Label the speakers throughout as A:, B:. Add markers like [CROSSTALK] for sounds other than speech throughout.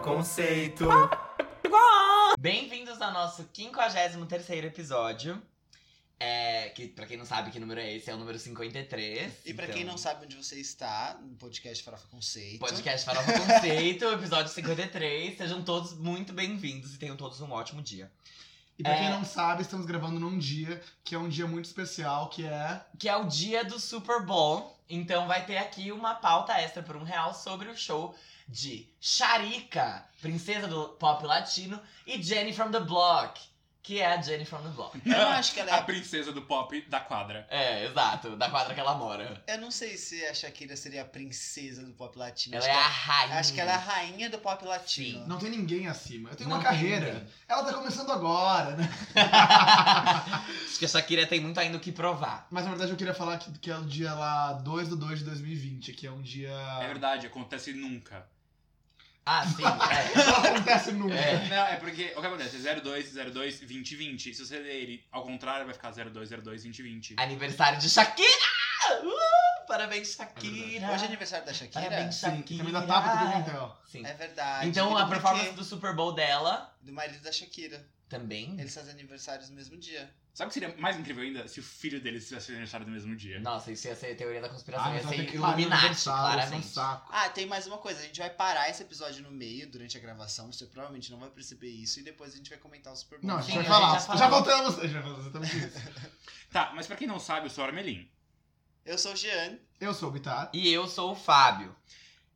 A: conceito.
B: Bem-vindos ao nosso 53 episódio. É, que pra quem não sabe que número é esse, é o número 53.
C: E pra
B: Então,
C: quem não sabe onde você está, no podcast Farofa Conceito.
B: Podcast
C: então-
B: Farofa
C: [LAUGHS]
B: Conceito, episódio 53. Sejam todos muito bem-vindos e tenham todos um ótimo dia.
D: E pra
B: É.
D: quem não sabe, estamos gravando num dia que é um dia muito especial, que é
B: Que é o dia do Super Bowl. Então vai ter aqui uma pauta extra por um real sobre o show de Sharika, princesa do pop latino, e Jenny from the Block, que é a Jenny from the Block.
C: Eu não acho que ela
E: A
C: é.
E: princesa do pop da quadra.
B: É, exato, da quadra que ela mora.
C: Eu não sei se a Shakira seria a princesa do pop latino.
B: Ela
C: Acho
B: é a
C: que
B: rainha.
C: Acho que ela é a rainha do pop latino.
D: Não tem ninguém acima. Eu tenho
B: Não
D: uma
B: tem
D: carreira.
B: ninguém.
D: Ela tá começando agora, né?
B: [LAUGHS] Acho que a Shakira tem muito ainda o que provar.
D: Mas na verdade eu queria falar que, que é o dia lá 2 do 2 de 2020, que é um dia.
B: [LAUGHS]
E: É verdade, acontece nunca.
B: Ah, sim, é.
D: Não acontece nunca.
B: É.
E: Não, é porque o que acontece é 02, 02, 20, 20. Se você ler ele ao contrário, vai ficar 02, 02, 20, 20.
B: Aniversário de Shakira! Uh, parabéns, Shakira!
C: Hoje é aniversário da Shakira?
B: Parabéns,
D: Sim,
B: Shakira!
D: que também da tapa então. do
B: né?
D: Pimentel.
B: Sim.
C: É verdade. E
B: Então,
C: do
B: a
C: Piquet,
B: performance do Super Bowl dela
C: do marido da Shakira.
B: também.
C: Eles fazem aniversários no mesmo dia.
E: Sabe o que seria mais incrível ainda? Se o filho dele tivesse aniversário no mesmo dia.
B: Nossa, isso ia ser teoria da conspiração, ia
D: mas ela Ah, então tem
B: ser
D: que parar de
B: Illuminati,
D: dançar, vai ser um
B: claramente.
D: saco.
C: Ah, tem mais uma coisa. A gente vai parar esse episódio no meio, durante a gravação. Você provavelmente não vai perceber isso. E depois a gente vai comentar o Super Bowl.
D: Não, a
B: Sim,
D: gente vai
B: a gente
D: falar.
B: já falou.
D: já voltamos. A gente vai falar exatamente isso.
E: Tá, mas pra quem não sabe, eu sou o Armelin.
C: Eu sou o Jean.
D: Eu sou o Bitar.
B: E eu sou o Fábio.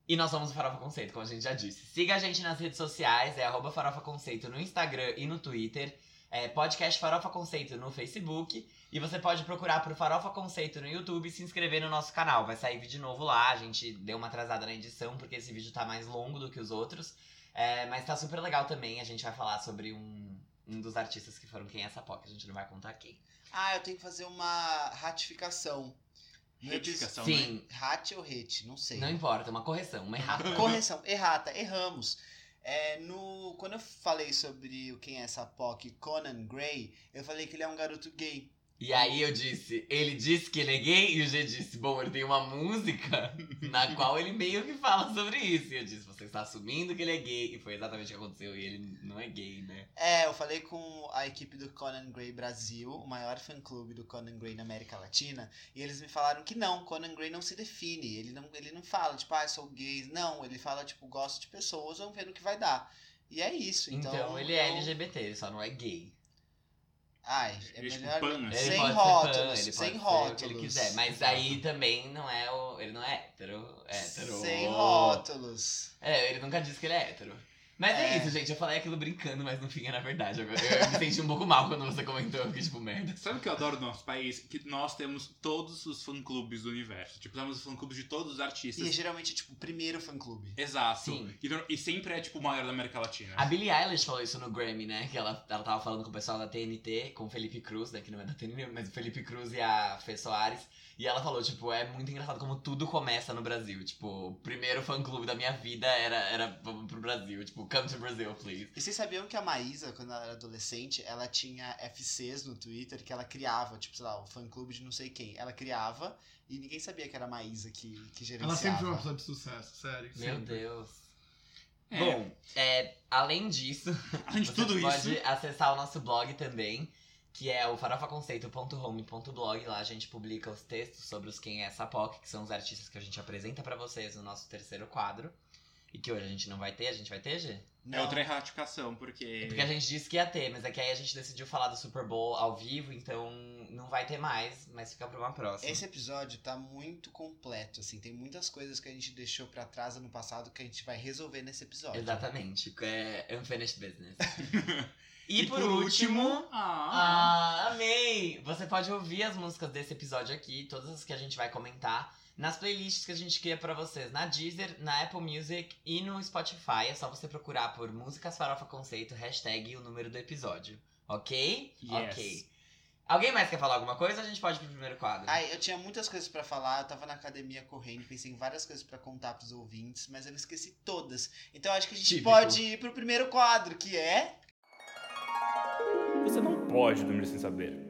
B: E nós somos o Farofa Conceito, como a gente já disse. Siga a gente nas redes sociais, é arroba Farofa Conceito no Instagram e no Twitter. É podcast Farofa Conceito no Facebook. E você pode procurar por Farofa Conceito no YouTube e se inscrever no nosso canal. Vai sair vídeo novo lá, a gente deu uma atrasada na edição, porque esse vídeo tá mais longo do que os outros. É, mas tá super legal também, a gente vai falar sobre um, um dos artistas que foram quem é essa POC, a gente não vai contar quem.
C: Ah, eu tenho que fazer uma ratificação. No epi-
E: Retificação, né?
B: Sim,
C: Rat ou rete, não sei.
B: não importa, uma correção, uma errada.
C: [LAUGHS] Correção, errata, erramos. É, no, quando eu falei sobre o quem é essa POC, Conan Gray, eu falei que ele é um garoto gay.
B: E aí eu disse, ele disse que ele é gay, e o G disse, bom, ele tem uma música [LAUGHS] na qual ele meio que fala sobre isso. E eu disse, você está assumindo que ele é gay, e foi exatamente o que aconteceu, e ele não é gay, né?
C: É, eu falei com a equipe do Conan Gray Brasil, o maior fã-clube do Conan Gray na América Latina, e eles me falaram que não, Conan Gray não se define, ele não, ele não fala, tipo, ah, eu sou gay, não, ele fala, tipo, gosto de pessoas, vamos ver no que vai dar. E é isso, então...
B: Então, ele é
C: eu-
B: LGBT, ele só não é gay.
C: Ai, é
E: Ele é tipo
C: melhor...
E: pan,
B: Ele
E: assim.
C: Sem
B: pode
C: rótulos,
B: ser pan, ele pode
C: sem
B: ser o que ele
C: rótulos.
B: quiser. Mas aí também não é o. Ele não é hétero. hétero.
C: Sem rótulos.
B: É, ele nunca disse que ele é hétero. Mas é.
C: É.
B: isso, gente. Eu falei aquilo brincando, mas no fim era verdade. Eu, eu me senti um pouco mal quando você comentou, eu fiquei tipo, merda.
E: Sabe o que eu adoro do nosso país? Que nós temos todos os fã-clubes do universo. Tipo, temos os fã-clubes de todos os artistas.
C: E é geralmente, tipo, o primeiro fã-clube.
E: Exato.
B: Sim. Ah,
E: E, e sempre é, tipo, o maior da América Latina.
B: A Billie Eilish falou isso no Grammy, né? Que ela, ela tava falando com o pessoal da TNT, com o Felipe Cruz, né? Que não é da TNT, mas o Felipe Cruz e a Fê Soares. E ela falou, tipo, é muito engraçado como tudo começa no Brasil. Tipo, o primeiro fã-clube da minha vida era, era vamos pro Brasil. Tipo, come to Brazil, please.
C: E vocês sabiam que a Maísa, quando ela era adolescente, ela tinha FCs no Twitter que ela criava, tipo, sei lá, o fã-clube de não sei quem. Ela criava e ninguém sabia que era a Maísa que, que gerenciava.
D: Ela sempre foi uma pessoa de sucesso, sério.
B: Meu
D: sempre.
B: Deus.
E: É.
B: Bom, é, além disso,
E: Além de
B: Você
E: tudo isso... é
B: pode acessar o nosso blog também, que é o farofaconceito.home.blog. Lá a gente publica os textos sobre os Quem é essa POC, que são os artistas que a gente apresenta pra vocês no nosso terceiro quadro. E que hoje a gente não vai ter, a gente vai ter, Gê?
C: Não,
E: É outra erratificação, porque...
B: É Porque a gente disse que ia ter, mas é que aí a gente decidiu falar do Super Bowl ao vivo, então não vai ter mais, mas fica pra uma próxima.
C: Esse episódio tá muito completo, assim. Tem muitas coisas que a gente deixou pra trás no passado que a gente vai resolver nesse episódio.
B: Exatamente, é unfinished
E: [LAUGHS]
B: business.
E: E, por, último... Ah,
B: Ah, amei! Você pode ouvir as músicas desse episódio aqui, todas as que a gente vai comentar, nas playlists que a gente cria pra vocês, na Deezer, na Apple Music e no Spotify. É só você procurar por Músicas Farofa Conceito, hashtag e o número do episódio. Ok?
E: Yes.
B: Ok. Alguém mais quer falar alguma coisa? A gente pode ir pro primeiro quadro.
C: Ai, eu tinha muitas coisas pra falar, eu tava na academia correndo, pensei em várias coisas pra contar pros ouvintes, mas eu esqueci todas. Então acho que a gente
B: Típico.
C: pode ir pro primeiro quadro, que é.
E: Você não pode dormir sem saber.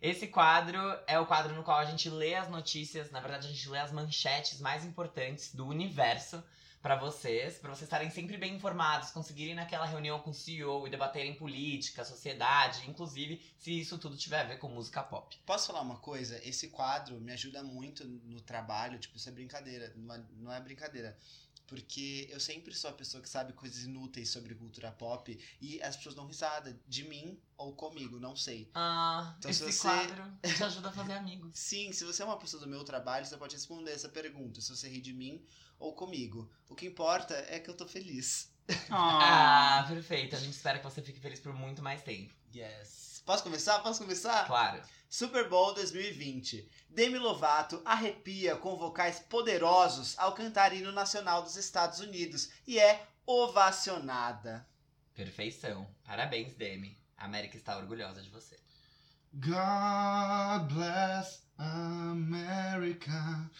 B: Esse quadro é o quadro no qual a gente lê as notícias, na verdade a gente lê as manchetes mais importantes do universo pra vocês, pra vocês estarem sempre bem informados, conseguirem ir naquela reunião com o CEO e debaterem política, sociedade, inclusive se isso tudo tiver a ver com música pop.
C: Posso falar uma coisa? Esse quadro me ajuda muito no trabalho, tipo, isso é brincadeira, não é, não é brincadeira. Porque eu sempre sou a pessoa que sabe coisas inúteis sobre cultura pop e as pessoas dão risada de mim ou comigo, não sei.
B: Ah,
C: Então, se
B: esse
C: você-
B: quadro te ajuda a fazer amigos.
C: Sim, se você é uma pessoa do meu trabalho, você pode responder essa pergunta, se você ri de mim ou comigo. O que importa é que eu tô feliz.
B: Ah, perfeito. A gente espera que você fique feliz por muito mais tempo.
C: Yes. Posso começar? Posso começar?
B: Claro.
C: Super Bowl 2020. Demi Lovato arrepia com vocais poderosos ao cantar hino nacional dos Estados Unidos e é ovacionada.
B: Perfeição. Parabéns, Demi. A América está orgulhosa de você.
D: God bless America.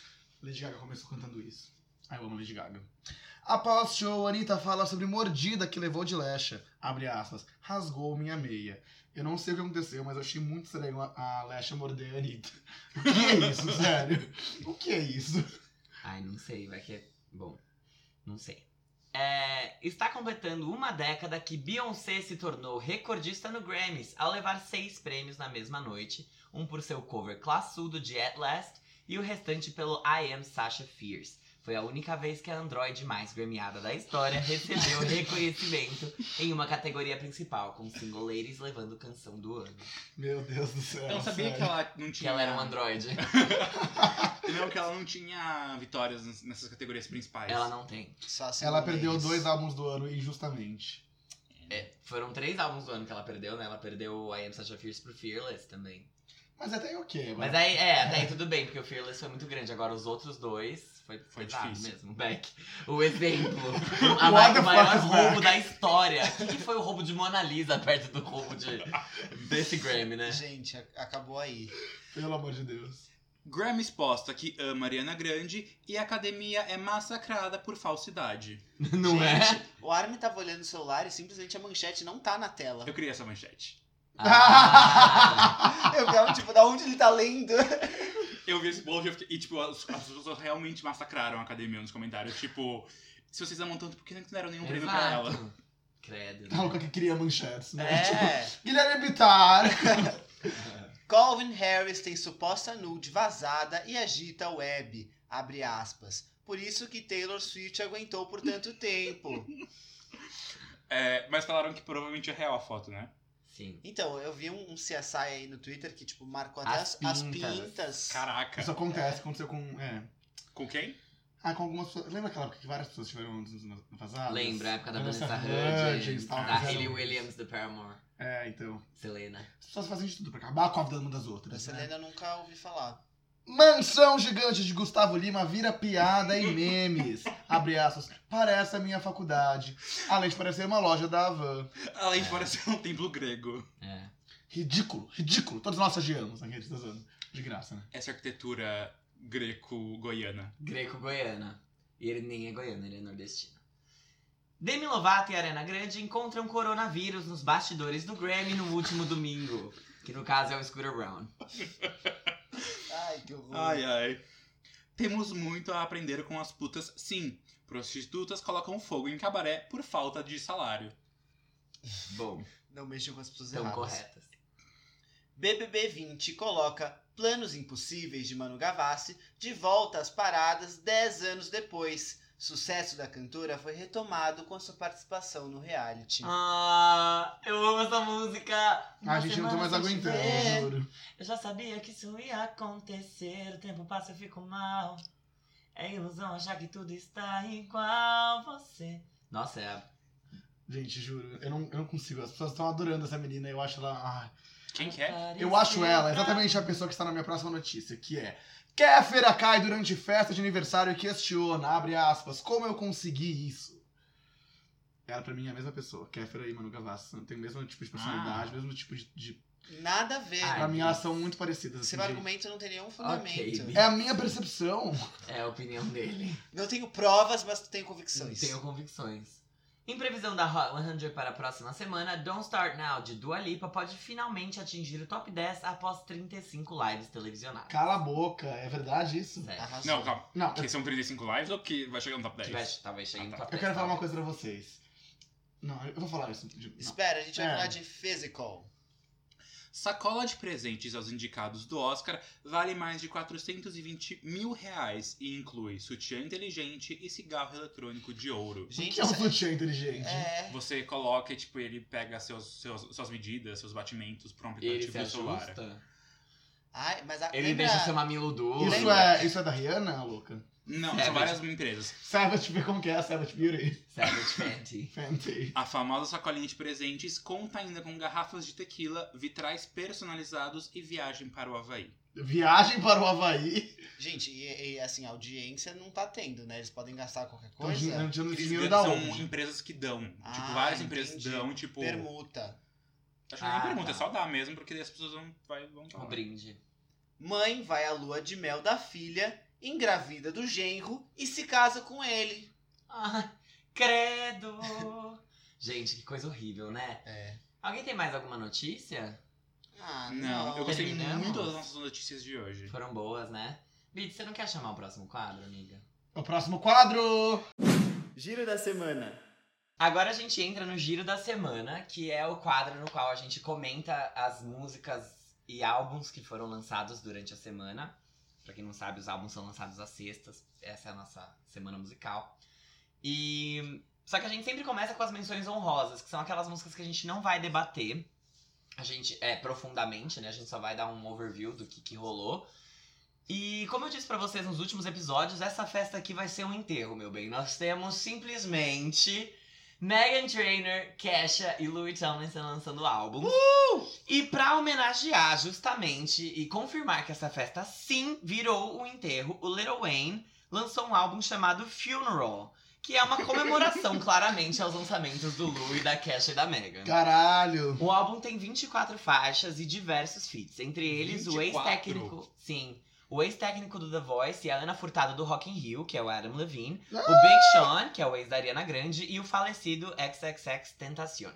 D: Lady Gaga começou cantando isso. Ai, eu amo Lady Gaga. Após show, Anitta fala sobre mordida que levou de lecha. Abre aspas. Rasgou minha meia. Eu não sei o que aconteceu, mas eu achei muito estranho a, a lecha morder a Anitta. O que é
E: [LAUGHS]
D: isso, sério? O que é isso?
B: Ai, não sei, vai que é. Bom, não sei. É, está completando uma década que Beyoncé se tornou recordista no Grammys ao levar seis prêmios na mesma noite: um por seu cover classudo de At Last e o restante pelo I Am Sasha Fierce. Foi a única vez que a Android mais gremiada da história recebeu reconhecimento em uma categoria principal, com single ladies levando canção do ano.
D: Meu Deus do céu.
E: Eu não sabia
D: sério.
E: que ela não
B: Que
E: tinha.
B: ela era um Android.
E: Não, que ela não tinha vitórias nas- nessas categorias principais.
B: Ela não tem.
C: Só assim
D: Ela
C: um
D: perdeu
C: mês.
D: dois álbuns do ano injustamente.
B: É, foram três álbuns do ano que ela perdeu, né? Ela perdeu I Am Sasha Fierce pro Fearless também.
D: Mas é até aí ok.
B: Mas
D: Mas
B: aí, é, até aí tudo bem, porque o Fearless foi muito grande. Agora os outros dois foi,
E: Foi
B: pesado
E: difícil.
B: mesmo. Beck, o exemplo. a
D: What
B: ma-
D: the
B: o maior
D: fuck is
B: roubo
D: Beck?
B: da história. O que, que foi o roubo de Mona Lisa perto do roubo de, desse Grammy,
C: [LAUGHS]
B: né?
C: Gente, a- acabou aí.
E: é-
D: Pelo amor de Deus.
E: Grammy exposta que ama Ariana Grande e a academia é massacrada por falsidade.
B: Não
C: [LAUGHS]
B: é?
C: O Armin tava olhando o celular e simplesmente a manchete não tá na tela.
E: Eu queria essa manchete.
D: [LAUGHS]
B: Ah,
C: Eu ficava tipo, da onde ele tá lendo?
E: Eu vi esse post e eu fiquei- e, tipo, as, as pessoas realmente massacraram a academia nos comentários. Tipo, se vocês amam tanto, por que não deram nenhum prêmio Um pra
B: exato.
E: ela?
B: Credo.
D: Tá louca que cria manchetes, [LAUGHS] né?
C: [LAUGHS] É.
D: Guilherme Bittar.
C: Calvin Harris tem suposta nude vazada e agita a web, abre aspas. Por isso que Taylor Swift aguentou por tanto tempo.
E: É, mas falaram que provavelmente é real a foto, né?
B: Sim.
C: Então, eu vi um, um CSI aí no Twitter que, tipo, marcou até
B: As
C: as, as
B: pintas.
C: pintas.
E: Caraca.
D: Isso acontece, aconteceu com. É.
E: Com quem?
D: Ah, com algumas pessoas. Lembra aquela época que várias pessoas tiveram nos- nos- vazadas?
B: Lembra a época da
D: Vanessa
B: Vanessa
D: Hudgens, tá
B: Hudgens,
D: tal,
B: da
D: fizeram
B: Hayley
D: isso.
B: Williams, do Paramore,
D: É, então.
B: Selena.
D: As pessoas fazem de tudo pra acabar com a vida uma das outras.
C: Essa
D: né?
B: é.
C: lenda eu nunca ouvi falar.
D: Mansão gigante de Gustavo Lima vira piada e
B: [LAUGHS]
D: memes. Abre aspas. Parece a minha faculdade. Além de parecer uma loja da Havan.
E: Além de parecer um templo grego.
B: É.
D: Ridículo, ridículo. Todos nós odiamos naquele ano. De graça, né?
E: Essa é arquitetura greco-goiana.
B: Greco-goiana. E ele nem é goiano, ele é nordestino. Demi Lovato e Arena Grande encontram coronavírus nos bastidores do Grammy no último domingo. Que no caso é o Scooter Brown.
C: Ai, que horror.
E: Ai, é. ai. Temos muito a aprender com as putas, sim. Prostitutas colocam fogo em cabaré por falta de salário.
B: Bom,
C: Não mexam com as pessoas
B: estão
C: erradas.
B: corretas.
C: BBB 20 coloca Planos Impossíveis de Manu Gavassi de volta às paradas 10 anos depois. Sucesso da cantora foi retomado com a sua participação no reality.
B: Ah, eu amo essa música!
D: A gente não tá mais
B: Uma semana sem te ver.
D: aguentando, juro.
B: Eu já sabia que isso ia acontecer. O tempo passa, eu fico mal. É ilusão achar que tudo está igual você. Nossa, é a
D: Gente, juro, eu não, eu não consigo. As pessoas estão adorando essa menina. Eu acho ela. ai,
E: Quem que
B: Ah,
E: é?
D: Eu acho ela exatamente a pessoa que está na minha próxima notícia, que é Kéfera cai durante festa de aniversário e questiona, abre aspas, como eu consegui isso? Ela pra mim é a mesma pessoa, Kéfera e Manu Gavassi, tem o mesmo tipo de personalidade,
E: Ah.
D: mesmo tipo de... de...
C: Nada a ver.
B: Ai,
D: Pra mim elas
B: Deus.
D: são muito parecidas.
C: Seu
D: assim, de-
C: argumento não tem nenhum fundamento.
B: Bi.
D: É a minha percepção.
B: É a opinião dele.
C: Não tenho provas, mas tenho convicções.
B: Tenho convicções. Em previsão da Hot 100 para a próxima semana, Don't Start Now de Dua Lipa pode finalmente atingir o top 10 após 35 lives televisionadas.
D: Cala a boca, é verdade isso?
B: Sério.
C: Arrasou.
E: Não, calma.
D: Não,
E: Que são 35 lives ou que vai chegar no top 10?
B: Que tá. vai- talvez chegue no top
D: eu
B: 10,
D: quero falar uma
B: talvez.
D: coisa pra vocês. Não, eu vou falar isso. de- não.
C: Espera, a gente vai
D: É.
C: falar de physical.
E: Sacola de presentes aos indicados do Oscar vale mais de 420 mil reais e inclui sutiã inteligente e cigarro eletrônico de ouro.
D: O
C: Gente,
D: que é um
C: isso
D: sutiã inteligente?
C: é...
E: Você coloca e, tipo, ele pega seus, seus, suas medidas, seus batimentos pra um
B: E ele
E: aplicativo
B: se
E: do celular.
B: ajusta.
C: Ai, mas a...
B: Ele
C: lembra-
B: deixa seu mamilo duro.
D: Isso é, isso é da Rihanna, Luca?
E: Não,
B: É, mas-
E: são várias empresas.
D: Savage, vê como que é a Savage Beauty?
B: Savage Fenty.
D: Fenty.
E: A famosa sacolinha de presentes conta ainda com garrafas de tequila, vitrais personalizados e viagem para o Havaí.
D: Viagem para o Havaí.
C: Gente, e, e, assim, a audiência não tá tendo, né? Eles podem gastar qualquer
D: Então,
C: coisa.
D: não tinha
E: Eles
D: dinheiro da
E: Tipo, são
D: onde?
E: empresas que dão.
C: Ah,
E: tipo, várias empresas
C: entendi.
E: dão, tipo.
C: Permuta.
E: Acho que nem
B: Ah,
E: pergunta,
B: tá.
E: é só dar mesmo, porque daí as pessoas vão, vai, vão
B: Um
E: falar.
B: brinde.
C: Mãe vai à lua de mel da filha, engravida do genro e se casa com ele.
B: Ah, credo! Gente, que coisa horrível, né?
C: É.
B: Alguém tem mais alguma notícia?
C: Ah, não.
E: Não, eu gostei
B: Terminamos?
E: muito das nossas notícias de hoje.
B: Foram boas, né? Bid, você não quer chamar o próximo quadro, amiga?
D: O próximo quadro!
C: Giro da semana.
B: Agora a gente entra no Giro da Semana, que é o quadro no qual a gente comenta as músicas e álbuns que foram lançados durante a semana. Pra quem não sabe, os álbuns são lançados às sextas. Essa é a nossa semana musical. E só que a gente sempre começa com as menções honrosas, que são aquelas músicas que a gente não vai debater. A gente é profundamente, né? A gente só vai dar um overview do que, que rolou. E como eu disse pra vocês nos últimos episódios, essa festa aqui vai ser um enterro, meu bem. Nós temos simplesmente Megan Trainor, Kesha e Louis Tomlinson lançando álbuns. E pra homenagear justamente e confirmar que essa festa sim virou o enterro, o Little Wayne lançou um álbum chamado Funeral, que é uma comemoração claramente aos lançamentos do Louis, da Kesha e da Megan.
D: Caralho!
B: O álbum tem 24 faixas e diversos feats, entre eles o
E: 24?
B: ex-técnico, sim, o ex-técnico do The Voice e a Ana Furtado do Rock in Rio, que é o Adam Levine,
D: Ah!
B: o Big Sean, que é o ex da Ariana Grande, e o falecido XXX Tentacion.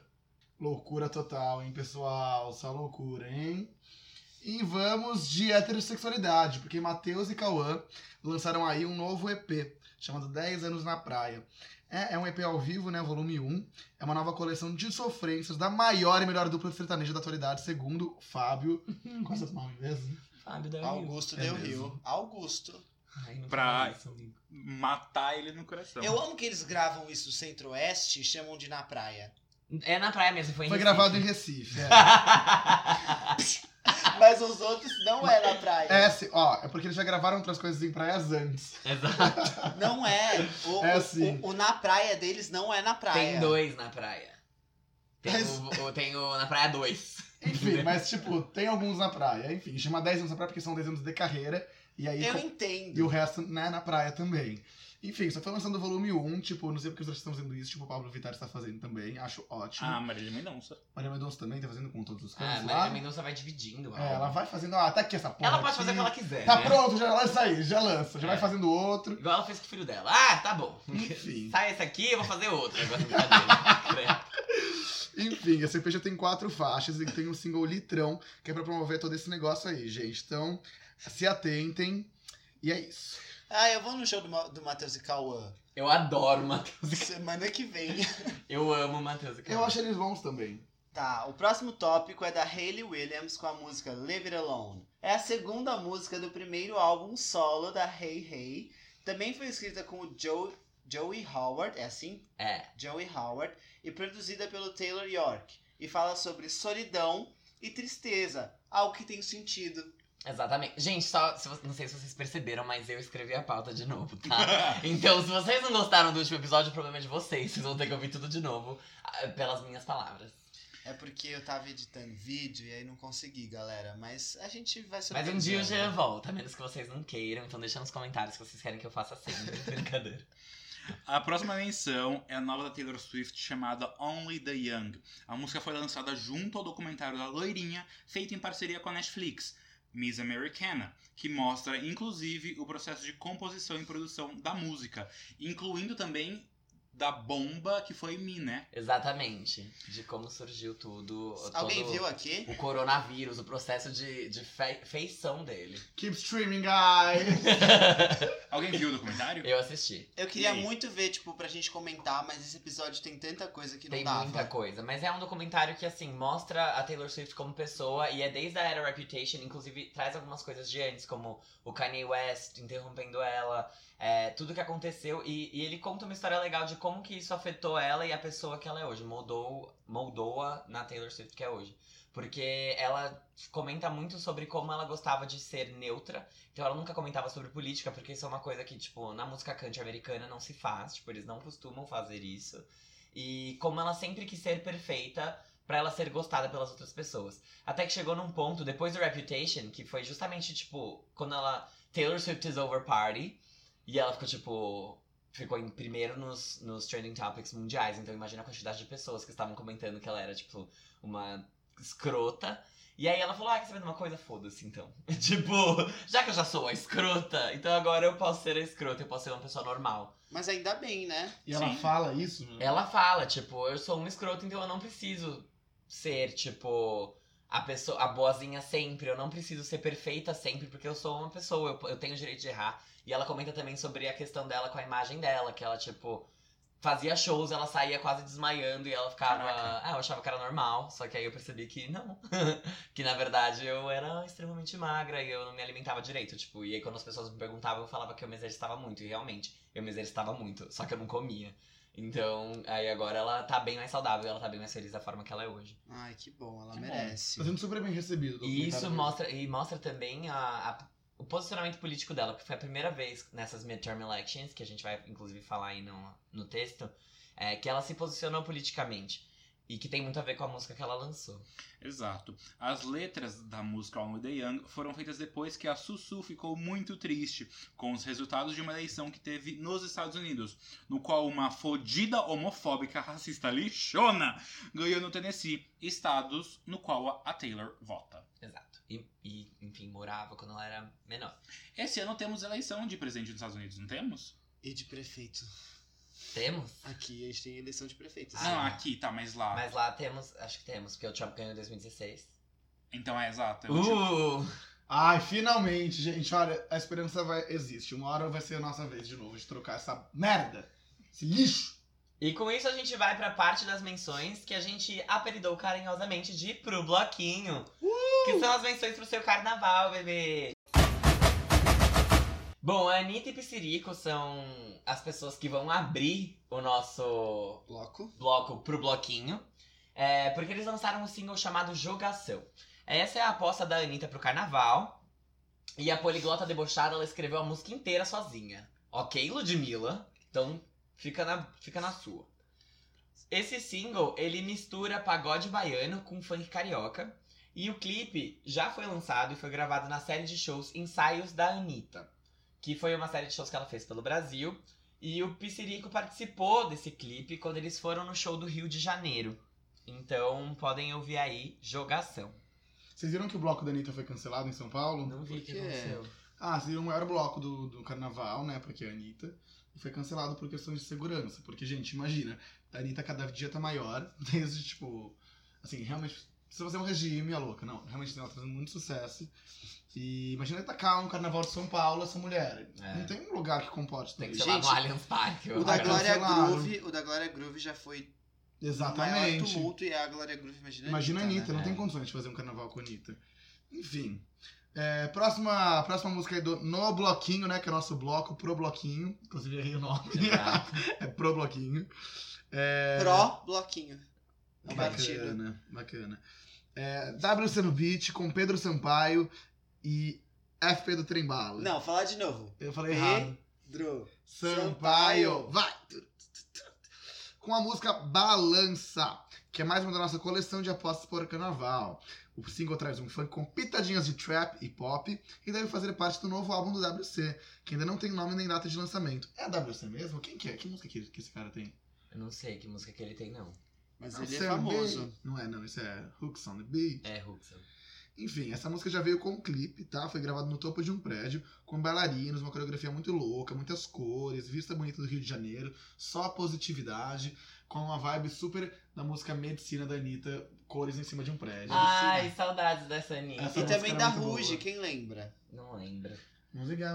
D: Loucura total, hein, pessoal? Só loucura, hein? E vamos de heterossexualidade, porque Matheus e Cauã lançaram aí um novo EP, chamado 10 Anos na Praia. É, é um EP ao vivo, né? Volume 1. É uma nova coleção de sofrências da maior e melhor dupla sertaneja da atualidade, segundo Fábio. Qual é o seu nome mesmo?
B: Fábio da
C: Augusto
D: É
C: Del
D: mesmo.
C: Rio. Augusto.
B: Ai, não
E: Pra-
B: fala isso, amigo.
E: Matar ele no coração.
D: Então.
C: Eu amo que eles gravam isso no centro-oeste e chamam de na praia. [LAUGHS]
B: É na praia mesmo, foi em
D: Foi
B: Recife.
D: gravado em Recife. É.
C: Mas os outros não é na praia.
D: É, se- ó, é porque eles já gravaram outras coisas em praias antes.
B: [LAUGHS] Exato.
C: Não é. O,
D: É
C: o-
D: sim.
C: o- o na praia deles não é na praia.
B: Tem dois na praia. Tem,
C: Mas-
B: o, o- tem o na praia dois.
D: Enfim, mas tipo, tem alguns na praia. Enfim, chama 10 anos na praia porque são 10 anos de carreira. E aí
C: Eu
D: com-
C: entendo.
D: E o resto, né, na praia também. Enfim, só foi lançando o volume 1, tipo, não sei porque os outros estão fazendo isso, tipo, o Pablo Vittar está fazendo também, acho ótimo.
E: Ah, Marília Mendonça.
D: Maria Mendonça também tá fazendo com todos os
B: Ah,
D: cantos
B: mas
D: lá.
B: a Mendonça vai dividindo. o
D: É, ela
B: álbum.
D: vai fazendo, ah, tá aqui essa porra.
B: Ela pode fazer o
D: aqui.
B: que ela quiser.
D: Tá
B: né?
D: pronto, já lança aí, já lança, já
B: É.
D: vai fazendo outro.
B: Igual ela fez com o filho dela. Ah, tá bom. [LAUGHS]
D: Enfim.
B: Sai esse aqui, eu vou fazer outro. Agora brincadeira. [LAUGHS]
D: Enfim, esse EP já tem quatro faixas e tem um single litrão, que é pra promover todo esse negócio aí, gente. Então, se atentem. E é isso.
C: Ah, eu vou no show do, Ma- do Matheus e
B: [LAUGHS]
C: Cauã.
B: Eu adoro o Matheus.
C: Semana que vem.
B: Eu amo o Matheus. e
D: Eu
B: Cauã.
D: acho eles bons também.
C: Tá, o próximo tópico é da Hayley Williams com a música Leave It Alone. É a segunda música do primeiro álbum solo da Hey Hey. Também foi escrita com o Joe, Joey Howard, é assim?
B: É.
C: Joey Howard, e produzida pelo Taylor York, e fala sobre solidão e tristeza, algo que tem sentido.
B: Exatamente. Gente, só se vo- não sei se vocês perceberam, mas eu escrevi a pauta de novo,
D: [LAUGHS]
B: tá? Então, se vocês não gostaram do último episódio, o problema é de vocês. Vocês vão ter que ouvir tudo de novo ah, pelas minhas palavras.
C: É porque eu tava editando vídeo e aí não consegui, galera, mas a gente vai
B: Mas
C: sobreviver.
B: um dia eu já volto, a menos que vocês não queiram. Então, deixa nos comentários que vocês querem que eu faça
D: [LAUGHS]
B: sempre. Brincadeira.
E: A próxima menção é a nova da Taylor Swift chamada Only the Young. A música foi lançada junto ao documentário da Loirinha, feito em parceria com a Netflix, Miss Americana, que mostra inclusive o processo de composição e produção da música, incluindo também da bomba que foi em mim, né?
B: Exatamente. De como surgiu tudo.
C: Alguém
B: todo
C: viu aqui?
B: O coronavírus, o processo de, de fe- feição dele.
D: Keep
B: [LAUGHS]
D: streaming, guys!
E: Alguém viu o documentário?
B: Eu assisti.
C: Eu queria
E: E aí?
C: muito ver, tipo, pra gente comentar, mas esse episódio tem tanta coisa que não
B: Tem
C: dava.
B: muita coisa. Mas é um documentário que, assim, mostra a Taylor Swift como pessoa e é desde a era Reputation, inclusive traz algumas coisas de antes, como o Kanye West interrompendo ela, é, tudo que aconteceu. E, e ele conta uma história legal de como que isso afetou ela e a pessoa que ela é hoje, moldou, moldou-a na Taylor Swift que é hoje. Porque ela comenta muito sobre como ela gostava de ser neutra. Então ela nunca comentava sobre política, porque isso é uma coisa que, tipo, na música country americana não se faz. Tipo, eles não costumam fazer isso e como ela sempre quis ser perfeita pra ela ser gostada pelas outras pessoas. Até que chegou num ponto, depois do Reputation, que foi justamente tipo, quando ela. Taylor Swift is over party, e ela ficou tipo. Ficou em primeiro nos, nos trending topics mundiais, então imagina a quantidade de pessoas que estavam comentando que ela era, tipo, uma escrota. E aí ela falou: Ah, quer saber de uma coisa? Foda-se então. [LAUGHS] tipo, já que eu já sou a escrota, então agora eu posso ser a escrota, eu posso ser uma pessoa normal.
C: Mas ainda bem, né?
D: E ela
E: Sim.
D: fala isso, né?
B: Ela fala, tipo, eu sou um escroto, então eu não preciso ser, tipo, a pessoa, a boazinha sempre, eu não preciso ser perfeita sempre, porque eu sou uma pessoa, eu, eu tenho o direito de errar. E ela comenta também sobre a questão dela com a imagem dela, que ela, tipo, fazia shows, ela saía quase desmaiando e ela ficava.
E: Caraca.
B: Ah, eu achava que era normal, só que aí eu percebi que não. [LAUGHS] que na verdade eu era extremamente magra e eu não me alimentava direito, tipo, e aí quando as pessoas me perguntavam, eu falava que eu me exercitava muito, e realmente, eu me exercitava muito, só que eu não comia. Então, aí agora ela tá bem mais saudável, ela tá bem mais feliz da forma que ela é hoje.
C: Ai, que bom, ela
E: Que bom.
C: merece.
D: Tá sendo super bem recebido. o
B: E
D: documentário
B: isso
D: dele.
B: mostra, e mostra também a- a- o posicionamento político dela, que foi a primeira vez nessas midterm elections, que a gente vai inclusive falar aí no, no texto, é, que ela se posicionou politicamente. E que tem muito a ver com a música que ela lançou.
E: Exato. As letras da música Only the Young foram feitas depois que a Sussu ficou muito triste com os resultados de uma eleição que teve nos Estados Unidos, no qual uma fodida homofóbica racista lixona ganhou no Tennessee, estados no qual a Taylor vota.
B: Exato. E, e, enfim, morava quando ela era menor.
E: Esse ano temos eleição de presidente nos Estados Unidos, não temos?
C: E de prefeito.
B: Temos?
C: Aqui a gente tem eleição de prefeito.
E: não,
C: assim.
E: aqui, tá, mas lá.
B: Mas lá temos, acho que temos, porque o Trump ganhou em 2016.
E: Então é exato. é o último.
B: Uh!
D: Ai, finalmente, gente. Olha, a esperança vai... existe. Uma hora vai ser a nossa vez de novo de trocar essa merda. Esse lixo.
B: E com isso a gente vai pra parte das menções que a gente apelidou carinhosamente de Pro Bloquinho. Que são as menções pro seu carnaval, bebê. Bom, a Anitta e Pissirico são as pessoas que vão abrir o nosso
C: um Bloco.
B: bloco pro bloquinho. é, porque eles lançaram um single chamado Jogação. Essa é a aposta da Anitta pro carnaval. E a poliglota debochada, ela escreveu a música inteira sozinha. Ok, Ludmilla? Então fica na, fica na sua. Esse single, ele mistura pagode baiano com funk carioca. E o clipe já foi lançado e foi gravado na série de shows Ensaios da Anitta. Que foi uma série de shows que ela fez pelo Brasil. E o Pissirico participou desse clipe quando eles foram no show do Rio de Janeiro. Então podem ouvir aí Jogação.
D: Vocês viram que o bloco da Anitta foi cancelado em São Paulo?
B: Não vi o
C: Por
B: que
C: quê?
B: aconteceu.
D: Ah, seria o maior bloco do, do carnaval, né? Porque é a Anitta. E foi cancelado por questões de segurança. Porque, gente, imagina, a Anitta cada dia tá maior, [LAUGHS] desde tipo. Assim, realmente. Precisa fazer um regime, a louca. Não, realmente ela tá fazendo muito sucesso. E imagina atacar um carnaval de São Paulo essa mulher.
B: É.
D: Não tem um lugar que comporte
B: Tem que
D: tudo
B: ser lá no
C: Gente,
B: Allianz Parque. eu
C: O da
B: acho.
C: Glória
D: cancelaram.
C: Groove, o da Glória Groove já foi
D: isso.
C: o maior
D: Exatamente.
C: tumulto e a Glória Groove, imagina.
D: Imagina a Anitta,
C: né?
D: não
B: né?
D: tem
B: É.
D: condições de fazer um carnaval com a Anitta. Enfim. É, próxima, próxima música aí do No Bloquinho, né? Que é nosso bloco, Pro Bloquinho. Inclusive, errei o nome.
B: Exato.
D: [LAUGHS] é Pro Bloquinho. É,
C: né? Pró bloquinho. É um partido.
D: bacana, bacana. É, WC no Beat com Pedro Sampaio e FP do Trembala.
C: Não, falar de novo.
D: Eu falei
C: E-
D: errado.
C: Dro.
D: Sampaio, vai! Com a música Balança, que é mais uma da nossa coleção de apostas por carnaval. O single traz um funk com pitadinhas de trap e pop e deve fazer parte do novo álbum do WC, que ainda não tem nome nem data de lançamento. É a WC mesmo? Quem que é? Que música que, que esse cara tem?
B: Eu não sei que música que ele tem, não.
C: Mas
D: Não,
C: ele é
D: Sam
C: famoso.
D: Bay. Não é, não. Isso é Hooks on the Beat.
B: É, Huxon.
D: Enfim, essa música já veio com um clipe, tá? Foi gravado no topo de um prédio, com bailarinos, uma coreografia muito louca, muitas cores, vista bonita do Rio de Janeiro, só positividade, com uma vibe super da música Medicina da Anitta, cores em cima de um prédio.
B: Ai, saudades dessa Anitta.
D: Essa
C: E
D: música
C: também
D: era
C: da
D: muito boa.
C: Ruge, quem lembra?
B: Não lembro.
D: Música é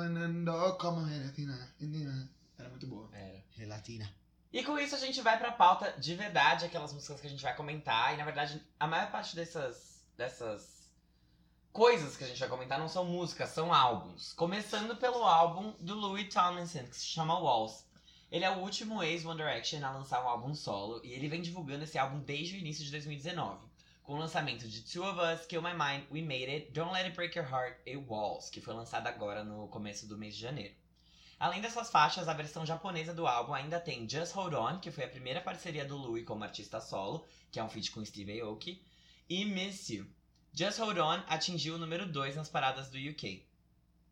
D: era muito boa.
B: Era.
C: Relatina.
B: E com isso a gente vai pra pauta de verdade, aquelas músicas que a gente vai comentar. E na verdade, a maior parte dessas, dessas coisas que a gente vai comentar não são músicas, são álbuns. Começando pelo álbum do Louis Tomlinson, que se chama Walls. Ele é o último ex-One Direction a lançar um álbum solo, e ele vem divulgando esse álbum desde o início de 2019, com o lançamento de Two of Us, Kill My Mind, We Made It, Don't Let It Break Your Heart e Walls, que foi lançado agora no começo do mês de janeiro. Além dessas faixas, a versão japonesa do álbum ainda tem Just Hold On, que foi a primeira parceria do Louis como artista solo, que é um feat com Steve Aoki, e Miss You. Just Hold On atingiu o número 2 nas paradas do UK.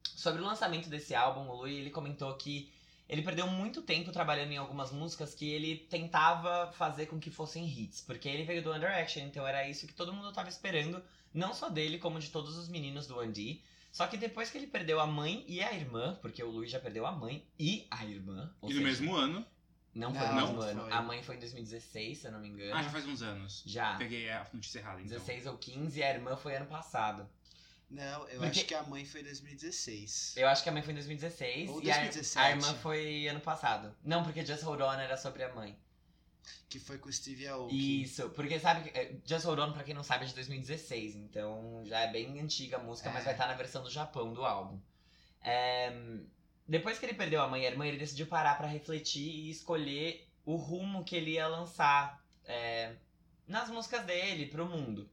B: Sobre o lançamento desse álbum, o Louis ele comentou que ele perdeu muito tempo trabalhando em algumas músicas que ele tentava fazer com que fossem hits, porque ele veio do Under Action, então era isso que todo mundo estava esperando, não só dele, como de todos os meninos do 1D, só que depois que ele perdeu a mãe e a irmã, porque o Luiz já perdeu a mãe e a irmã. ou
E: E no
B: seja,
E: mesmo ano.
B: Não foi no
C: Não,
B: mesmo
C: não
B: ano.
C: foi.
B: A mãe foi em 2016, se eu não me engano.
E: Ah, já faz uns anos.
B: Já.
E: Peguei a notícia errada, então.
B: 16 ou 15 e a irmã foi ano passado.
C: Não, eu
B: Porque-
C: acho que a mãe foi em 2016.
B: Eu acho que a mãe foi em 2016
C: Ou
B: e a- a,
C: 2017.
B: irmã foi ano passado. Não, porque Just Hold On era sobre a mãe.
C: Que foi com o Steve Aoki.
B: Isso, porque sabe que eh, Just Hold On, pra quem não sabe, é de 2016, então já é bem antiga a música, mas
C: É.
B: vai estar na versão do Japão do álbum. É, depois que ele perdeu a mãe e a irmã, ele decidiu parar pra refletir e escolher o rumo que ele ia lançar é, nas músicas dele, pro mundo.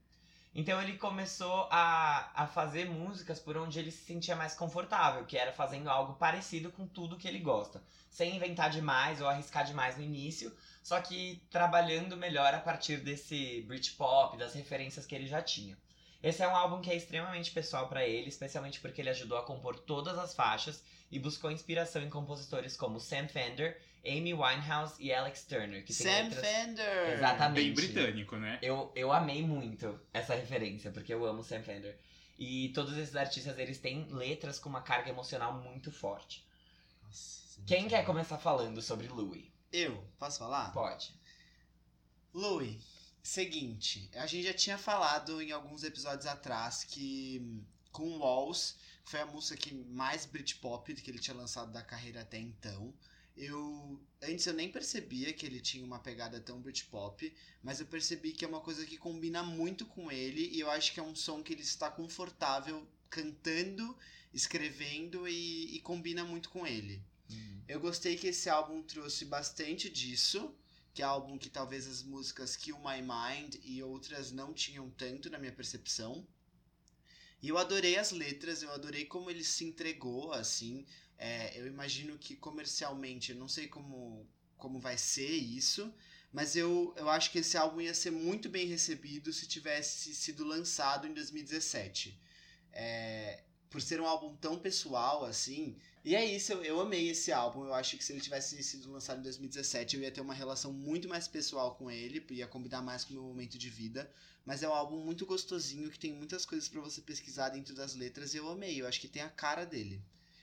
B: Então ele começou a, a fazer músicas por onde ele se sentia mais confortável, que era fazendo algo parecido com tudo que ele gosta. Sem inventar demais ou arriscar demais no início, só que trabalhando melhor a partir desse Britpop, das referências que ele já tinha. Esse é um álbum que é extremamente pessoal pra ele, especialmente porque ele ajudou a compor todas as faixas e buscou inspiração em compositores como Sam Fender, Amy Winehouse e Alex Turner, que tem
C: Sam
B: letras...
C: Fender.
B: Exatamente.
E: Bem britânico, né?
B: Eu, eu amei muito essa referência, porque eu amo Sam Fender. E todos esses artistas, eles têm letras com uma carga emocional muito forte.
C: Nossa,
B: Quem quer começar falando sobre Louis?
C: Eu, posso falar?
B: Pode.
C: Louie, seguinte, a gente já tinha falado em alguns episódios atrás que hum, com Walls foi a música que mais Britpop que ele tinha lançado da carreira até então. Eu antes eu nem percebia que ele tinha uma pegada tão Britpop, mas eu percebi que é uma coisa que combina muito com ele e eu acho que é um som que ele está confortável cantando, escrevendo e- e combina muito com ele. Eu gostei que esse álbum trouxe bastante disso, que é álbum que talvez as músicas Kill My Mind e outras não tinham tanto na minha percepção. E eu adorei as letras, eu adorei como ele se entregou, assim. É, eu imagino que comercialmente, eu não sei como, como vai ser isso, mas eu, eu acho que esse álbum ia ser muito bem recebido se tivesse sido lançado em 2017. É, por ser um álbum tão pessoal, assim, e é isso, eu, eu amei esse álbum. Eu acho que se ele tivesse sido lançado em 2017, eu ia ter uma relação muito mais pessoal com ele, ia combinar mais com o meu momento de vida. Mas é um álbum muito gostosinho, que tem muitas coisas pra você pesquisar dentro das letras, e eu amei. Eu acho que tem a cara dele.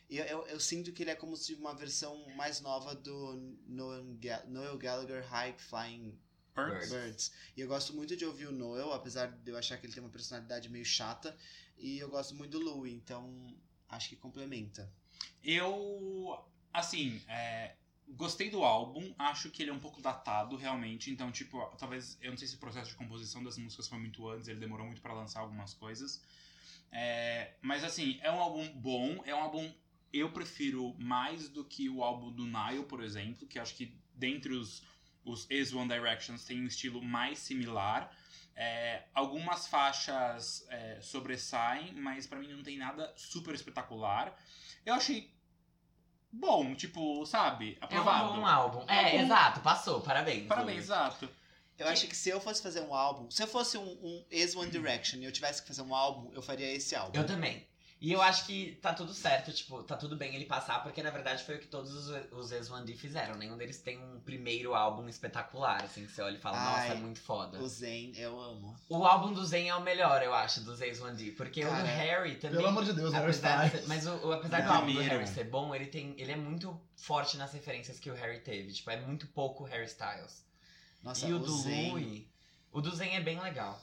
C: E eu, eu, eu sinto que ele é como se uma versão mais nova do Noel, Ga- Noel Gallagher High Flying
E: Birds.
C: Birds. E eu gosto muito de ouvir o Noel, apesar de eu achar que ele tem uma personalidade meio chata. E eu gosto muito do Louie, então acho que complementa.
E: Eu, assim, é, gostei do álbum, acho que ele é um pouco datado realmente, então, tipo, talvez, eu não sei se o processo de composição das músicas foi muito antes, ele demorou muito pra lançar algumas coisas. É, mas, assim, é um álbum bom, é um álbum eu prefiro mais do que o álbum do Nile, por exemplo, que acho que dentre os, os ex-One Directions tem um estilo mais similar. É, algumas faixas é, sobressaem, mas pra mim não tem nada super espetacular. Eu achei bom, tipo, sabe?
B: É um
E: Aprovado.
B: bom álbum. É,
E: É um bom-
B: exato. Passou. Parabéns.
E: Parabéns,
B: Louis.
E: exato.
C: Eu acho que se eu fosse fazer um álbum, se eu fosse um, um ex One Direction e eu tivesse que fazer um álbum, eu faria esse álbum.
B: Eu também. E eu acho que tá tudo certo, tipo, tá tudo bem ele passar, porque na verdade foi o que todos os, os ex-1 D fizeram. Nenhum deles tem um primeiro álbum espetacular, assim, que você olha e fala, nossa,
C: Ai,
B: é muito foda.
C: O Zen, eu amo.
B: O álbum do Zen é o melhor, eu acho, dos ex-1 D, porque o
C: Cara,
B: do Harry também.
D: Pelo amor de Deus, Harry
B: apesar de
D: Styles.
B: ser- mas o, o- apesar do
E: Não,
B: álbum do
E: primeiro.
B: Harry ser bom, ele, tem, ele é muito forte nas referências que o Harry teve. Tipo, é muito pouco Harry Styles.
C: Nossa,
B: e o,
C: o
B: do
C: Zen.
B: Louis. O do Zen é bem legal.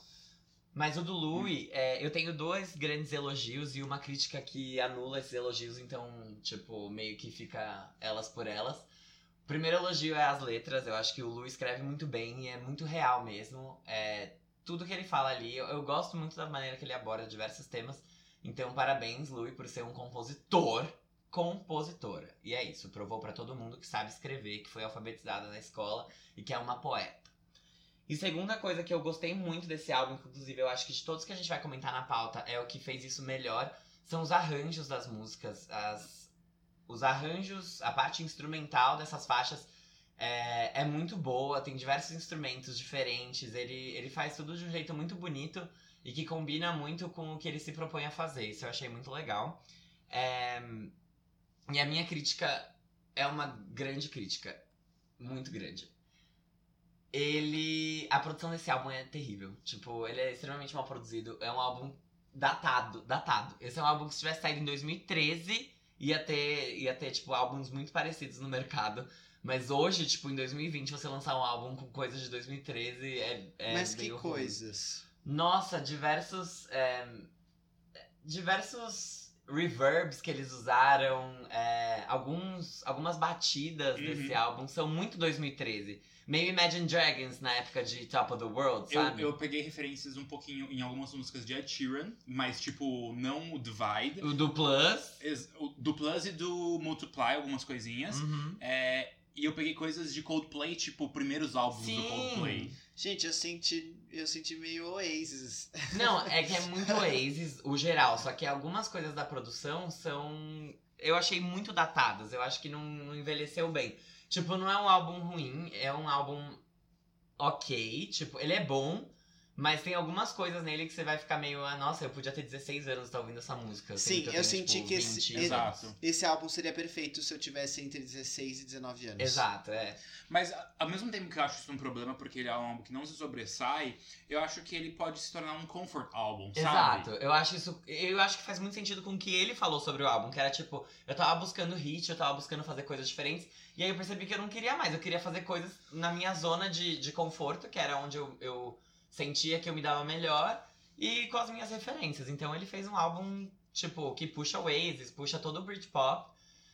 B: Mas o do
C: Hum.
B: Louis, é, eu tenho dois grandes elogios e uma crítica que anula esses elogios, então, tipo, meio que fica elas por elas. O primeiro elogio é as letras, eu acho que o Lu escreve muito bem e é muito real mesmo. É, tudo que ele fala ali, eu, eu gosto muito da maneira que ele aborda diversos temas. Então, parabéns, Lu, por ser um compositor. Compositora. E é isso, provou pra todo mundo que sabe escrever, que foi alfabetizada na escola e que é uma poeta. E segunda coisa que eu gostei muito desse álbum, que inclusive eu acho que de todos que a gente vai comentar na pauta é o que fez isso melhor, são os arranjos das músicas, as os arranjos, a parte instrumental dessas faixas é, é muito boa, tem diversos instrumentos diferentes, ele, ele faz tudo de um jeito muito bonito e que combina muito com o que ele se propõe a fazer, isso eu achei muito legal. É, e a minha crítica é uma grande crítica, muito grande. Ele. A produção desse álbum é terrível. Tipo, ele é extremamente mal produzido. É um álbum datado, datado. Esse é um álbum que se tivesse saído em 2013, ia ter, ia ter, tipo, álbuns muito parecidos no mercado. Mas hoje, tipo, em 2020, você lançar um álbum com coisas de 2013 é. é
C: Mas que
B: meio ruim.
C: coisas.
B: Nossa, diversos. é, diversos reverbs que eles usaram, é, alguns, algumas batidas
E: Uhum.
B: desse álbum são muito 2013. Meio Imagine Dragons na época de Top of the World,
E: Eu,
B: sabe?
E: eu peguei referências um pouquinho em algumas músicas de Ed Sheeran, mas tipo, não o Divide.
B: O do Plus.
E: Ex- o- Do Plus e do Multiply, algumas coisinhas.
B: Uhum.
E: É, e eu peguei coisas de Coldplay, tipo, primeiros álbuns do
B: Sim.
E: Coldplay.
C: Gente, eu senti, eu senti meio Oasis.
B: Não, é que é muito Oasis, o geral. Só que algumas coisas da produção são. Eu achei muito datadas. Eu acho que não, não envelheceu bem. Tipo, não é um álbum ruim, é um álbum ok. Tipo, ele é bom, mas tem algumas coisas nele que você vai ficar meio. Ah, nossa, eu podia ter 16 anos tá ouvindo essa música. sendo
C: Sim,
B: que
C: eu
B: tenho,
C: senti
B: tipo,
C: que esse-
B: 20 anos.
E: Exato.
C: Esse álbum seria perfeito se eu tivesse entre 16 e 19 anos.
B: Exato, é.
E: Mas a- ao mesmo tempo que eu acho isso um problema, porque ele é um álbum que não se sobressai, eu acho que ele pode se tornar um comfort álbum, sabe?
B: Exato. Eu acho isso. Eu acho que faz muito sentido com o que ele falou sobre o álbum, que era tipo, eu tava buscando hit, eu tava buscando fazer coisas diferentes. E aí eu percebi que eu não queria mais, eu queria fazer coisas na minha zona de, de conforto, que era onde eu, eu sentia que eu me dava melhor, e com as minhas referências. Então ele fez um álbum, tipo, que puxa o Oasis, puxa todo o Britpop,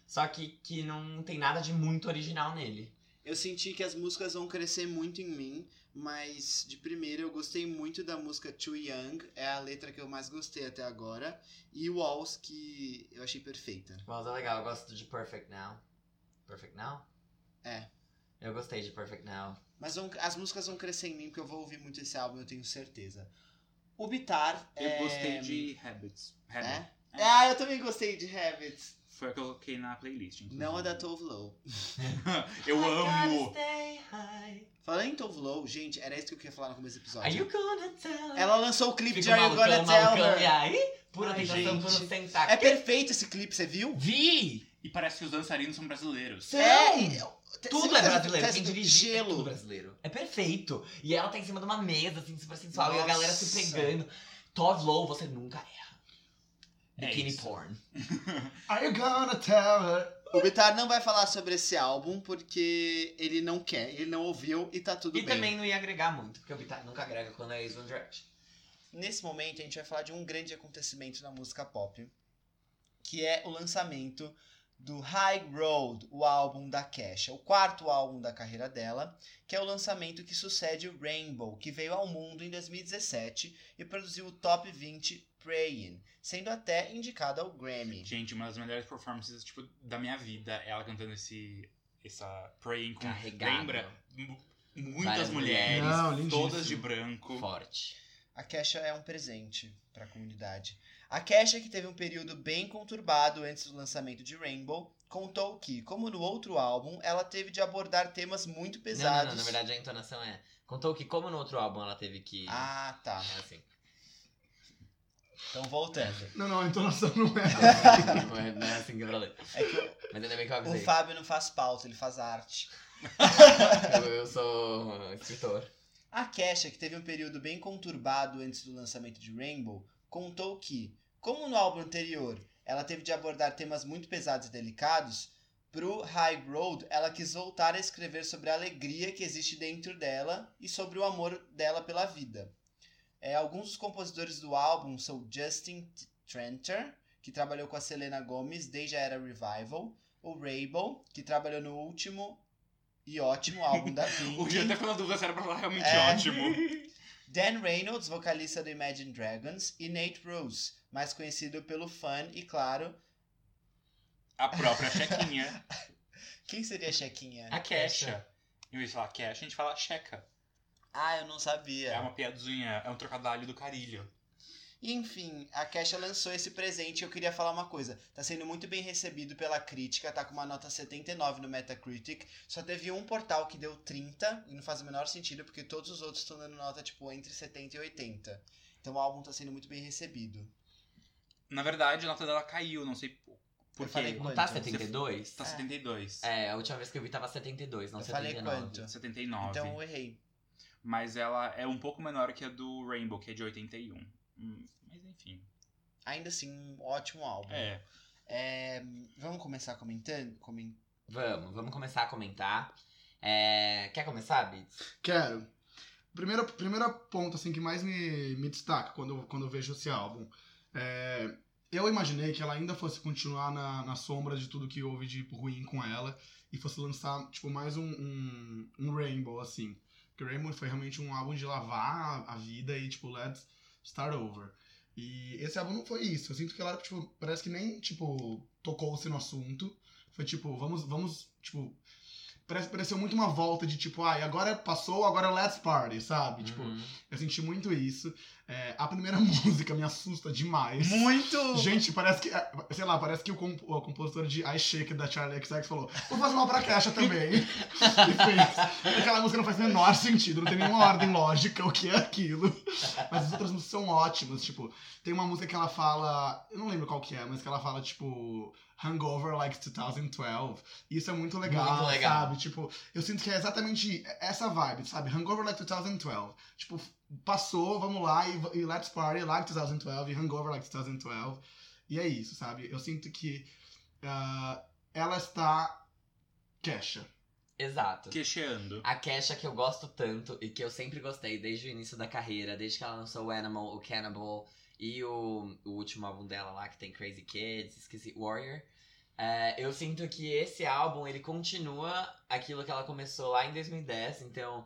B: só que, que não tem nada de muito original nele.
C: Eu senti que as músicas vão crescer muito em mim, mas de primeiro eu gostei muito da música Too Young, é a letra que eu mais gostei até agora, e Walls, que eu achei perfeita.
B: Mas é legal, eu gosto de Perfect Now. Perfect Now?
C: É.
B: Eu gostei de Perfect Now.
C: Mas vão- as músicas vão crescer em mim, porque eu vou ouvir muito esse álbum, eu tenho certeza. O Bitar.
E: Eu
C: é...
E: gostei de Habits. Habit.
C: É? Ah, eu também gostei de Habits.
E: Foi o que eu coloquei na playlist. inclusive.
C: Não
E: [LAUGHS]
C: a da Ah, Tove Low.
E: eu
B: I gotta
E: amo!
B: stay high.
C: Falando em Tove Low, gente, era isso que eu queria falar no começo do
B: Are you
C: episódio.
B: gonna tell
C: Ela lançou o clipe
B: Fica
C: de Are You
B: malucão,
C: Gonna Tell
B: malucão, E
C: Her.
B: aí, pura
C: Ai,
B: tentação por
C: gente.
B: não sentar.
C: É
B: Que-
C: perfeito esse clipe, você viu?
B: Vi!
E: E parece que os dançarinos são brasileiros.
B: São!
C: É, Te-
B: Tudo
C: você
B: é
C: tá-
B: brasileiro,
C: tá
B: quem
C: escrito
B: dirige é tudo
C: gelo.
B: brasileiro. É perfeito. E ela tá em cima de uma mesa, assim, super sensual, e a
C: Nossa.
B: galera se pegando. Tove Low, você nunca erra.
E: É
B: Bikini
E: isso.
B: porn.
D: Are you gonna tell her?
C: O Bitar não vai falar sobre esse álbum porque ele não quer, ele não ouviu e tá tudo
B: e
C: bem.
B: também não ia agregar muito, porque o Bitar nunca agrega quando é ex One Direction.
C: Nesse momento a gente vai falar de um grande acontecimento na música pop, que é o lançamento do High Road, o álbum da Kesha, o quarto álbum da carreira dela, que é o lançamento que sucede o Rainbow, que veio ao mundo em 2017 e produziu o top 20 Praying, sendo até indicado ao Grammy.
E: Gente, uma das melhores performances tipo, da minha vida é ela cantando esse. Essa Praying com.
B: Carregado.
E: Lembra? mu- Muitas
B: Várias
E: mulheres,
D: mulheres. Não, lindíssimo.
E: todas de branco.
B: Forte.
C: A Kesha é um presente para a comunidade. A Kesha, que teve um período bem conturbado antes do lançamento de Rainbow, contou que, como no outro álbum, ela teve de abordar temas muito
B: Não, não,
C: pesados.
B: não, na verdade a entonação é... Contou que como no outro álbum ela teve que...
C: Ah, tá.
B: É assim.
C: Ah, Então, voltando.
D: Não, não, a entonação não é assim.
B: [LAUGHS] Não é, não é assim que eu falei.
C: É que o-
B: Mas ainda bem que eu
C: o
B: avisei.
C: Fábio não faz pauta, ele faz arte.
B: Tipo, Eu, eu sou escritor.
C: A Kesha, que teve um período bem conturbado antes do lançamento de Rainbow, contou que, como no álbum anterior, ela teve de abordar temas muito pesados e delicados, pro High Road ela quis voltar a escrever sobre a alegria que existe dentro dela e sobre o amor dela pela vida. É, alguns dos compositores do álbum são Justin T- Tranter, que trabalhou com a Selena Gomez desde a era Revival, o Rainbow, que trabalhou no último e ótimo álbum
E: [LAUGHS]
C: da Pink.
E: O Gil tá até ficou na dúvida se era pra falar realmente
C: É.
E: ótimo.
C: Dan Reynolds, vocalista do Imagine Dragons, e Nate Rose, mais conhecido pelo fã e, claro,
E: A própria Chequinha.
C: quem seria a Chequinha?
B: [LAUGHS] A Kesha.
E: Em vez de falar Kesha, a gente fala Checa.
C: Ah, eu não
E: É
C: sabia.
E: uma piadinha, é um trocadilho do carilho.
C: Enfim, a Kesha lançou esse presente e eu queria falar uma coisa. Tá sendo muito bem recebido pela crítica, tá com uma nota 79 no Metacritic. Só teve um portal que deu 30, e não faz o menor sentido, porque todos os outros estão dando nota, tipo, entre 70 e 80. Então o álbum tá sendo muito bem recebido.
E: Na verdade, a nota dela caiu, não sei por
C: Eu falei então.
E: quê.
B: Não tá
C: Quanto?
B: 72?
E: Tá 72.
B: É, a última vez que eu vi tava 72, não
C: Eu falei
B: 79.
C: quanto?
E: 79.
C: Então eu errei.
E: Mas ela é um pouco menor que a do Rainbow, que é de 81. Hum, Mas enfim.
C: Ainda assim, um ótimo álbum.
E: É.
C: É, vamos começar comentando? Comen-
B: Vamos, vamos começar a comentar. É, Quer começar, Bits?
D: Quero. Primeiro, primeiro ponto assim, que mais me, me destaca quando, eu- quando eu vejo esse álbum. É, eu imaginei que ela ainda fosse continuar na, na sombra de tudo que houve de ruim com ela e fosse lançar tipo, mais um, um, um Rainbow, assim. Porque Rainbow foi realmente um álbum de lavar a, a vida e, tipo, let's start over. E esse álbum não foi isso. Eu sinto que ela, tipo, parece que nem, tipo, tocou-se no assunto. Foi tipo, vamos, vamos, tipo. Parece, pareceu muito uma volta de tipo, ai, agora passou, agora let's party, sabe? Tipo,
B: Uhum.
D: eu senti muito isso. É, a primeira [LAUGHS] música me assusta demais.
C: Muito!
D: Gente, parece que, é, sei lá, parece que o, comp- o compositor de I Shake da Charlie XX falou: vou fazer uma pra caixa também. [LAUGHS] e fez. Aquela música não faz o menor sentido, não tem nenhuma ordem lógica o que é aquilo. Mas as outras músicas são ótimas. Tipo, tem uma música que ela fala, eu não lembro qual que é, mas que ela fala, tipo, Hangover Like 2012. E isso é muito legal,
B: Muito legal.
D: sabe? Tipo, eu sinto que é exatamente essa vibe, sabe? Hangover Like 2012. Tipo, passou, vamos lá e, e let's party like 2012, e hangover like 2012. E é isso, sabe? Eu sinto que ah, ela está queixa.
B: Exato.
E: Queixeando.
B: A Kesha que eu gosto tanto e que eu sempre gostei desde o início da carreira, desde que ela lançou o Animal, o Cannibal e o, o último álbum dela lá, que tem Crazy Kids, esqueci, Warrior. É, eu sinto que esse álbum, ele continua aquilo que ela começou lá em 2010, então...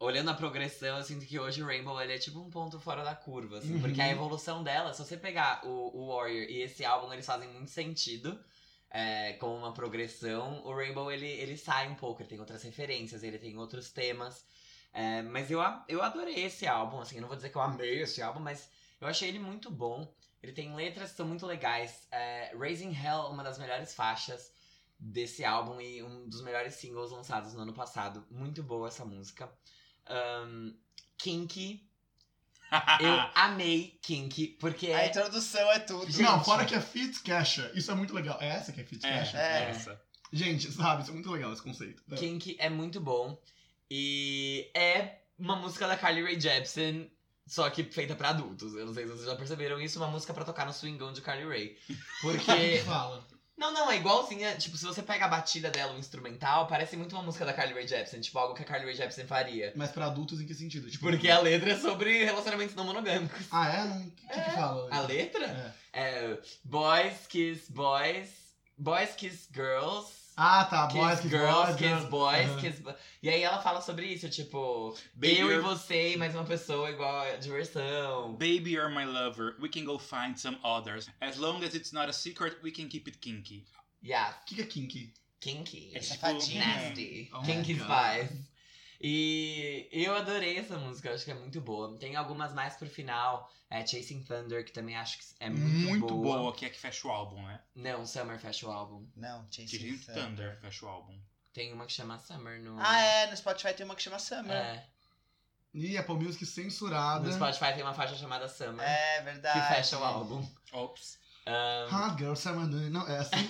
B: Olhando a progressão, eu sinto que hoje o Rainbow ele é tipo um ponto fora da curva, assim,
D: Uhum.
B: porque a evolução dela, se você pegar o, o Warrior e esse álbum, eles fazem muito sentido é, com uma progressão. O Rainbow ele, ele sai um pouco, ele tem outras referências, ele tem outros temas. É, mas eu, a- eu adorei esse álbum, assim, eu não vou dizer que eu amei esse álbum, mas eu achei ele muito bom. Ele tem letras que são muito legais. É, Raising Hell, uma das melhores faixas desse álbum e um dos melhores singles lançados no ano passado. Muito boa essa música. Ahn, Kinky, eu amei Kinky, porque
C: A
B: é
C: introdução é tudo.
D: Não, fora que é fit queixa. Isso é muito legal. É essa que é fit
E: É,
D: queixa?
C: É.
E: essa.
D: Gente, sabe? Isso é muito legal esse conceito.
B: Kink é muito bom. E é uma música da Carly Rae Jepsen, só que feita pra adultos. Eu não sei se vocês já perceberam isso, uma música pra tocar no swingão de Carly Rae.
D: [LAUGHS]
B: Porque.
D: fala.
B: não, não, é igualzinha. Tipo, se você pega a batida dela, o instrumental, parece muito uma música da Carly Rae Jepsen, tipo algo que a Carly Rae Jepsen faria.
D: Mas pra adultos em que sentido? Tipo,
B: Porque a letra é sobre relacionamentos não monogâmicos.
D: Ah, é? Não- O que, que fala?
B: A letra
D: É.
B: é Boys Kiss Boys, Boys Kiss Girls.
D: Ah, tá.
B: Kiss
D: Boys, que
B: girls,
D: boys,
B: kiss boys,
D: Aham.
B: kiss bo- E aí ela fala sobre isso, tipo,
E: Baby,
B: eu e
E: you're-
B: você e mais uma pessoa igual a diversão.
E: Baby, you're my lover. We can go find some others. As long as it's not a secret, we can keep it kinky.
B: Yeah,
D: O que, que é kinky?
B: kinky.
E: É tipo-
C: Safadinha.
B: Nasty.
D: Oh my
B: kinky
D: God.
B: vibes. E eu adorei essa música, eu acho que é muito boa. Tem algumas mais pro final, é Chasing Thunder, que também acho que é muito, boa.
E: que é a que fecha o álbum, né?
B: Não, Summer fecha o álbum.
C: Não, Chasing
E: Chasing
C: Thunder.
E: Thunder fecha o álbum.
C: é.
B: Tem uma que chama Summer no.
C: Ah, é, no Spotify tem uma que chama Summer.
B: É.
D: E Apple Music censurada.
B: No Spotify tem uma faixa chamada Summer,
C: É
B: né? que
C: verdade.
B: fecha o álbum.
E: Ops.
D: Hot Girl Summer Night. Não, Ah, é
B: [LAUGHS]
D: assim.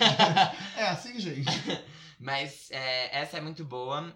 D: é assim, gente.
B: Mas é, essa é muito boa.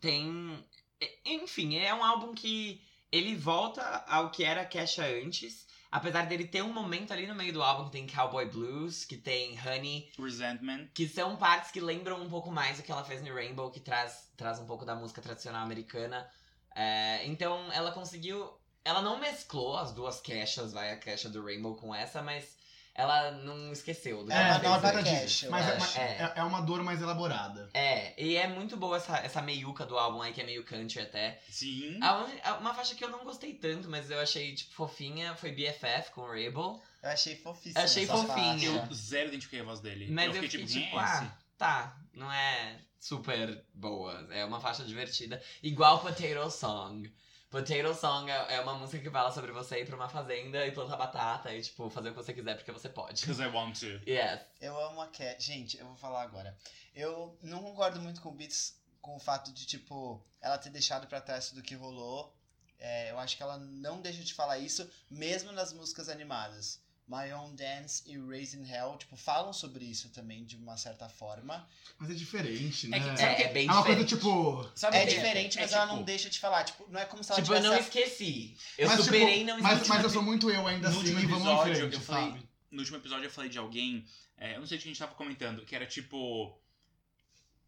B: Tem. e- Enfim, é um álbum que ele volta ao que era Kesha antes. Apesar dele ter um momento ali no meio do álbum que tem Cowboy Blues, que tem Honey,
E: Resentment.
B: que são partes que lembram um pouco mais o que ela fez no Rainbow, que traz, traz um pouco da música tradicional americana. É, então ela conseguiu. Ela não mesclou as duas caixas, vai a caixa do Rainbow com essa, mas ela não esqueceu né? do que
C: É
B: ela
C: uma
B: fez
C: nova
B: antes.
C: cash,
D: disso.
C: eu
D: Mas é
B: acho.
D: uma, é- é uma dor mais elaborada.
B: É, e é muito boa essa, essa meiuca do álbum aí, que é meio country até.
E: Sim.
D: Uhum.
B: A uni- a- uma faixa que eu não gostei tanto, mas eu achei, tipo, fofinha, foi BFF com Rebel.
C: Eu achei fofíssimo.
B: Achei
C: essa
B: fofinho.
C: faixa.
E: Eu zero identifiquei a voz dele.
B: Mas
E: eu
B: eu
E: fiquei tipo,
B: fiquei tipo,
E: quem é esse?
B: ah, tá, não é super boa, é uma faixa divertida. Igual Potato Song. Potato Song é é uma música que fala sobre você ir pra uma fazenda e plantar batata e, tipo, fazer o que você quiser porque você pode.
D: [LAUGHS]
E: Because I want to.
B: Yes.
C: Eu amo a Cat. Gente, eu vou falar agora. Eu não concordo muito com o Beats com o fato de, tipo, ela ter deixado pra trás tudo que rolou. É, eu acho que ela não deixa de falar isso, mesmo nas músicas animadas. My Own Dance e Raising Hell, tipo, falam sobre isso também, de uma certa forma.
D: Mas é diferente, né?
E: É que-
B: É, é bem
D: É uma coisa
B: diferente.
D: tipo.
E: Sabe
C: É
E: o que
C: diferente,
E: É
C: mas ela
E: tipo,
C: não deixa de falar. Tipo, não é como se ela
B: Tipo, eu
C: tivesse...
B: não esqueci. Eu
D: mas, tipo,
B: superei e não esqueci.
D: mas, mas eu sou muito eu ainda
E: No
D: assim,
E: último
D: vamos em
E: episódio,
D: frente,
E: eu falei-
D: sabe?
E: No último episódio eu falei de alguém, é, eu não sei de quem a gente tava comentando, que era tipo.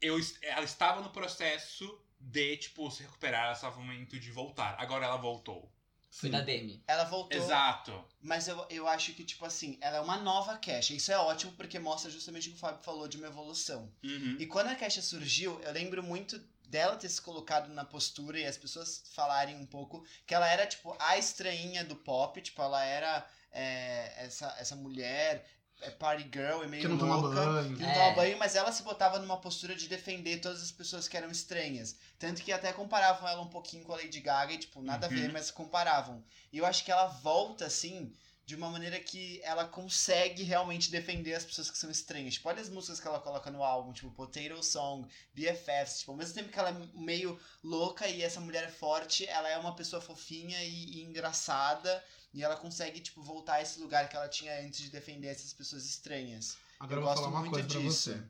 E: Eu, es- ela estava no processo de, tipo, se recuperar, ela estava no momento de voltar. Agora ela voltou.
B: Fui da Demi.
C: Ela voltou,
E: Exato.
C: mas eu, eu acho que, tipo assim, ela é uma nova Cash. Isso é ótimo, porque mostra justamente o que o Fábio falou de uma evolução.
E: Uhum.
C: E quando a Kesha surgiu, eu lembro muito dela ter se colocado na postura e as pessoas falarem um pouco que ela era, tipo, a estranhinha do pop, tipo, ela era é, essa, essa mulher é, party girl e meio
D: Que não toma
C: louca.
D: banho.
C: Que não
B: É.
C: toma banho, mas ela se botava numa postura de defender todas as pessoas que eram estranhas. Tanto que até comparavam ela um pouquinho com a Lady Gaga, e, tipo, nada a ver,
E: Uhum.
C: mas comparavam. E eu acho que ela volta, assim, de uma maneira que ela consegue realmente defender as pessoas que são estranhas. Tipo, olha as músicas que ela coloca no álbum, tipo Potato Song, BFFs. Tipo, ao mesmo tempo que ela é meio louca e essa mulher é forte, ela é uma pessoa fofinha e, e engraçada. E ela consegue, tipo, voltar a esse lugar que ela tinha antes de defender essas pessoas estranhas.
D: Agora eu
C: Eu
D: vou
C: gosto
D: falar uma
C: muito
D: coisa pra
C: disso.
D: você.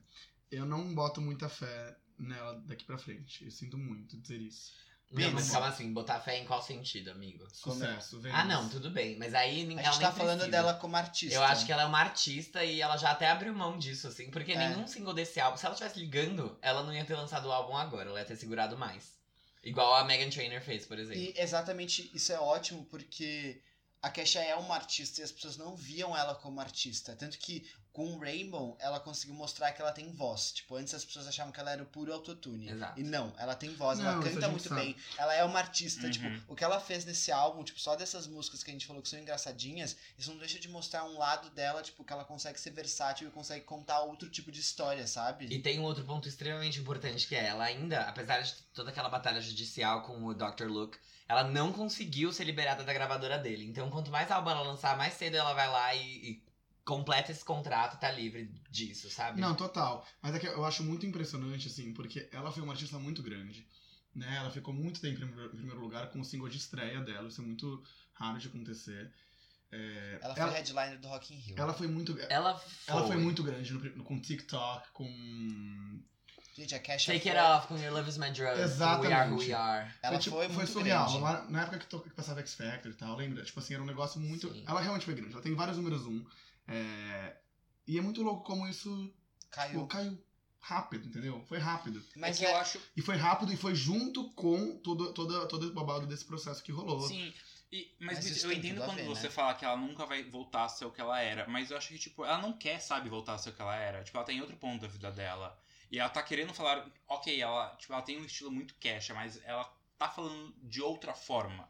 D: Eu não boto muita fé nela daqui pra frente. Eu sinto muito dizer isso.
B: Não, mas
C: Beats.
B: calma assim, botar fé em qual sentido, amigo?
D: Sucesso, vem.
B: Ah, não, tudo bem. Mas aí
C: A
B: ninguém.
C: gente tá falando dela como artista.
B: Eu acho que ela é uma artista e ela já até abriu mão disso, assim, porque
C: É.
B: nenhum single desse álbum, se ela tivesse ligando, ela não ia ter lançado o álbum agora, ela ia ter segurado mais. Igual a Megan Trainor fez, por exemplo.
C: E exatamente isso é ótimo, porque a Kesha é uma artista e as pessoas não viam ela como artista. Tanto que com o Rainbow ela conseguiu mostrar que ela tem voz. Tipo, antes as pessoas achavam que ela era o puro autotune.
B: Exato.
C: E não, ela tem voz,
D: Não,
C: ela
D: isso a
C: canta
D: gente
C: muito
D: sabe.
C: bem. Ela é uma artista,
E: Uhum.
C: tipo, o que ela fez nesse álbum, tipo, só dessas músicas que a gente falou que são engraçadinhas, isso não deixa de mostrar um lado dela, tipo, que ela consegue ser versátil e consegue contar outro tipo de história, sabe?
B: E tem um outro ponto extremamente importante que é, ela ainda, apesar de toda aquela batalha judicial com o Dr. Luke, ela não conseguiu ser liberada da gravadora dele. Então, quanto mais álbum ela lançar, mais cedo ela vai lá e, e completa esse contrato e tá livre disso, sabe?
D: Não, total. Mas é que eu acho muito impressionante, assim, porque ela foi uma artista muito grande. Né? Ela ficou muito tempo em primeiro- em primeiro lugar com o single de estreia dela. Isso é muito raro de acontecer. É,
C: Ela foi headliner do Rock in Rio.
D: ela foi muito.
B: Ela foi.
D: Ela foi muito grande no pri- no- com TikTok, com.
C: Gente, a Kesha
B: Take
C: foi...
B: it off com Your Love is My Drug.
D: Exatamente.
B: We are who we are.
C: Ela foi,
D: tipo,
C: muito
D: surreal.
C: grande.
D: Lá, na época que, to- que passava X Factor e tal, lembra? Tipo assim, era um negócio muito.
B: Sim.
D: Ela realmente foi grande. Ela tem vários números um. É, E é muito louco como isso
C: Caiu.
D: tipo, caiu rápido, entendeu? Foi rápido.
E: Mas
C: Mas
E: eu
C: é-
E: acho.
D: E foi rápido e foi junto com todo, todo, todo o babado desse processo que rolou.
E: Sim. E- mas
C: Mas
E: Vitor,
C: isso
E: eu
C: tem
E: entendo
C: tudo a
E: quando
C: ver,
E: você
C: né?
E: fala que ela nunca vai voltar a ser o que ela era, mas eu acho que, tipo, ela não quer, sabe, voltar a ser o que ela era. Tipo, ela tem outro ponto da vida dela. E ela tá querendo falar, ok, ela, tipo, ela tem um estilo muito cash, mas ela tá falando de outra forma.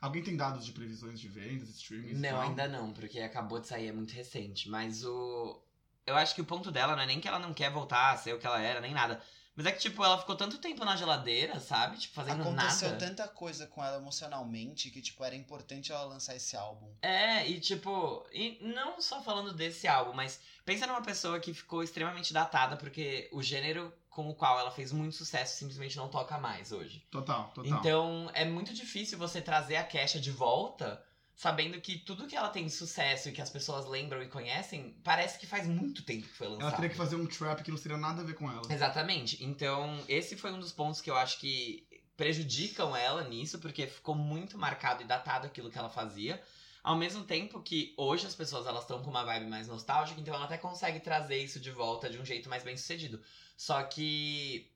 D: Alguém tem dados de previsões de vendas, streamings? e
B: Não,
D: tal?
B: ainda não, porque acabou de sair, é muito recente. Mas o. Eu acho que o ponto dela não é nem que ela não quer voltar a ser o que ela era, nem nada. Mas é que, tipo, ela ficou tanto tempo na geladeira, sabe? Tipo, fazendo
C: Aconteceu
B: nada.
C: tanta coisa com ela emocionalmente que, tipo, era importante ela lançar esse álbum.
B: É, e tipo, e não só falando desse álbum, mas pensa numa pessoa que ficou extremamente datada, porque o gênero com o qual ela fez muito sucesso simplesmente não toca mais hoje.
D: Total, total.
B: Então é muito difícil você trazer a Kesha de volta, sabendo que tudo que ela tem de sucesso e que as pessoas lembram e conhecem, parece que faz muito tempo que foi lançado.
D: ela teria que fazer um trap que não seria nada a ver com ela.
B: É, Exatamente. Então, esse foi um dos pontos que eu acho que prejudicam ela nisso, porque ficou muito marcado e datado aquilo que ela fazia. Ao mesmo tempo que hoje as pessoas elas estão com uma vibe mais nostálgica, então ela até consegue trazer isso de volta de um jeito mais bem sucedido. Só que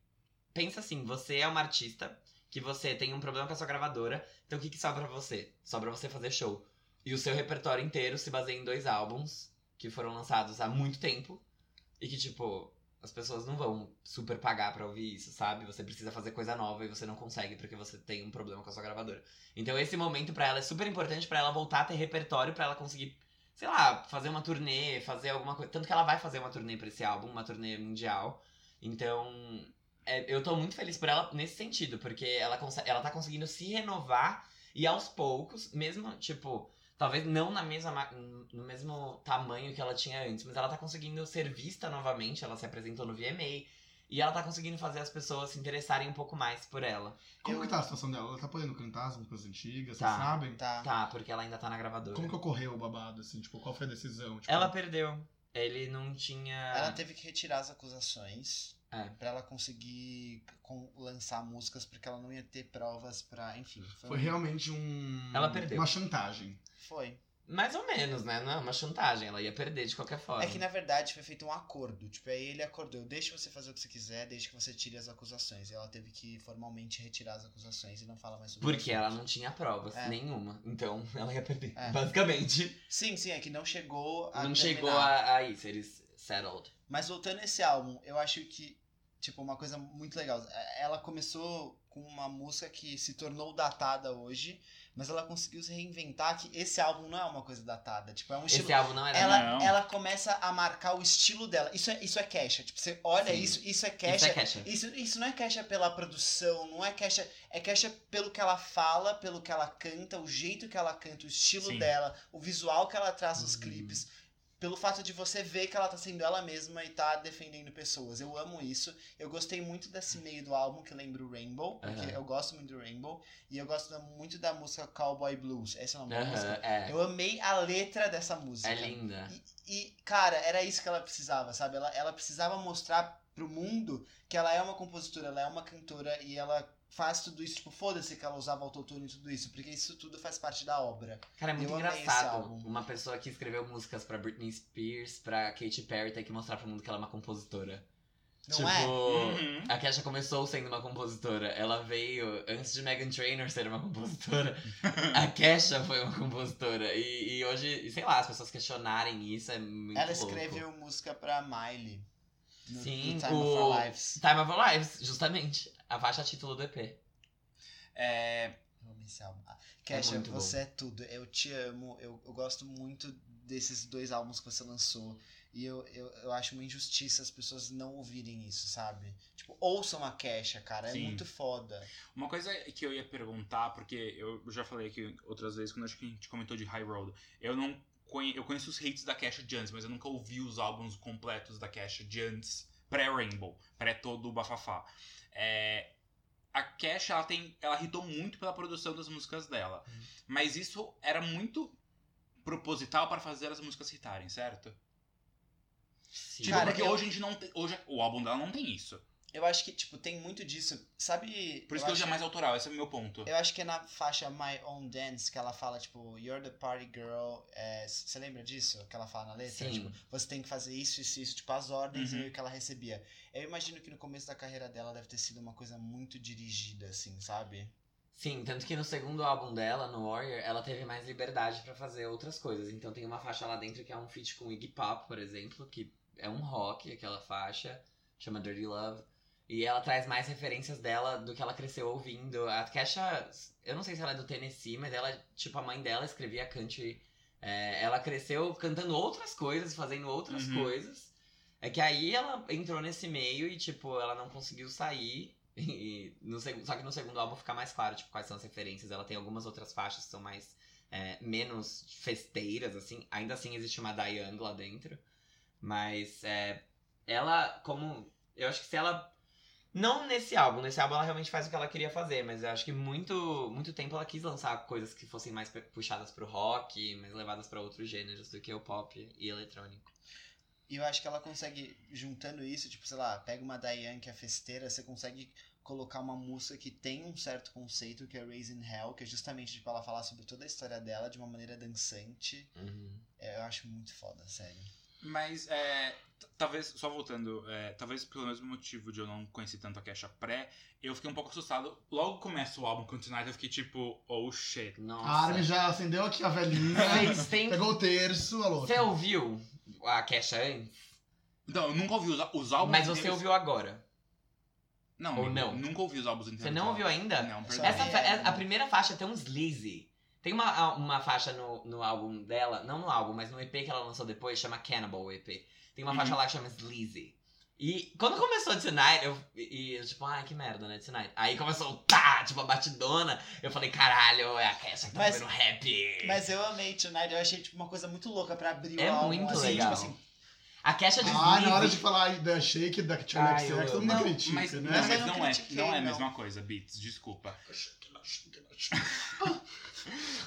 B: pensa assim, você é uma artista que você tem um problema com a sua gravadora, então o que, que sobra pra você? Sobra você fazer show. E o seu repertório inteiro se baseia em dois álbuns que foram lançados há muito tempo e que tipo as pessoas não vão super pagar pra ouvir isso, sabe? Você precisa fazer coisa nova e você não consegue porque você tem um problema com a sua gravadora. Então esse momento pra ela é super importante pra ela voltar a ter repertório pra ela conseguir, sei lá, fazer uma turnê, fazer alguma coisa. Tanto que ela vai fazer uma turnê pra esse álbum, uma turnê mundial. Então, é, eu tô muito feliz por ela nesse sentido, porque ela, conse- ela tá conseguindo se renovar e aos poucos, mesmo, tipo, talvez não na mesma, ma- no mesmo tamanho que ela tinha antes, mas ela tá conseguindo ser vista novamente, ela se apresentou no VMA, e ela tá conseguindo fazer as pessoas se interessarem um pouco mais por ela.
D: Como
C: Eu-
D: que tá a situação dela? Ela tá podendo cantar as músicas antigas,
B: Tá.
D: vocês sabem?
C: Tá.
B: Tá, porque ela ainda tá na gravadora.
D: Como que ocorreu o babado, assim? Tipo, qual foi a decisão? Tipo,
B: Ela perdeu. Ele não tinha.
C: Ela teve que retirar as acusações
B: É.
C: pra ela conseguir com- lançar músicas, porque ela não ia ter provas pra. Enfim, foi.
D: Foi realmente um...
B: Ela perdeu.
D: Uma chantagem.
C: foi.
B: Mais ou menos, né? Não é uma chantagem, ela ia perder de qualquer forma.
C: É que na verdade foi feito um acordo. Tipo, aí ele acordou: eu deixo você fazer o que você quiser, desde que você tire as acusações. E ela teve que formalmente retirar as acusações e não fala mais sobre
B: Porque
C: o
B: ela
C: assunto.
B: não tinha provas
C: É.
B: nenhuma. Então [LAUGHS] ela ia perder.
C: É.
B: Basicamente.
C: Sim, sim, é que não chegou a.
B: não
C: terminar.
B: chegou a, a isso. Eles settled.
C: Mas voltando a esse álbum, eu acho que, tipo, uma coisa muito legal. É, Ela começou com uma música que se tornou datada hoje, mas ela conseguiu se reinventar que esse álbum não é uma coisa datada. Tipo, é um estilo.
B: Esse álbum não era nada.
E: Não.
C: Ela, ela começa a marcar o estilo dela. Isso é, isso é Kesha. Tipo, você olha
B: Sim.
C: isso, isso é
B: Isso
C: Kesha.
B: é Kesha.
C: Isso, isso não é queixa pela produção, não é queixa. É queixa pelo que ela fala, pelo que ela canta, o jeito que ela canta, o estilo
E: Sim.
C: dela, o visual que ela traz nos
D: Uhum.
C: clipes. Pelo fato de você ver que ela tá sendo ela mesma e tá defendendo pessoas. Eu amo isso. Eu gostei muito desse meio do álbum que lembra o Rainbow, porque
B: Aham.
C: eu gosto muito do Rainbow. E eu gosto da- muito da música Cowboy Blues. Essa é uma boa
B: Aham,
C: música.
B: é.
C: Eu amei a letra dessa música.
B: É linda.
C: E, cara, era isso que ela precisava, sabe? Ela, ela precisava mostrar pro mundo que ela é uma compositora, ela é uma cantora e ela faz tudo isso. Tipo, foda-se que ela usava autotune e tudo isso, porque isso tudo faz parte da obra.
B: Cara, é muito
C: Eu amei esse
B: engraçado.
C: álbum.
B: Uma pessoa que escreveu músicas pra Britney Spears, pra Katy Perry, tem que mostrar pro mundo que ela é uma compositora.
C: Não
B: tipo,
C: é?
E: Uhum.
B: a Kesha começou sendo uma compositora. Ela veio antes de Megan Trainor ser uma compositora. a Kesha foi uma compositora. E, e hoje, sei lá, as pessoas questionarem isso é muito
C: ela
B: louco.
C: escreveu música pra Miley. No,
B: Sim,
C: no Time
B: o-
C: of Our Lives.
B: Time of Our Lives, justamente. A faixa título do EP.
E: É,
C: Eu amo esse álbum. Ah, Kesha,
B: muito bom.
C: você é tudo. Eu te amo. Eu, eu gosto muito desses dois álbuns que você lançou. E eu, eu, eu acho uma injustiça as pessoas não ouvirem isso, sabe? Tipo, ouçam a Kesha, cara. É
E: Sim.
C: muito foda.
E: uma coisa que eu ia perguntar, porque eu já falei aqui outras vezes, quando acho que a gente comentou de High Road, eu não conhe... eu conheço os hits da Kesha de antes, mas eu nunca ouvi os álbuns completos da Kesha de antes, pré-Rainbow, pré todo o bafafá. É, A Kesha, ela, tem... ela irritou muito pela produção das músicas dela, mas isso era muito proposital para fazer as músicas hitarem, certo?
B: Sim.
E: Tipo,
C: Cara,
E: porque
C: eu-
E: hoje a gente não tem, hoje o álbum dela não tem isso.
C: Eu acho que, tipo, tem muito disso. Sabe.
E: Por isso que hoje
C: acho-
E: é mais autoral, esse é o meu ponto.
C: Eu acho que é na faixa My Own Dance que ela fala, tipo, You're the party girl. é, c- Você lembra disso? Que ela fala na letra?
B: Sim.
C: Tipo, você tem que fazer isso, isso, isso, tipo, as ordens
E: Uhum.
C: e meio que ela recebia. Eu imagino que no começo da carreira dela deve ter sido uma coisa muito dirigida, assim, sabe?
B: Sim, tanto que no segundo álbum dela, no Warrior, ela teve mais liberdade pra fazer outras coisas. Então tem uma faixa lá dentro que é um feat com Iggy Pop, por exemplo, que é um rock, aquela faixa, chama Dirty Love. E ela traz mais referências dela do que ela cresceu ouvindo. A Kesha, eu não sei se ela é do Tennessee, mas ela, tipo, a mãe dela escrevia country. É, ela cresceu cantando outras coisas, fazendo outras
E: Uhum.
B: coisas. É que aí ela entrou nesse meio e, tipo, ela não conseguiu sair. [LAUGHS] E no seg- só que no segundo álbum fica mais claro, tipo, quais são as referências. Ela tem algumas outras faixas que são mais. é, menos festeiras, assim. Ainda assim existe uma Diane lá dentro. Mas é, ela, como. Eu acho que se ela. Não nesse álbum, nesse álbum ela realmente faz o que ela queria fazer, mas eu acho que muito, muito tempo ela quis lançar coisas que fossem mais pe- puxadas pro rock, mais levadas pra outros gêneros do que o pop e eletrônico.
C: E eu acho que ela consegue, juntando isso, tipo, sei lá, pega uma Diane que é festeira, você consegue colocar uma música que tem um certo conceito, que é Raising Hell, que é justamente, tipo, ela falar sobre toda a história dela de uma maneira dançante. É, Eu acho muito foda, sério.
E: Mas é, t- talvez, só voltando, é, talvez pelo mesmo motivo de eu não conhecer tanto a Kesha pré, eu fiquei um pouco assustado. Logo começa o álbum com Tonight, eu fiquei tipo, oh shit.
D: A
B: Nossa.
D: Armin já acendeu aqui a
B: [LAUGHS]
D: velhinha.
B: Vocês têm.
D: pegou o terço, alô.
B: Você ouviu a Kesha antes?
E: Não, Então, eu nunca ouvi os, os álbuns
B: Mas você
E: inteiros-
B: ouviu agora.
E: Não,
B: ou
E: amigo,
B: não?
E: nunca ouvi os álbuns inteiros.
B: Você não ouviu ainda?
E: Não, perdão.
B: Essa, fa-
C: É.
B: a primeira faixa é tão sleazy. Tem uma, uma faixa no, no álbum dela, não no álbum, mas no EP que ela lançou depois, chama Cannibal EP. Tem uma
E: Uhum.
B: faixa lá que chama Sleazy. E quando começou Tonight, eu, e, e eu tipo, ai que merda, né, Tonight. Aí começou, tá, tipo, a batidona. Eu falei, caralho, é a Kesha que tá
C: Mas-
B: fazendo rap.
C: Mas eu amei Tonight, eu achei, tipo, uma coisa muito louca pra abrir
B: É
C: o álbum.
B: muito
C: assim,
B: legal.
C: Tipo, assim,
B: a Kesha de
D: Ah, na hora de
B: Sleazy.
D: falar da Shake, da
B: Ah,
D: Charlie
B: eu
D: XX, todo
B: amo.
D: mundo
E: Não,
D: critica,
E: mas, não,
D: né?
E: mas
C: Mas eu
E: não,
C: não
E: é,
C: critiquei,
E: não é a
C: não.
E: mesma coisa,
B: [LAUGHS]
E: Beats, desculpa.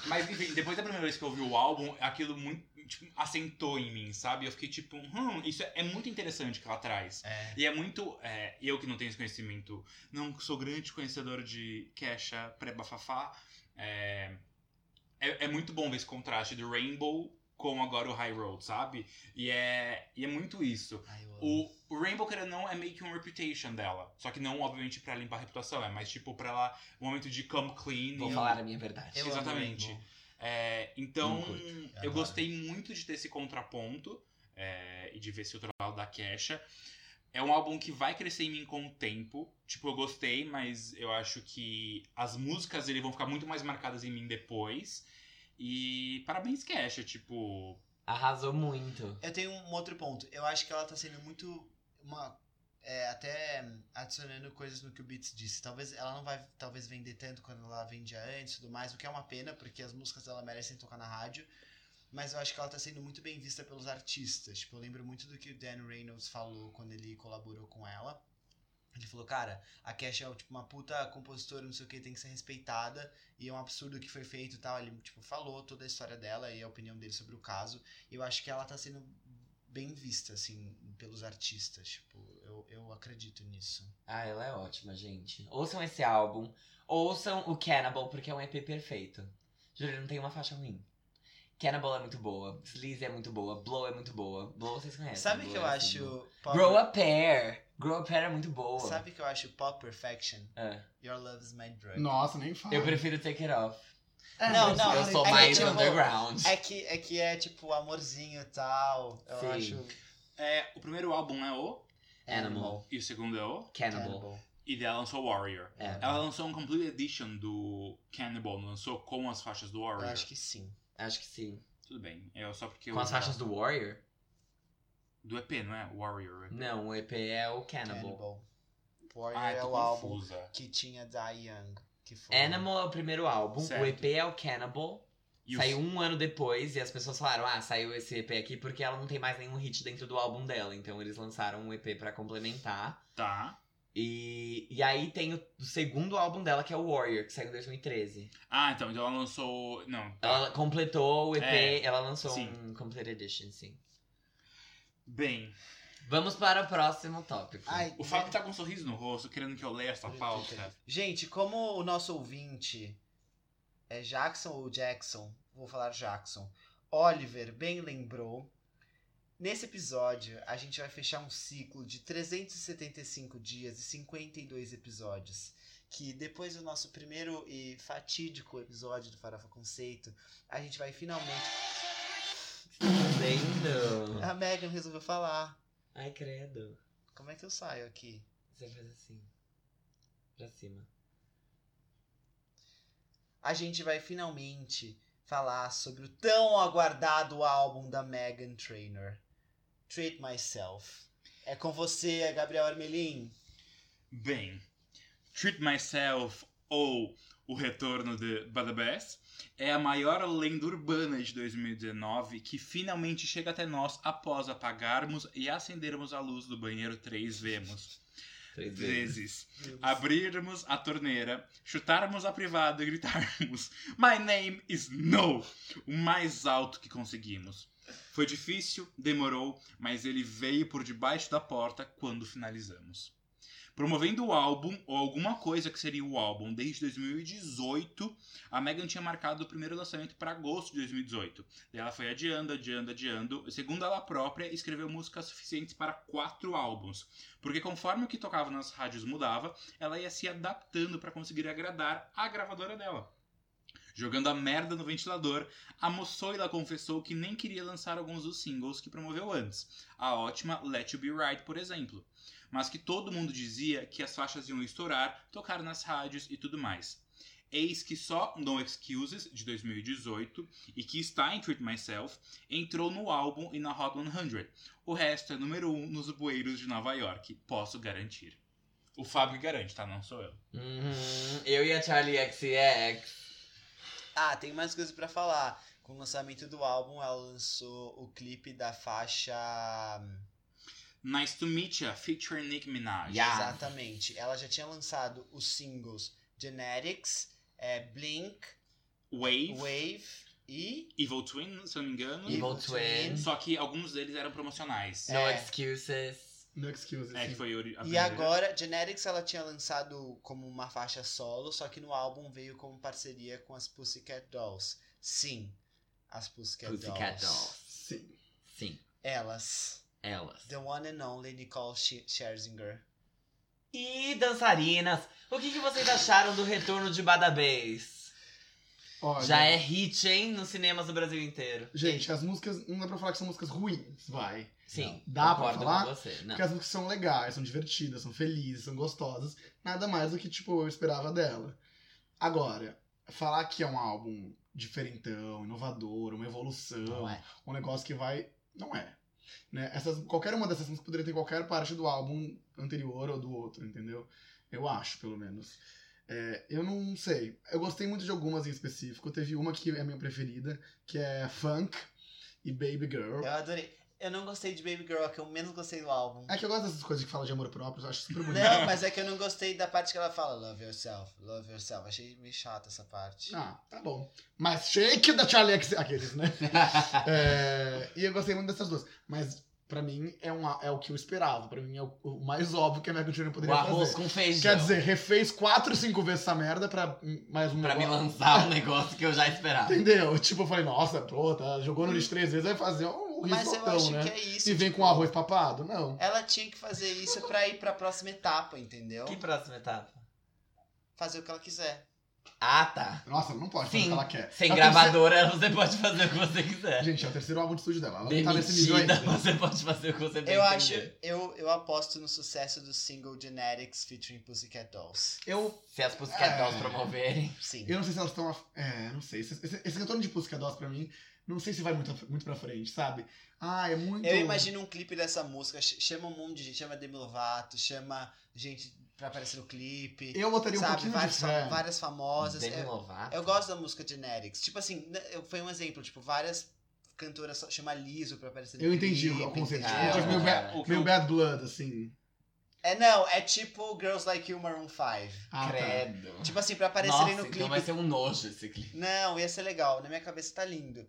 E: Mas enfim, depois da primeira vez que eu ouvi o álbum, aquilo muito, tipo, assentou em mim, sabe? Eu fiquei tipo, hum, isso é, é muito interessante que ela traz.
C: É.
E: E é muito. é, eu que não tenho esse conhecimento, não sou grande conhecedor de Kesha pré-bafafá. É, é, é muito bom ver esse contraste do Rainbow com agora o High Road, sabe? E é, e é muito isso.
C: ai, eu amo.
E: O, o Rainbow, querendo ou não, é meio que um reputation dela. Só que não, obviamente, pra limpar a reputação. É mais tipo pra ela, um momento de come clean.
B: Vou
E: e-
B: falar a minha verdade.
C: Eu amo
E: exatamente.
C: Rainbow.
E: É, então,
B: Não curto.
E: eu
C: Adoro.
E: gostei muito de ter esse contraponto é, e de ver esse outro lado da Kesha. É um álbum que vai crescer em mim com o tempo. Tipo, eu gostei, mas eu acho que as músicas dele vão ficar muito mais marcadas em mim depois. E parabéns, Kesha. Tipo,
B: Arrasou muito.
C: Eu tenho um outro ponto. Eu acho que ela tá sendo muito. Uma, é, até adicionando coisas no que o Beats disse. Talvez ela não vai talvez vender tanto quando ela vendia antes e tudo mais, o que é uma pena, porque as músicas dela merecem tocar na rádio. Mas eu acho que ela tá sendo muito bem vista pelos artistas. Tipo, eu lembro muito do que o Dan Reynolds falou quando ele colaborou com ela. Ele falou, cara, a Cash é tipo, uma puta compositora, não sei o que, tem que ser respeitada. E é um absurdo o que foi feito e tal. Ele, tipo, falou toda a história dela e a opinião dele sobre o caso. E eu acho que ela tá sendo bem vista, assim, pelos artistas. Tipo, eu, eu acredito nisso.
B: Ah, ela é ótima, gente. Ouçam esse álbum. Ouçam o Cannibal, porque é um EP perfeito. Juro, não tem uma faixa ruim. Cannibal é muito boa. Sleazy é muito boa. Blow é muito boa. Blow vocês conhecem.
C: Sabe o
B: Blow
C: que eu
B: é assim, boa.
C: acho.
B: Grow a Pair. Grow a Pair é muito boa.
C: Sabe o que eu acho pop perfection?
B: É.
C: Your love is my drug.
D: Nossa, nem fala.
B: Eu prefiro Take It Off.
C: Não, não,
B: eu sou
C: é que,
B: mais
C: tipo,
B: underground.
C: É que é, que é tipo amorzinho e tal. Eu
B: Sim.
C: acho.
E: é, o primeiro álbum é o,
B: Animal.
E: e o segundo é o,
B: Cannibal.
E: e dela lançou Warrior.
B: É.
E: Ela lançou um Complete Edition do Cannibal, não lançou com as faixas do
C: Eu
E: Warrior.
C: acho que sim.
B: Acho que sim.
E: Tudo bem, é só porque
B: Com
E: eu-
B: as faixas do Warrior?
E: Do EP, não é? Warrior.
B: Não, o EP é o Cannibal.
C: Cannibal. Warrior
E: Ah,
C: é
E: tô
C: o álbum
E: confusa.
C: que tinha da Young. Que foi.
B: Animal é o primeiro álbum,
E: Certo.
B: o EP é o Cannibal,
E: E o-
B: Saiu um ano depois e as pessoas falaram: Ah, saiu esse EP aqui porque ela não tem mais nenhum hit dentro do álbum dela. Então eles lançaram um EP pra complementar.
E: Tá.
B: E, e aí tem o, o segundo álbum dela, que é o Warrior, que saiu em 2013.
E: Ah, então, então ela lançou. Não. tá.
B: Ela completou o EP,
E: É,
B: ela lançou
E: sim.
B: um Complete Edition, sim.
E: Bem,
B: Vamos para o próximo tópico. [LAUGHS]
C: Ai,
E: o Fábio tá com um sorriso no rosto, querendo que eu leia essa pauta.
C: Gente, como o nosso ouvinte é Jackson ou Jackson, vou falar Jackson. Oliver bem lembrou. Nesse episódio, a gente vai fechar um ciclo de 375 dias e 52 episódios. Que depois do nosso primeiro e fatídico episódio do Farofa Conceito, a gente vai finalmente.
B: Entendo.
C: A Megan resolveu falar.
B: Ai, credo.
C: Como é que eu saio aqui?
B: Você faz assim. Pra cima.
C: a gente vai finalmente falar sobre o tão aguardado álbum da Megan Trainor, Treat Myself. É com você, Gabriel Armelin.
E: Bem, Treat Myself ou O Retorno de Badabass é a maior lenda urbana de 2019 que finalmente chega até nós após apagarmos e acendermos a luz do banheiro três vemos.
B: Três vezes.
E: Vezes. Abrirmos a torneira, chutarmos a privada e gritarmos My name is no! O mais alto que conseguimos. Foi difícil, demorou, mas ele veio por debaixo da porta quando finalizamos. Promovendo o álbum, ou alguma coisa que seria o álbum, desde 2018, a Megan tinha marcado o primeiro lançamento para agosto de 2018. Daí ela foi adiando, adiando, adiando. Segundo ela própria, escreveu músicas suficientes para quatro álbuns. Porque conforme o que tocava nas rádios mudava, ela ia se adaptando para conseguir agradar a gravadora dela. Jogando a merda no ventilador, a moçoila confessou que nem queria lançar alguns dos singles que promoveu antes, a ótima Let You Be Right, por exemplo, mas que todo mundo dizia que as faixas iam estourar, tocar nas rádios e tudo mais. Eis que só No Excuses, de 2018, e que está em Treat Myself, entrou no álbum e na Hot 100. O resto é número 1 um nos bueiros de Nova York, posso garantir. O Fábio garante, tá? Não sou eu.
B: Uhum. Eu e a Charlie XCX.
C: Ah, tem mais coisas pra falar. Com o lançamento do álbum, ela lançou o clipe da faixa.
E: Nice to Meet Ya, featuring Nick Minaj.
B: Yeah.
C: Exatamente. Ela já tinha lançado os singles Genetics, eh, Blink,
E: Wave,
C: Wave e.
E: Evil Twin, se eu não me engano.
B: Evil Twin.
E: Só que alguns deles eram promocionais.
B: No
C: É.
B: excuses.
D: No Excuses.
E: É, que
D: sim.
E: foi ori- a
C: E
E: primeira.
C: agora, Genetics ela tinha lançado como uma faixa solo, só que no álbum veio como parceria com as Pussycat Dolls. Sim, as Pussycat,
B: Pussycat
C: Dolls.
B: Dolls.
D: Sim.
B: Sim,
C: Elas.
B: elas.
C: The one and only Nicole Sch- Scherzinger.
B: E dançarinas, o que, que vocês acharam do retorno de Badabês?
D: Olha,
B: Já é hit, hein? Nos cinemas do Brasil inteiro.
D: Gente, as músicas, não dá pra falar que são músicas ruins, vai.
B: Sim.
D: Dá pra
B: concordo
D: falar?
B: com você. Não.
D: Porque as músicas são legais, são divertidas, são felizes, são gostosas. Nada mais do que, tipo, eu esperava dela. Agora, falar que é um álbum diferentão, inovador, uma evolução,
C: é.
D: um negócio que vai. Não é. Né? Essas, qualquer uma dessas músicas poderia ter qualquer parte do álbum anterior ou do outro, entendeu? Eu acho, pelo menos. É, eu não sei. Eu gostei muito de algumas em específico. Teve uma que é a minha preferida, que é Funk e Baby Girl.
C: Eu adorei. Eu não gostei de Baby Girl, é que eu menos gostei do álbum.
D: É que eu gosto dessas coisas que falam de amor próprio, eu acho super bonito.
C: Não, mas é que eu não gostei da parte que ela fala Love Yourself, Love Yourself. Achei meio chata essa parte.
D: Ah, tá bom. Mas shake da Charlie X,
B: [LAUGHS]
D: aqueles, né? É, e eu gostei muito dessas duas. Mas pra mim é, um, é o que eu esperava. Pra mim é o, o mais óbvio que a Megan Trainor
B: O
D: poderia
B: arroz
D: fazer.
B: com feijão.
D: Quer dizer, refez quatro, cinco vezes essa merda pra hum, mais um
B: Pra me
D: negócio.
B: lançar um negócio que eu já esperava.
D: Entendeu? Tipo, eu falei, nossa, pô, tá, jogou no lixo três vezes, vai fazer um
C: mas eu
D: risotão,
C: acho
D: né?
C: que é isso.
D: e vem
C: tipo,
D: com arroz papado? Não.
C: Ela tinha que fazer isso pra ir pra próxima etapa, entendeu?
B: Que próxima etapa?
C: Fazer o que ela quiser.
B: Ah, tá.
D: Nossa, não pode fazer o
B: Sim,
D: que ela quer.
B: Sem
D: É o
B: gravadora, você pode fazer o que você quiser.
D: terceiro- Gente, é o terceiro álbum de estúdio dela. Ela não tá nesse nível
B: Demitida,
D: ainda.
B: [LAUGHS] você pode fazer o que você
C: Eu
B: bem
C: acho,
B: entender.
C: eu, eu aposto no sucesso do single Genetics featuring Pussycat Dolls.
D: Eu
B: Se as Pussycat
D: É.
B: Dolls promoverem.
C: Sim.
D: Eu não sei se elas estão. af- É, não sei. Esse, esse, esse retorno de Pussycat Dolls pra mim, não sei se vai muito, af- muito pra frente, sabe? Ah, é muito.
C: Eu imagino um clipe dessa música, ch- chama um monte de gente, chama Demi Lovato, chama gente pra aparecer no clipe,
D: Eu botaria um
C: sabe?
D: pouquinho
C: Várias,
D: de
C: fa-
D: fé.
C: várias famosas.
B: Demi
C: É-
B: Lovato.
C: Eu gosto da música Genetics. Tipo assim, né, eu- foi um exemplo. Tipo, várias cantoras só- chama Liso pra aparecer no
D: Eu entendi
C: clipe,
D: o conceito.
C: entendeu?
B: Ah,
D: Tipo, meio,
B: cara.
D: bad, meio Bad Blood, assim.
C: É, não, é tipo Girls Like You, Maroon 5.
D: Ah, tá.
B: Credo.
C: Tipo assim, pra aparecerem
B: Nossa,
C: no clipe.
B: então vai ser um nojo esse clipe.
C: Não, ia ser legal. Na minha cabeça tá
D: [LAUGHS]
C: lindo.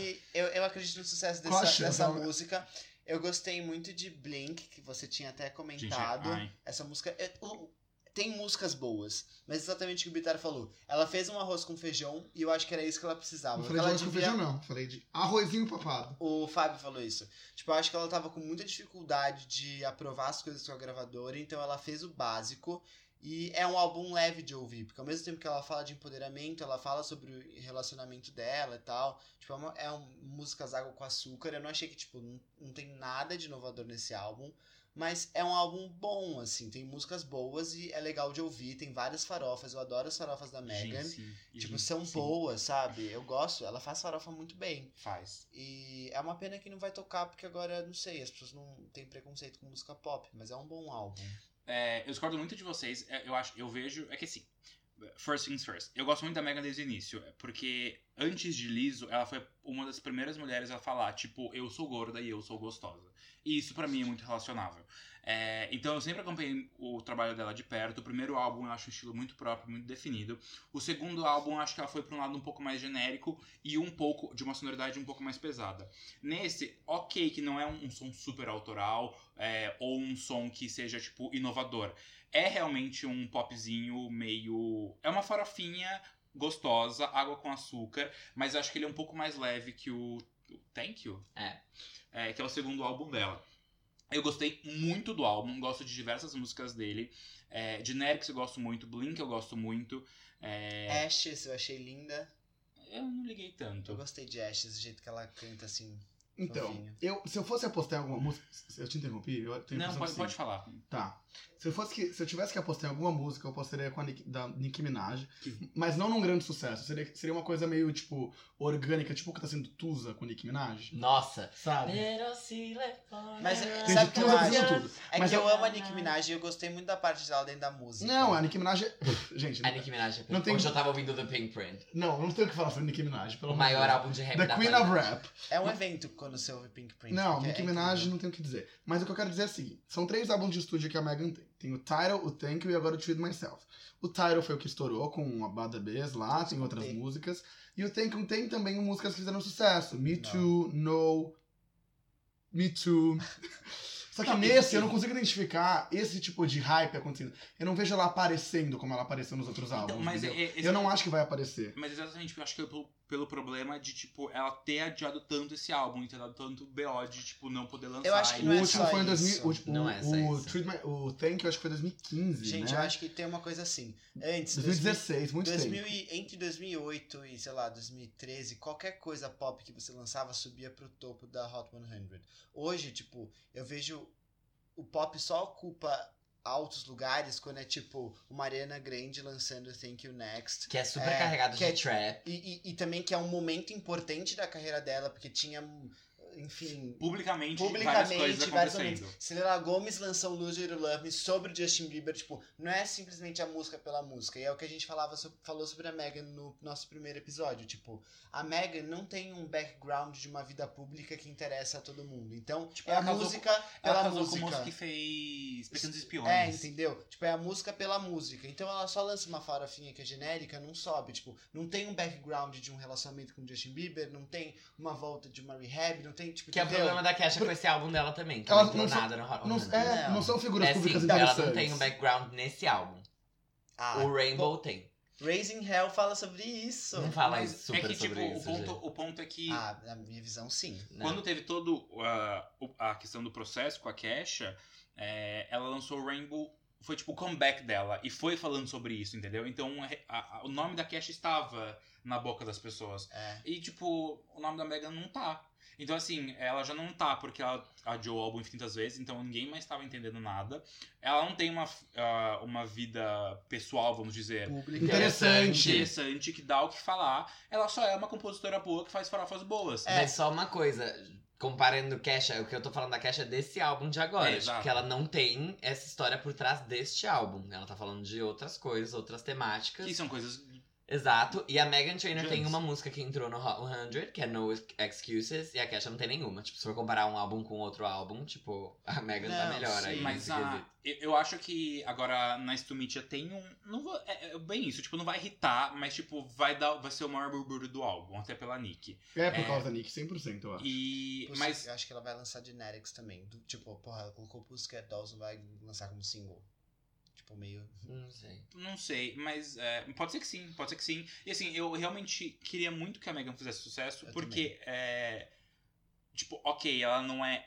C: E eu, eu acredito no sucesso
D: Qual a
C: dessa,
D: chance?
C: dessa
D: Não.
C: música. Eu gostei muito de Blink, que você tinha até
E: Gente,
C: comentado.
E: ai.
C: Essa música. é- o- tem músicas boas, mas exatamente o que o Bitar falou. Ela fez um arroz com feijão e eu acho que era isso que ela precisava.
D: Não falei de
C: ela
D: arroz com Um feijão, não. Falei de arrozinho papado.
C: O Fábio falou isso. Tipo, eu acho que ela tava com muita dificuldade de aprovar as coisas com a gravadora, então ela fez o básico. E é um álbum leve de ouvir, porque ao mesmo tempo que ela fala de empoderamento, ela fala sobre o relacionamento dela e tal. Tipo, é, uma, é um, músicas água com açúcar. Eu não achei que, tipo, não, não tem nada de inovador nesse álbum. Mas é um álbum bom, assim, tem músicas boas e é legal de ouvir, tem várias farofas, eu adoro as farofas da Megan.
E: Gente, sim. E
C: Tipo,
E: gente,
C: são
E: sim.
C: boas, sabe? Eu gosto, ela faz farofa muito bem.
E: Faz.
C: E é uma pena que não vai tocar, porque agora, não sei, as pessoas não têm preconceito com música pop, mas é um bom álbum.
E: É, eu discordo muito de vocês. é, Eu acho, eu vejo. É que assim. First things first. Eu gosto muito da Megan desde o início, é, porque antes de Liso, ela foi uma das primeiras mulheres a falar, tipo, eu sou gorda e eu sou gostosa. E isso pra mim é muito relacionável. É, então eu sempre acompanhei o trabalho dela de perto. O primeiro álbum eu acho um estilo muito próprio, muito definido. O segundo álbum eu acho que ela foi pra um lado um pouco mais genérico e um pouco de uma sonoridade um pouco mais pesada. Nesse, ok, que não é um um som super autoral, é, ou um som que seja, tipo, inovador. É realmente um popzinho meio. É uma farofinha gostosa, água com açúcar, mas eu acho que ele é um pouco mais leve que o. o Thank You?
B: É.
E: É, Que é o segundo álbum dela. Eu gostei muito do álbum, gosto de diversas músicas dele. É, Generics eu gosto muito, Blink eu gosto muito. É,
C: Ashes, eu achei linda.
E: Eu não liguei
C: Eu
E: tanto.
C: gostei de Ashes, do jeito que ela canta, assim.
D: Então,
C: Fofinho.
D: eu, se eu fosse apostar em alguma música. Eu te interrompi? Eu tenho a
E: Não,
D: impressão
E: pode,
D: que sim.
E: pode falar.
D: Tá. Se eu, fosse que, se eu tivesse que apostar em alguma música, eu apostaria com a Nick, da Nicki Minaj.
E: Que-
D: Mas não num grande sucesso. Seria, seria uma coisa meio, tipo, orgânica, tipo o que tá sendo Tusa com Nicki Minaj.
B: Nossa.
D: Sabe? é,
C: Mas
E: é,
D: Tem
C: sabe
D: de
C: o que eu
D: tudo, tem de
C: acho?
D: tudo.
C: É
D: Mas
C: que eu
B: eu-
C: amo a Nicki Minaj e eu gostei muito da parte dela dentro da música.
D: Não, a Nicki Minaj é... [LAUGHS] Gente,
B: A Nicki Minaj.
D: Não tem-
B: Hoje eu tava ouvindo The Pink Print.
D: não, não tem o que falar sobre Nicki Minaj, pelo
B: O
D: amor de
B: maior
D: Deus.
B: álbum de rap
D: Uhum. The
B: da
D: Queen of
B: atualidade.
D: Rap.
C: É um evento quando você ouve Pink Prince.
D: Não,
C: porque é
D: Nicki
C: incrível.
D: Minaj não tem o que dizer. Mas o que eu quero dizer é o seguinte: são três álbuns de estúdio que a Megan tem. Tem o Title, o Thank You e agora o Treat Myself. O Title foi o que estourou com a Bada Bass lá, tem outras
C: Sim.
D: músicas. E o Thank You tem também músicas que fizeram sucesso. Me
C: Não.
D: Too, No. Me Too. Só que
E: Não,
D: nesse
E: isso-
D: eu não consigo identificar esse tipo de hype acontecendo. Eu não vejo ela aparecendo como ela apareceu nos outros
C: Tá,
D: álbuns.
E: Então, mas
D: entendeu?
E: é- é-
D: Eu não acho que vai aparecer.
E: Mas exatamente, eu acho que é pelo, pelo problema de, tipo, ela ter adiado tanto esse álbum e ter dado tanto BO de, tipo, não poder lançar.
C: Eu acho que
E: e-
D: O
C: não é
D: último
C: só
D: foi em 2000.
C: isso.
D: O, último-
B: Não é só
D: o,
B: isso.
D: Treat My- o Thank You acho que foi 2015.
C: Gente,
D: né?
C: eu acho que tem uma coisa assim. Antes,
D: 2016, muito
C: 2000
D: tempo.
C: e- entre 2008 e, sei lá, 2013, qualquer coisa pop que você lançava subia pro topo da Hot 100. Hoje, tipo, eu vejo o pop só ocupa altos lugares quando é, tipo, uma Ariana Grande lançando Thank You Next.
B: Que é super
C: É,
B: carregado
C: que é-
D: tipo
B: de trap.
C: E, e- e também que é um momento importante da carreira dela, porque tinha, enfim,
E: Publicamente, várias coisas
C: publicamente, vários
E: acontecendo.
C: momentos. Selena Gomes lançou Lose Your Love Me sobre o Justin Bieber, tipo, não é simplesmente a música pela música. E é o que a gente falava, so- falou sobre a Megan no nosso primeiro episódio, tipo, a Megan não tem um background de uma vida pública que interessa a todo mundo. Então,
E: Tipo,
C: é
E: ela
C: a
E: casou
C: música
E: Ela
C: pela
E: casou
C: é música.
E: com o moço que fez Pequenos
C: É,
E: Espiões.
C: entendeu? Tipo, é a música pela música. Então ela só lança uma farofinha que é genérica, não sobe. Tipo, não tem um background de um relacionamento com o Justin Bieber, não tem uma volta de uma rehab, não tem, tipo,
B: Que é o
C: entendeu?
B: problema da Kesha com esse álbum dela também. Que
D: Ela
B: ela não entrou
D: não só-
B: nada no Hot
D: Não,
B: 100.
D: é,
C: Não.
D: não são figuras
B: É sim,
D: públicas
B: ela
D: interessantes.
B: não tem um background nesse álbum.
C: Ah,
B: o Rainbow tem.
C: Raising Hell fala sobre isso.
B: Não fala
E: Mas
B: super
E: é que, tipo,
B: sobre
E: o,
B: isso,
E: ponto,
B: gente.
E: o ponto é que
C: Ah, na minha visão, sim.
B: Não.
E: quando teve toda a questão do processo com a Kesha, é, ela lançou o Rainbow. Foi tipo o comeback dela e foi falando sobre isso, entendeu? Então a- a- o nome da Kesha estava na boca das pessoas.
C: É.
E: E, tipo, o nome da Megan não tá. Então, assim, ela já não tá, porque ela adiou o álbum infinitas vezes, então ninguém mais tava entendendo nada. Ela não tem uma, ah, uma vida pessoal, vamos dizer,
C: Pública.
D: Interessante.
E: interessante, que dá o que falar. Ela só é uma compositora boa que faz farofas boas.
C: É.
B: Mas só uma coisa, comparando Kesha, o que eu tô falando da Kesha é desse álbum de agora.
E: É,
B: tipo,
E: exato.
B: que ela não tem essa história por trás deste álbum. Ela tá falando de outras coisas, outras temáticas.
E: Que são coisas...
B: Exato. E a Megan Trainor
E: Gente.
B: tem uma música que entrou no Hot 100, que é No Excuses, e a Kesha não tem nenhuma. Tipo, se for comparar um álbum com outro álbum, tipo, a Megan tá
C: Não,
B: melhor
C: sim.
B: aí.
E: Mas
B: nesse
E: a,
B: quesito.
E: eu, eu acho que agora na Stumitia tem um... Não vou, é, é bem isso, tipo, não vai irritar, mas tipo, vai, dar, vai ser o maior burburinho do álbum, até pela Nick.
D: É por
E: É.
D: causa da Nick, 100%, eu acho.
E: E...
C: Pussy-
E: Mas
C: Eu acho que ela vai lançar generics também. Do- tipo, porra, ela colocou Pussycat Dolls não vai lançar como single. Tipo, meio.
B: Não sei.
E: Não sei, mas é, pode ser que sim, pode ser que sim. E assim, eu realmente queria muito que a Megan fizesse sucesso,
C: Eu
E: porque é, tipo, ok, ela não é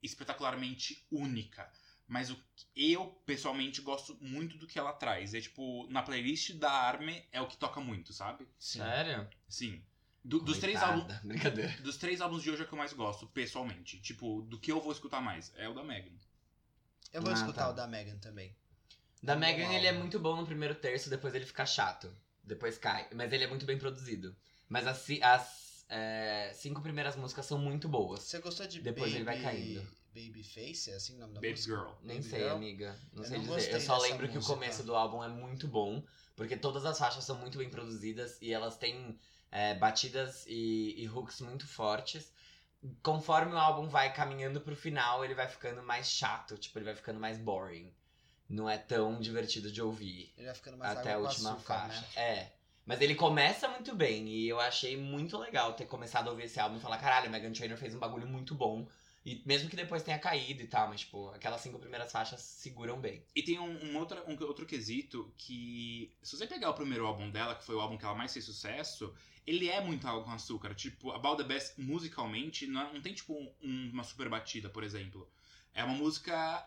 E: espetacularmente única, mas o que- eu pessoalmente gosto muito do que ela traz. É tipo, na playlist da Arme é o que toca muito, sabe?
C: Sim.
B: Sério?
E: Sim. Do- dos três
B: Coitada.
E: álbuns,
B: Brincadeira.
E: dos três álbuns de hoje é o que eu mais gosto, pessoalmente. Tipo, do que eu vou escutar mais é o da Megan.
C: Eu vou
B: Ah,
C: escutar
B: tá.
C: o da Megan também.
B: Da
C: Bom
B: Megan, ele é
C: álbum.
B: muito bom no primeiro terço, depois ele fica chato. Depois cai. Mas ele é muito bem produzido. Mas as, ci- as, é, cinco primeiras músicas são muito boas.
C: Você gostou de
B: Depois
C: Baby...
B: ele vai caindo.
C: Babyface? É assim o nome da
E: Baby
C: música?
E: Girl.
B: Nem
C: Baby
B: sei,
C: Girl?
B: amiga. Não
C: é. Eu
B: sei
C: não
B: dizer.
C: gostei
B: Eu só
C: dessa
B: lembro que o
C: música.
B: começo do álbum é muito bom, porque todas as faixas são muito bem produzidas e elas têm é, batidas e, e hooks muito fortes. Conforme o álbum vai caminhando pro final, ele vai ficando mais chato, tipo, ele vai ficando mais boring. Não é tão divertido de ouvir
C: Ele vai ficando mais
B: até a
C: água com
B: última
C: açúcar,
B: faixa.
C: Né?
B: É. Mas ele começa muito bem e eu achei muito legal ter começado a ouvir esse álbum e falar, caralho, Megan Trainor fez um bagulho muito bom. E mesmo que depois tenha caído e tal, mas tipo, aquelas cinco primeiras faixas seguram bem.
E: E tem um, um outra- um outro quesito que, se você pegar o primeiro álbum dela, que foi o álbum que ela mais fez sucesso, ele é muito água com açúcar. Tipo, About the Best, musicalmente, não, é- não tem, tipo, um- uma super batida, por exemplo. É uma música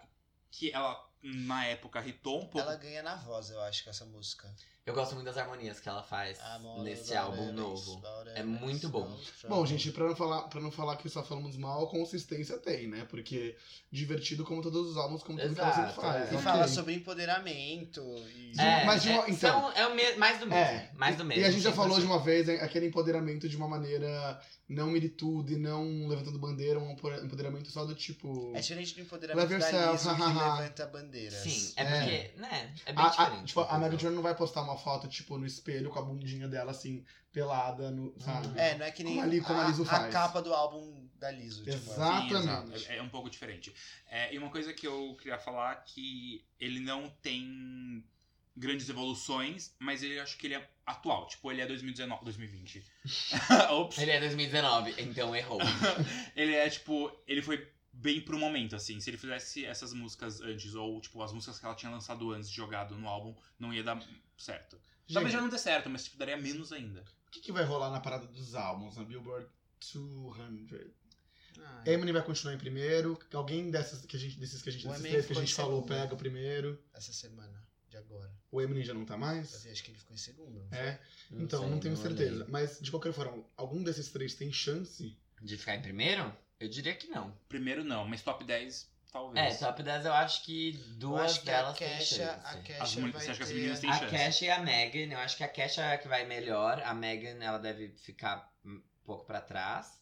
E: que ela, na época, hitou um pouco.
C: Ela ganha na voz, eu acho, com essa música.
B: Eu gosto muito das harmonias que ela faz
C: Amor,
B: nesse
C: about
B: álbum
C: it,
B: novo.
C: about it,
B: É muito bom.
D: Bom, gente, pra não, falar, pra não falar que só falamos mal, consistência tem, né? Porque divertido como todos os álbuns, como tudo que ela
B: Exato,
D: sempre faz. Então,
B: é.
C: E
D: ok.
C: fala sobre empoderamento e...
B: É,
D: Mas de uma-
B: é,
D: então-
B: são- é o me- mais do mesmo.
D: É,
B: mais do
D: e-
B: mesmo.
D: E a gente já
B: 100%.
D: falou de uma vez hein, aquele empoderamento de uma maneira não militude, não levantando bandeira, um empor- empoderamento só do tipo.
C: É diferente do empoderamento
D: Love
C: da
D: yourself,
C: Liso, que
D: [LAUGHS] hahaha.
C: levanta bandeiras.
B: Sim, é
D: É.
B: porque, né? É bem
D: a, a,
B: diferente.
D: tipo, a
B: entendeu?
D: Megan Trainor não vai postar uma foto, tipo, no espelho com a bundinha dela, assim, pelada, no,
B: Uhum.
D: sabe?
C: É, não é que nem
D: Como a Li- como a
C: a,
D: Liso
C: a
D: faz.
C: capa do álbum da Liso. tipo,
D: Exato.
E: Sim, exato.
D: Exatamente.
E: É, é um pouco diferente. É, e uma coisa que eu queria falar é que ele não tem grandes evoluções, mas ele acho que ele é atual. Tipo, ele é 2019, 2020. [LAUGHS] Ops.
B: Ele é 2019, então errou.
E: ele é tipo, ele foi bem pro momento, assim. Se ele fizesse essas músicas antes, ou tipo, as músicas que ela tinha lançado antes, jogado no álbum, não ia dar certo.
D: Gente,
E: Talvez já não dê certo, mas tipo, daria menos ainda.
D: o que, que vai rolar na parada dos álbuns, na Billboard 200?
C: Ai.
D: Eminem vai continuar em primeiro. Alguém dessas que a gente, desses que a gente,
C: O
D: desses
C: Eminem
D: três que a
C: ficou
D: gente
C: em
D: falou
C: segundo.
D: pega o primeiro.
C: Essa semana, de agora.
D: O Eminem já não tá
C: Eu
D: mais.
C: vi, acho que ele ficou em segundo. não
D: É,
B: Não
D: então,
B: sei,
D: não tenho
B: olhei.
D: certeza. Mas, de qualquer forma, algum desses três tem chance?
B: De ficar em primeiro? Eu diria que não.
E: Primeiro não, mas top 10,
B: É,
E: talvez.
B: top 10 eu acho que
C: Eu
B: duas
C: acho que a
B: delas têm
C: Kesha,
B: chance.
C: a
E: As
C: Kesha
E: meninas-
C: vai
E: você acha que as
C: ter-
E: meninas têm
B: A
E: chance?
B: Kesha e a Megan, eu acho que a Kesha é a que vai melhor. A Megan, ela deve ficar um pouco pra trás.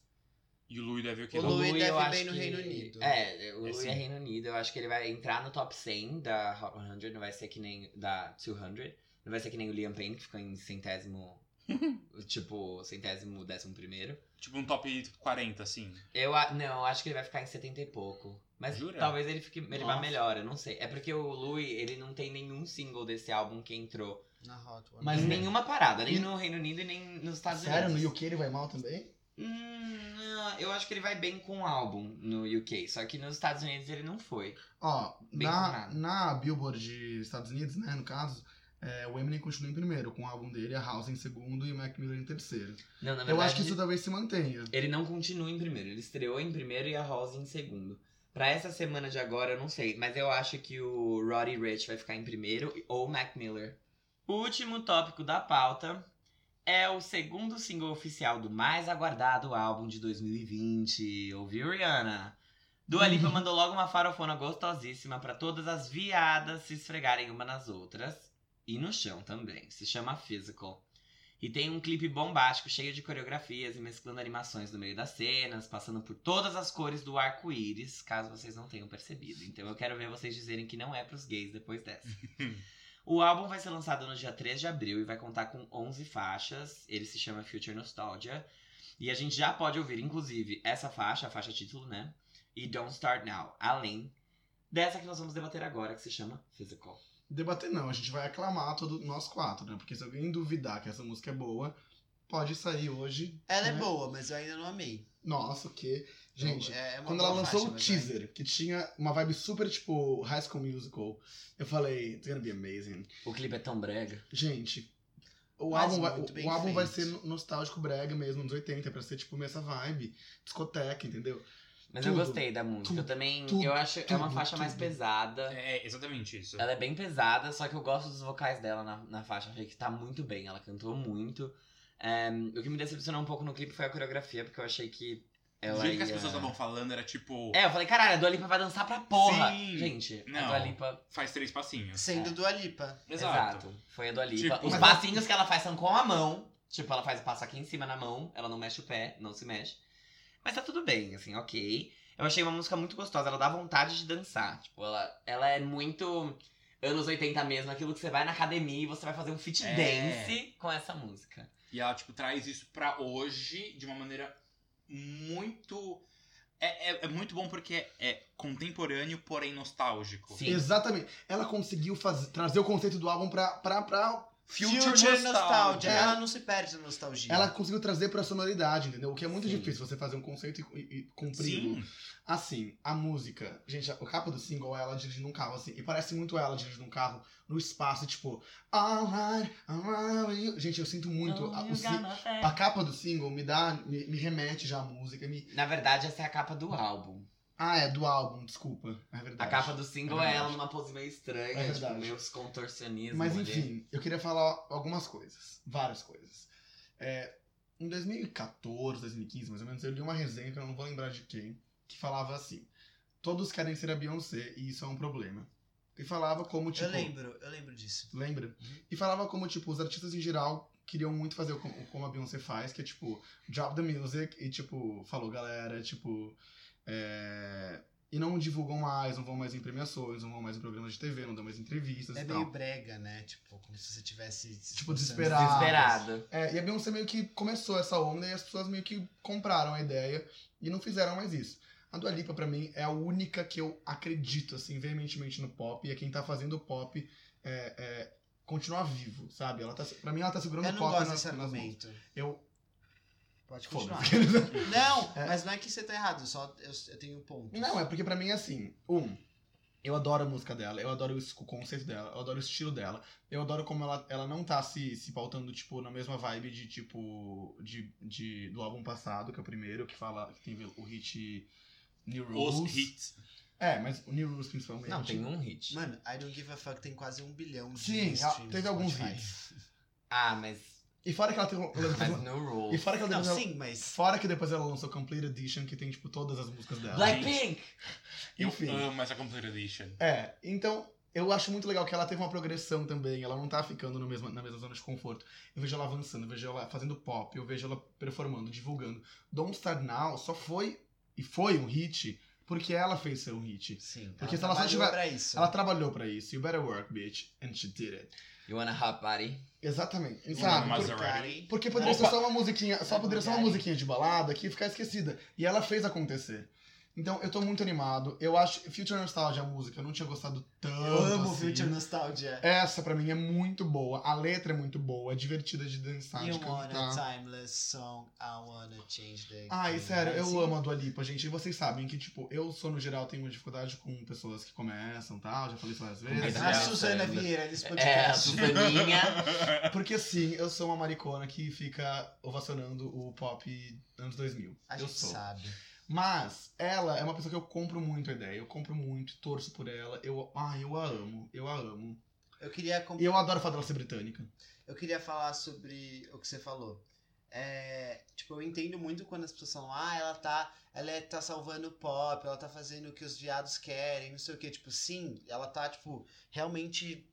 E: E o Louis deve o que
C: O
E: não.
C: Louis-
B: Louis,
C: deve
B: eu
C: ir
B: acho
C: bem no
B: que-
C: Reino Unido.
B: É, o
E: É,
B: Louis
E: sim.
B: é Reino Unido. Eu acho que ele vai entrar no top 100 da Hot 100, não vai ser que nem da 200. Não vai ser que nem o Liam Payne, que ficou em centésimo... tipo, centésimo, décimo primeiro.
E: Tipo um top 40, assim.
B: Eu, a- não, eu acho que ele vai ficar em 70 e pouco. Mas
E: Jura?
B: talvez ele fique, ele vá
E: Nossa.
B: melhor, eu não sei. É porque o Louis, ele não tem nenhum single desse álbum que entrou.
C: Na Hot One.
D: Mas
B: em
D: nem-
B: nenhuma parada, nem
D: E-
B: no Reino Unido e nem nos Estados
D: Sério,
B: Unidos.
D: no UK ele vai mal também?
B: Hum, não, eu acho que ele vai bem com o álbum no UK, só que nos Estados Unidos ele não foi.
D: Ó,
B: Bem
D: na,
B: combinado.
D: na Billboard de Estados Unidos, né, no caso, é, o Eminem continua em primeiro, com o álbum dele, a House em segundo e o Mac Miller em terceiro.
B: Não, na
D: Eu
B: verdade,
D: acho que isso talvez se mantenha.
B: ele não continua em primeiro. Ele estreou em primeiro e a Rose em segundo. Pra essa semana de agora, eu não sei, mas eu acho que o Roddy Rich vai ficar em primeiro ou o Mac Miller. O último tópico da pauta é o segundo single oficial do mais aguardado álbum de 2020. Ouviu, Rihanna? Dua Lipa mandou logo uma farofona gostosíssima pra todas as viadas se esfregarem uma nas outras. E no chão também. Se chama Physical. E tem um clipe bombástico, cheio de coreografias e mesclando animações no meio das cenas, passando por todas as cores do arco-íris, caso vocês não tenham percebido. Então eu quero ver vocês dizerem que não é pros gays depois dessa. o álbum vai ser lançado no dia 3 de abril e vai contar com 11 faixas. Ele se chama Future Nostalgia. E a gente já pode ouvir, inclusive, essa faixa, a faixa título, né? E Don't Start Now, além dessa que nós vamos debater agora, que se chama Physical.
D: Debater não, a gente vai aclamar todo nós quatro, né? Porque se alguém duvidar que essa música é boa, pode sair hoje.
C: Ela é
D: né?
C: boa, mas eu ainda não amei.
D: Nossa, o quê? Gente,
C: é, é uma
D: Quando
C: boa
D: ela
C: faixa,
D: lançou o
C: mas é.
D: teaser, que tinha uma vibe super tipo High School Musical, eu falei, it's gonna be amazing.
B: O clipe é tão brega.
D: Gente, o
C: Mas
D: álbum, vai,
C: muito
D: o,
C: bem
D: o álbum vai ser
C: feito.
D: no- nostálgico brega mesmo, nos 80, pra ser tipo essa vibe, discoteca, entendeu?
B: Mas
D: Tudo,
B: eu gostei da música.
D: tudo,
B: eu também.
D: tudo,
B: eu acho é uma
D: tudo,
B: faixa mais
D: tudo.
B: pesada.
E: É, exatamente isso.
B: Ela é bem pesada, só que eu gosto dos vocais dela na, na faixa. Achei que tá muito bem. Ela cantou muito. É, o que me decepcionou um pouco no clipe foi a coreografia, porque eu achei que
E: o
B: Ela
E: jeito que as
B: ia-
E: pessoas estavam falando era tipo,
B: É, eu falei, caralho, a Dua Lipa vai dançar pra porra.
E: Sim.
B: Gente, a
E: Não.
B: Dua Lipa...
E: faz três passinhos.
C: Sendo Dua Lipa.
E: Exato.
B: Foi a Dua Lipa.
E: Tipo,
B: Os
E: mas-
B: passinhos que ela faz são com a mão. Tipo, ela faz o passo aqui em cima na mão. Ela não mexe o pé, não se mexe. Mas tá tudo bem, assim, ok. Eu achei uma música muito gostosa. Ela dá vontade de dançar. Tipo, ela, ela é muito anos 80 mesmo. Aquilo que você vai na academia e você vai fazer um fit
E: É.
B: dance com essa música.
E: E ela, tipo, traz isso pra hoje de uma maneira muito. É, é, é muito bom porque é contemporâneo, porém nostálgico.
B: Sim.
D: Exatamente. Ela conseguiu faz- trazer o conceito do álbum pra. pra, pra-
C: nostalgia.
D: É.
C: Ela não se perde na nostalgia.
D: Ela conseguiu trazer personalidade, entendeu? O que é muito
B: Sim.
D: difícil você fazer um conceito e, e cumprir.
E: É. Sim.
D: Assim, a música. Gente, a, a capa do single é ela dirigindo um carro, assim. E parece muito ela dirigindo um carro no espaço, e tipo. Alright, alright. you." Gente, eu sinto muito. a, o si- a capa do single me dá. me, me remete já à música. Me...
B: Na verdade, essa é a capa do álbum.
D: Ah, é do álbum, desculpa. É
B: A
D: verdade.
B: capa do single
D: É
B: é,
D: verdade.
B: ela numa pose meio estranha,
D: É
B: tipo,
D: verdade.
B: meio os contorcionismos.
D: Mas
B: ali.
D: enfim, eu queria falar algumas coisas, várias coisas. É, em 2014, 2015, mais ou menos, eu li uma resenha que eu não vou lembrar de quem, que falava assim: todos querem ser a Beyoncé e isso é um problema. E falava como tipo.
C: Eu lembro, eu lembro disso.
D: Lembra?
C: Uhum.
D: E falava como, tipo, os artistas em geral queriam muito fazer o com- o como a Beyoncé faz, que é, tipo, drop the music e, tipo, falou, galera, tipo... é, E não divulgam mais, não vão mais em premiações, não vão mais em programas de TV, não dão mais entrevistas
C: É
D: e
C: meio
D: tal.
C: brega, né? Tipo, como se você tivesse. se
D: Tipo,
C: esforçando.
D: desesperado.
B: Desesperada.
D: É, e a Beyoncé meio que começou essa onda e as pessoas meio que compraram a ideia e não fizeram mais isso. A Dua Lipa, pra mim, é a única que eu acredito, assim, veementemente no pop. E é quem tá fazendo o pop é, é, continuar vivo, sabe? Ela tá, se- pra mim, ela tá segurando
C: Eu
D: o
C: não
D: pop
C: gosto
D: nas-
C: desse
D: nas mãos.
C: argumento.
D: Eu...
C: Pode continuar.
D: Foda-se.
C: [LAUGHS] Não,
D: É.
C: mas não é que você tá errado, só eu, eu tenho um ponto.
D: [LAUGHS] Não, é porque pra mim é assim. Um, eu adoro a música dela, eu adoro o es- o conceito dela, eu adoro o estilo dela, eu adoro como ela, ela não tá se, se pautando, tipo, na mesma vibe de, tipo, de, de, do álbum passado, que é o primeiro, que fala, que teve o hit New Rules.
E: Os hits.
D: É, mas o New Rules principalmente.
B: Não, tem um hit.
C: Mano, I Don't Give a Fuck tem quase um bilhão de
D: Sim,
C: streams
D: ela-
C: no
D: teve alguns
C: Spotify.
D: hits.
B: Ah, mas.
D: E fora que ela tem...
B: Mas no rule.
D: e fora que ela
C: Não,
D: depois ela-
C: sim, mas.
D: Fora que depois ela lançou Complete Edition, que tem, tipo, todas as músicas dela.
B: Blackpink!
E: Eu
D: Enfim.
E: amo essa Complete Edition.
D: É, então eu acho muito legal que ela teve uma progressão também. Ela não tá ficando no mesmo, na mesma zona de conforto. Eu vejo ela avançando, eu vejo ela fazendo pop, eu vejo ela performando, divulgando. Don't Start Now só foi e foi um hit porque ela fez ser um hit.
C: Sim,
D: Porque se
C: ela
D: ela só
C: trabalhou
D: tiver-
C: pra isso.
D: Ela tá- trabalhou pra isso. You better work, bitch. And she did it. é
B: You wanna hot body?
D: Exatamente.
C: Ela
D: Sabe?
E: Mas-
D: Por-
C: Maserati.
D: Porque poderia ser
E: Opa.
D: só uma musiquinha, só poderia ser uma
C: Maserati.
D: musiquinha de balada que ia ficar esquecida. E ela fez acontecer. Então, eu tô muito animado. Eu acho Future Nostalgia a música, eu não tinha gostado tanto.
C: Eu amo
D: assim.
C: Future Nostalgia.
D: Essa pra mim é muito boa. A letra é muito boa, é divertida de dançar,
C: You
D: de
C: want
D: cantar.
C: a timeless song, I wanna change the
D: Ai,
C: game.
D: sério, eu
C: Assim,
D: amo a Dua Lipa, gente. E vocês sabem que, tipo, eu sou, no geral, tenho uma dificuldade com pessoas que começam e tal. Já falei isso várias
B: Mas
D: vezes.
B: é
C: A
B: ela,
C: Suzana
B: sério.
C: Vieira desse
B: É, a
C: podcast.
E: [LAUGHS]
B: Suzaninha.
D: Porque, assim, eu sou uma maricona que fica ovacionando o pop anos 2000.
C: a
D: eu
C: gente
D: sou.
C: sabe.
D: Mas ela é uma pessoa que eu compro muito a ideia. Eu compro muito, torço por ela. Eu, ai, eu a amo. Eu a amo.
C: Eu queria, com-
D: E eu adoro o fato dela ser britânica.
C: eu queria falar sobre o que você falou. É, tipo, eu entendo muito quando as pessoas falam, ah, ela tá, ela é- tá salvando o pop, ela tá fazendo o que os viados querem, não sei o quê. Tipo, sim, ela tá, tipo, realmente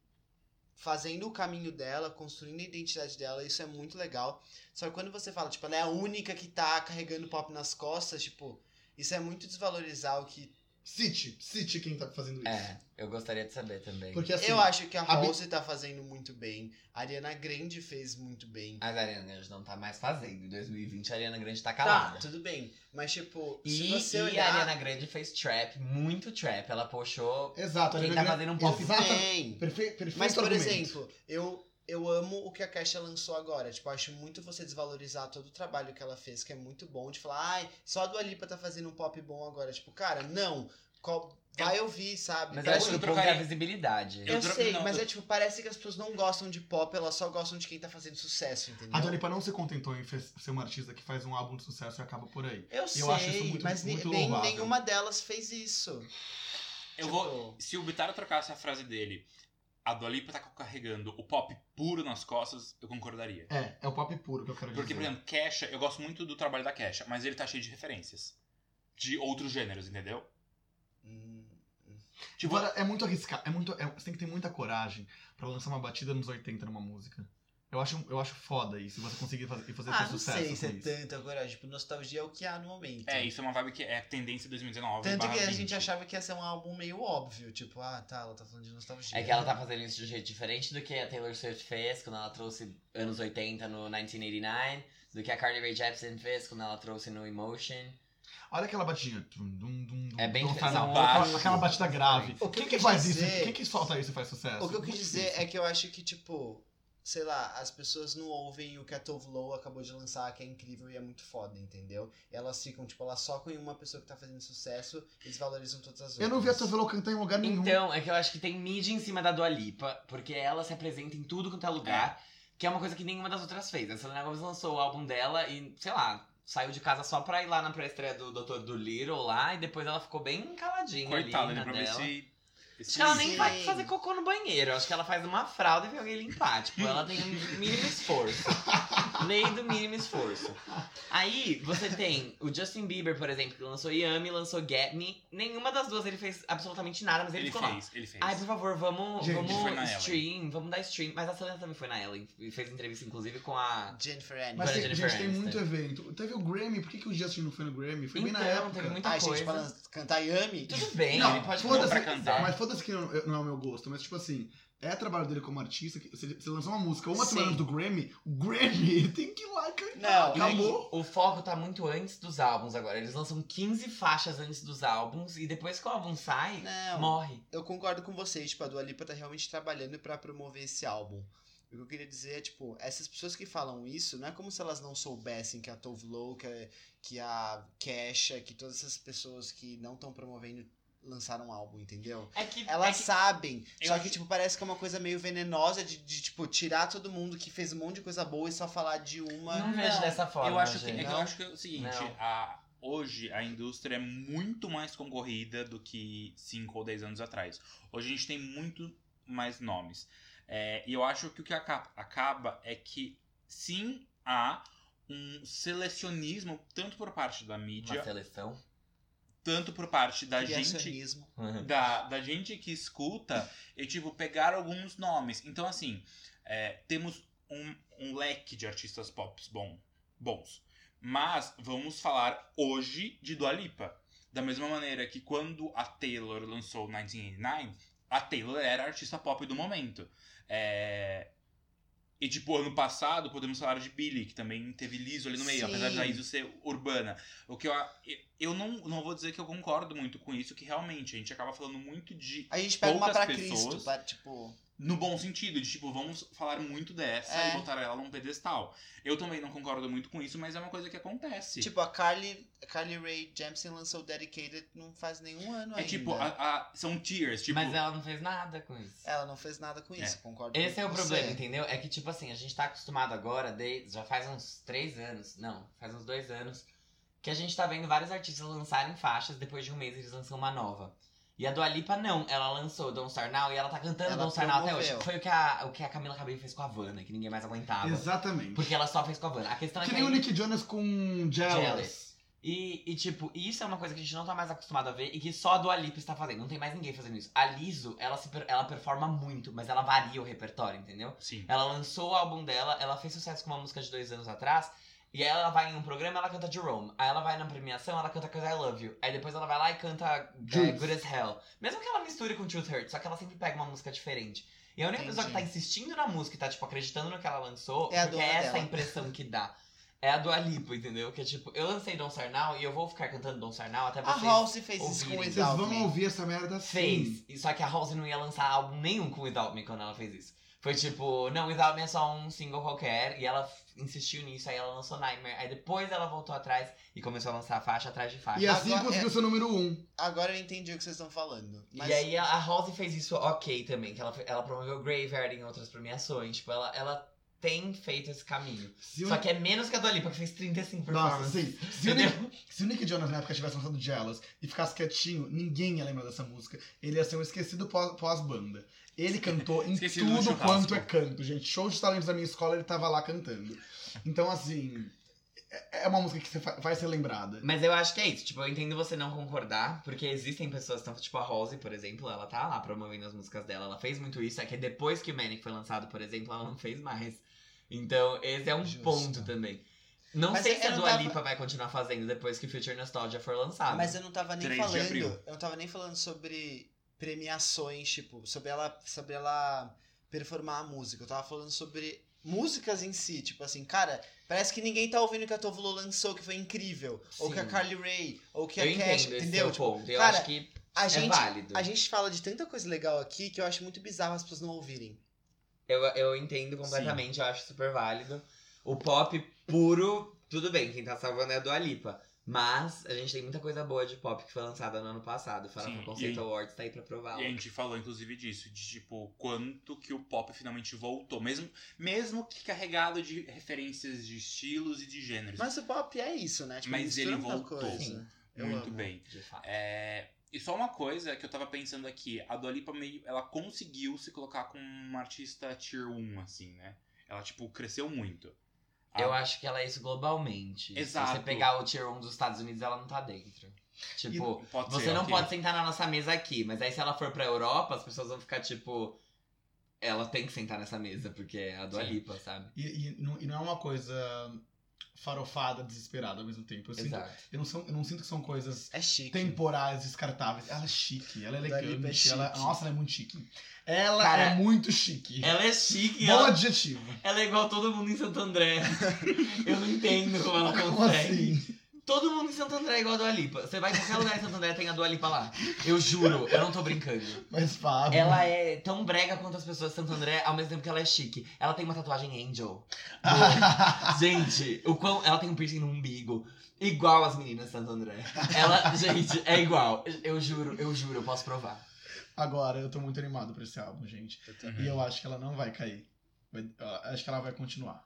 C: fazendo o caminho dela, construindo a identidade dela, isso é muito legal. Só que quando você fala, tipo, ela é a única que tá carregando o pop nas costas, tipo, isso é muito desvalorizar o que.
D: Cite, cite quem tá fazendo isso.
B: É, eu gostaria de saber também.
D: Porque, assim,
C: eu acho que a
D: a Bi-
C: Rose tá fazendo muito bem, a Ariana Grande fez muito bem.
B: Mas a Ariana Grande não tá mais fazendo. Em 2020 a Ariana Grande tá
C: Tá,
B: calada.
C: tudo bem. Mas, tipo, se
B: E,
C: você
B: e
C: olhar.
B: a Ariana Grande fez trap, muito trap. Ela puxou.
D: Exato. a
B: Quem
D: Ariana
B: tá
D: Grande-
B: fazendo um pop
D: Exata-
C: Tem.
D: Perfe... Perfeito
C: Mas, por
D: argumento.
C: exemplo, eu, eu amo o que a Kesha lançou agora. Tipo, eu acho muito você desvalorizar todo o trabalho que ela fez, que é muito bom. De falar, ai, só a Dua Lipa tá fazendo um pop bom agora. Tipo, cara, não. Qual- Vai ouvir, sabe?
B: Mas eu
E: Eu-
B: acho
E: eu
B: que o ponto é
E: trocaria-
B: a visibilidade.
E: eu
C: Eu,
E: tro-
C: sei,
E: não,
C: mas
E: eu-
C: é tipo, parece que as pessoas não gostam de pop, elas só gostam de quem tá fazendo sucesso, entendeu?
D: A Dua Lipa não se contentou em fe- ser uma artista que faz um álbum de sucesso e acaba por aí.
C: Eu sei,
D: acho isso muito-
C: mas ni-
D: muito
C: nem,
D: louvável.
C: nenhuma delas fez isso. Tipo,
E: Eu vou. Se o Bitar trocasse a frase dele, a Dolipa tá carregando o pop puro nas costas, eu concordaria.
D: É, é o pop puro que eu quero dizer.
E: Porque, por exemplo, Kesha, eu gosto muito do trabalho da Kesha, mas ele tá cheio de referências. de outros gêneros, entendeu?
C: Hum,
D: Tipo, era- é muito arriscado. É muito, é- você tem que ter muita coragem pra lançar uma batida nos 80 numa música. Eu acho, eu acho foda isso, você conseguir fazer, fazer
C: Ah,
D: ter
C: não
D: sucesso
C: sei se
D: com
C: é
D: isso.
C: tanta coragem. Tipo, nostalgia é o que há no momento.
E: É, isso é uma vibe que é tendência 2019.
C: Tanto que
E: barra
C: a gente
E: 20.
C: achava que ia ser um álbum meio óbvio. Tipo, ah, tá, ela tá falando de nostalgia.
B: É que ela tá fazendo isso de um jeito diferente do que a Taylor Swift fez quando ela trouxe anos 80 no 1989, do que a Carly Rae Jepsen fez quando ela trouxe no Emotion.
D: Olha aquela batidinha. Dum, dum, dum, dum,
B: É bem
D: dum, tá na
B: pesado.
D: hora,
E: Baixo.
D: aquela, aquela batida grave.
C: O que
D: Quem
C: eu
D: que
C: quis
D: faz
C: dizer-
D: isso? Quem que solta isso e faz sucesso?
C: O que eu quis
D: Muito
C: dizer
D: difícil.
C: é que eu acho que, tipo, sei lá, as pessoas não ouvem o que a Tove Lo acabou de lançar, que é incrível e é muito foda, entendeu? E elas ficam, tipo, elas socam em uma pessoa que tá fazendo sucesso, eles valorizam todas as outras.
D: Eu não vi a Tovelo cantar em lugar nenhum.
B: Então, é que eu acho que tem mídia em cima da Dua Lipa, porque ela se apresenta em tudo quanto é lugar, que é uma coisa que nenhuma das outras fez. A Selena Gomez lançou o álbum dela e, sei lá, saiu de casa só pra ir lá na pré-estreia do Dr. do Little lá, e depois ela ficou bem caladinha
E: Coitada,
B: ali
E: né?
B: na
E: Pra ver
B: dela.
E: se. é
B: Acho
E: esse-
B: que ela nem
C: Sim.
B: vai fazer cocô no banheiro. Acho que ela faz uma fralda e vem alguém limpar. Tipo, ela tem o
E: [LAUGHS]
B: mínimo esforço. Lei do mínimo esforço. Aí, você tem o Justin Bieber, por exemplo, que lançou Yami, lançou Get Me. Nenhuma das duas ele fez absolutamente nada, mas ele,
E: Ele
B: ficou lá.
E: fez, ele fez.
B: Ai, por favor, vamos,
D: Gente,
E: foi na
B: vamos
E: Ellen.
B: stream, vamos dar stream. Mas a Selena também foi na Ellen. E fez entrevista, inclusive, com a.
C: Jennifer Aniston.
D: Mas
B: Agora
D: tem,
B: a
D: gente,
B: Jennifer
D: tem
B: Aniston.
D: muito evento. Teve o Grammy, por que, que o Justin não foi no Grammy? Foi bem na
B: Então,
D: época.
B: teve muita
C: Ai,
B: coisa.
C: gente, pra lan- cantar Yami?
B: Tudo bem,
D: Não,
B: ele pode
D: foda-se,
B: pra cantar.
D: Mas foda-se que não, não é o meu gosto, mas tipo assim, é trabalho dele como artista. que Se ele se ele lançar uma música uma
C: Sim.
D: semana antes do Grammy, o Grammy [LAUGHS] ele tem que ir lá e cantar.
C: Não,
D: acabou.
B: O foco tá muito antes dos álbuns agora. Eles lançam 15 faixas antes dos álbuns e depois que o álbum sai,
C: Não.
B: morre.
C: eu concordo com vocês, tipo, a Dua Lipa tá realmente trabalhando pra promover esse álbum. O que eu queria dizer é, tipo, essas pessoas que falam isso, não é como se elas não soubessem que a Tove Lo, que, a- que a Kesha, que todas essas pessoas que não estão promovendo lançaram um álbum, entendeu?
B: É que. é
C: Elas
B: que-
C: sabem,
E: Eu
C: só que,
E: acho-
C: tipo, parece que é uma coisa meio venenosa de, de, tipo, tirar todo mundo que fez um monte de coisa boa e só falar de uma.
B: Não
D: é.
B: vejo dessa forma.
E: Eu acho que,
B: né, gente.
E: é que eu
C: Não?
E: acho que é o seguinte,
B: Não.
E: a- hoje a indústria é muito mais concorrida do que 5 ou 10 anos atrás. Hoje a gente tem muito mais nomes. É, e eu acho que o que aca- acaba é que sim há um selecionismo, tanto por parte da mídia,
B: é Uma
D: Tipo,
B: seleção.
E: tanto por parte
C: é
E: da gente
C: criacionismo.
E: da, da gente que escuta e, tipo, pegar alguns nomes. Então, assim, é, temos um, um leque de artistas pop bom, bons. Mas vamos falar hoje de Dua Lipa. Da mesma maneira que quando a Taylor lançou 1989, a Taylor era a artista pop do momento. É, E, tipo, ano passado, podemos falar de Billy, que também teve Liso ali no meio,
C: Sim.
E: apesar de a Liso ser urbana. O que eu, a- eu não, não vou dizer que eu concordo muito com isso, que realmente a gente acaba falando muito de.
C: A gente pega uma pra
E: Poucas pessoas-
C: Cristo, pra, tipo.
E: No bom sentido, de tipo, vamos falar muito dessa
C: É.
E: e botar ela num pedestal. Eu também não concordo muito com isso, mas é uma coisa que acontece.
C: Tipo, a Carly, a Carly Rae Jepsen lançou Dedicated não faz nenhum ano
E: é
C: ainda.
E: tipo, a- a- são tiers, tipo.
B: Mas ela não fez nada com isso.
C: Ela não fez nada com isso, concordo
B: Esse
C: com
B: é o
C: você.
B: problema, entendeu? É que, tipo assim, a gente tá acostumado agora, de- já faz uns três anos, não, faz uns dois anos, que a gente tá vendo vários artistas lançarem faixas, depois de um mês eles lançam uma nova. E a Dua Lipa não, ela lançou Don't Start Now e ela tá cantando
C: Ela
B: Don't Start Now até hoje.
C: promoveu.
B: Foi o que a, o que a Camila Cabello fez com a Vanna, que ninguém mais aguentava.
D: Exatamente.
B: Porque ela só fez com a Vanna. A questão é
D: que
B: que
D: nem o
B: aí-
D: Nick Jonas com
B: Jealous.
D: Jealous.
B: E, e, tipo, isso é uma coisa que a gente não tá mais acostumado a ver e que só a Dua Lipa está fazendo. Não tem mais ninguém fazendo isso. A Liso, ela, se per- ela performa muito, mas ela varia o repertório, entendeu?
E: Sim.
B: Ela lançou o álbum dela, ela fez sucesso com uma música de dois anos atrás. E aí ela vai em um programa, ela canta Jerome. Aí ela vai na premiação, ela canta Cause I Love You. Aí depois ela vai lá e canta é,
D: Juice.
B: Good As Hell. Mesmo que ela misture com Truth Hurt, só que ela sempre pega uma música diferente. E a única pessoa que tá
C: Entendi.
B: insistindo na música e tá, tipo, acreditando no que ela lançou,
C: É a
B: porque
C: dona
B: é essa a
C: dela.
B: impressão que dá. É a do Alipo, entendeu? Que é tipo, eu lancei Don't Start Now e eu vou ficar cantando Don't Start Now até
C: A
B: vocês...
C: Halsey fez isso
B: ouvirem.
C: com o
D: Vocês
C: Exalt
D: vão
C: Me.
D: ouvir essa merda sim.
B: Fez. E Só que a Halsey não ia lançar álbum nenhum com Without Me quando ela fez isso. Foi tipo, não, Without Me é só um single qualquer. E ela f- insistiu nisso, aí ela lançou Nightmare. Aí depois ela voltou atrás e começou a lançar faixa atrás de faixa.
D: E assim
C: Agora-
D: conseguiu
C: é-
D: seu número um.
C: Agora eu entendi o que vocês estão falando. Mas
B: E aí a, a Rose fez isso ok também, que ela, fe- ela promoveu Graveyard em outras premiações. Tipo, ela, ela tem feito esse caminho.
D: Se o-
B: Só que é menos que a Dua Lipa, que fez 35
D: Nossa,
B: performances.
D: sim. Se o, Nick, se o Nick Jonas na época tivesse lançado Jealous e ficasse quietinho, ninguém ia lembrar dessa música. Ele ia ser um esquecido pós- pós-banda. Ele cantou em
E: Esquecido no
D: tudo
E: churrasco.
D: quanto é canto, gente. Show de talentos da minha escola, ele tava lá cantando. Então, assim, É uma música que você fa- vai ser lembrada.
B: Mas eu acho que é isso. Tipo, eu entendo você não concordar, porque existem pessoas, tanto tipo a Rose, por exemplo, ela tá lá promovendo as músicas dela. Ela fez muito isso, é que depois que o Manic foi lançado, por exemplo, ela não fez mais. Então, esse é um
C: Justo.
B: ponto também. Não
C: Mas
B: sei
C: eu-
B: se a
C: eu não
B: Dua
C: tava-
B: Lipa vai continuar fazendo depois que Future Nostalgia for lançado.
C: Mas eu não tava nem
E: 3 de
C: falando.
E: abril.
C: Eu não tava nem falando sobre premiações, tipo, sobre ela, sobre ela performar a música. Eu tava falando sobre músicas em si, tipo assim, cara, parece que ninguém tá ouvindo o que a Tovolo lançou, que foi incrível. Ou que a
B: Sim.
C: Carly Rae, ou que
B: eu
C: a Cash,
B: entendo esse
C: entendeu?
B: seu
C: Tipo,
B: ponto. Eu
C: cara,
B: acho que
C: a
B: é
C: gente.
B: válido.
C: A gente fala de tanta coisa legal aqui que eu acho muito bizarro as pessoas não ouvirem.
B: Eu, eu entendo completamente, eu acho super válido. O pop puro, tudo bem, quem tá salvando é a Dua Lipa. Mas a gente tem muita coisa boa de pop que foi lançada no ano passado. O
E: Sim,
B: Farofa
E: e
B: Conceito
E: aí-
B: Awards tá aí pra provar.
E: E a gente falou, inclusive, disso, de tipo, quanto que o pop finalmente voltou, mesmo, mesmo que carregado de referências de estilos e de gêneros.
C: Mas o pop é isso, né? Tipo,
E: Mas
C: mistura
E: ele
C: muita
E: voltou.
C: coisa.
B: Sim.
C: eu
E: Muito
C: amo.
E: bem.
B: de fato.
E: É, E só uma coisa que eu tava pensando aqui, a Dua Lipa meio, ela conseguiu se colocar como uma artista tier 1, assim, né? Ela, tipo, cresceu muito. A-
B: Eu acho que ela é isso globalmente. Se
E: Exato.
B: você pegar o Tier 1 dos Estados Unidos, ela não tá dentro. Tipo,
E: pode
B: você
E: ser,
B: não
E: ok.
B: pode sentar na nossa mesa aqui. Mas aí se ela for pra Europa, as pessoas vão ficar tipo. Ela tem que sentar nessa mesa, porque é a Dua
E: Sim.
B: Lipa, sabe?
D: E, e não, e não é uma coisa farofada, desesperada ao mesmo tempo. Eu, sinto-
B: Exato.
D: eu não, são- eu não sinto que são coisas
C: É chique.
D: temporais, descartáveis. Ela é chique, ela é
C: Dali
D: elegante.
C: pra chique.
D: ela, nossa, ela é muito chique. Ela
B: Cara,
D: é muito chique.
B: Ela é chique,
D: Bom
B: ela
D: adjetivo.
B: Ela é igual todo mundo em Santo
D: [LAUGHS]
B: André. Eu não entendo como ela
D: Como
B: consegue.
D: assim?
B: Todo mundo em Santo André é igual a Dua Lipa. Você vai em qualquer lugar em Santo André, tem a Dua Lipa lá. Eu juro, eu não tô brincando.
D: Mas Fábio. [LAUGHS]
B: Ela é tão brega quanto as pessoas de Santo André, ao mesmo tempo que ela é chique. Ela tem uma tatuagem Angel.
D: Tá.
B: Gente, o quão... ela tem um piercing no umbigo. Igual as meninas de Santo André. Ela, gente, é igual. Eu juro, eu juro, eu posso provar.
D: Agora, eu tô muito animado pra esse álbum, gente. E
E: Uhum.
D: eu acho que ela não vai cair. Vai- ó, acho que ela vai continuar.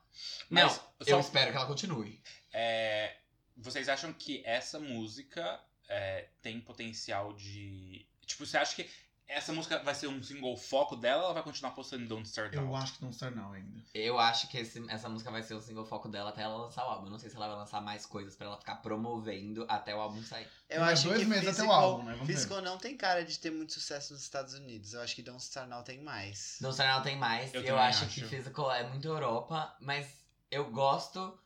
B: Não,
E: Mas,
B: eu
E: só-
B: espero que ela continue.
E: É, vocês acham que essa música é, tem potencial de. Tipo, você acha que essa música vai ser um single foco dela ou ela vai continuar postando em Don't Start
D: Eu
E: Now?
D: acho que não está não ainda.
B: Eu acho que esse- essa música vai ser o single foco dela até ela lançar o álbum. Não sei se ela vai lançar mais coisas pra ela ficar promovendo até o álbum sair.
C: Eu
D: Tem mais
C: acho
D: dois
C: que
D: meses até o
C: physical,
D: álbum, né? Vamos ver.
C: physical não tem cara de ter muito sucesso nos Estados Unidos. Eu acho que Don't Star Now tem mais.
B: Don't Start Now tem mais.
E: Eu
B: Eu,
E: também
B: acho,
E: acho.
B: que Physical é muito Europa, mas eu gosto.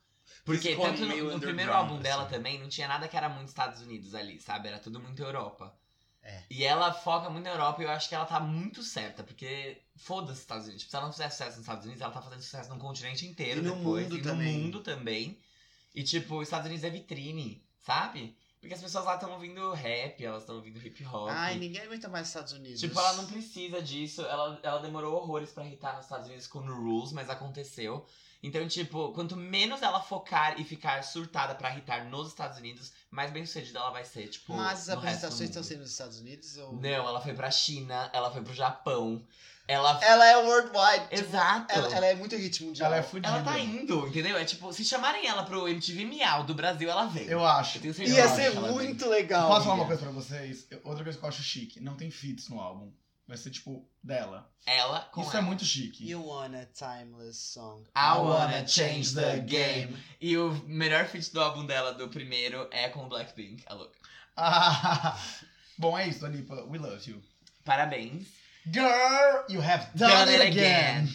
B: Porque
E: Physical é
B: tanto
E: meio
B: no, no primeiro
E: underground,
B: álbum dela
E: assim.
B: também, não tinha nada que era muito Estados Unidos ali, sabe? Era tudo muito Europa.
C: É.
B: E ela foca muito na Europa e eu acho que ela tá muito certa, porque foda-se os Estados Unidos. Tipo, se ela não fizer sucesso nos Estados Unidos, ela tá fazendo sucesso no continente inteiro
C: E no
B: depois,
C: mundo
B: e
C: também.
B: no mundo também. E tipo, os Estados Unidos é vitrine, sabe? Porque as pessoas lá estão ouvindo rap, elas estão ouvindo hip hop.
C: Ai, ninguém aguenta mais os Estados Unidos.
B: Tipo, ela não precisa disso. Ela, ela demorou horrores pra irritar nos Estados Unidos com No Rules, mas aconteceu. Então, tipo, quanto menos ela focar e ficar surtada pra irritar nos Estados Unidos, mais bem sucedida ela vai ser, tipo.
C: Mas as
B: no resto do
C: apresentações estão
B: mundo.
C: sendo nos Estados Unidos ou.
B: Não, ela foi pra China, ela foi pro Japão. Ela.
C: Ela é worldwide. tipo,
B: Exato.
C: ela, ela é muito hit mundial.
D: Ela é fodida.
B: Ela tá indo, entendeu? É tipo, se chamarem ela pro MTV Miau do Brasil, ela vem.
D: Eu acho.
B: Eu tenho certeza.
C: Ia
B: Eu
C: ser
B: acho ela bem.
C: muito legal.
D: Posso falar uma
C: amiga.
D: coisa pra vocês? Eu- Outra coisa que eu acho chique. Não tem feats no álbum. Vai ser, tipo, dela.
B: Ela com
D: Isso
B: ela.
D: é muito chique.
C: You want a timeless song.
B: I wanna change the game. E o melhor feat do álbum dela, do primeiro, é com o Blackpink. A louca.
D: [LAUGHS] Ah, bom, é isso, Dua Lipa. We love you.
B: Parabéns.
D: Girl, you have done, it, again.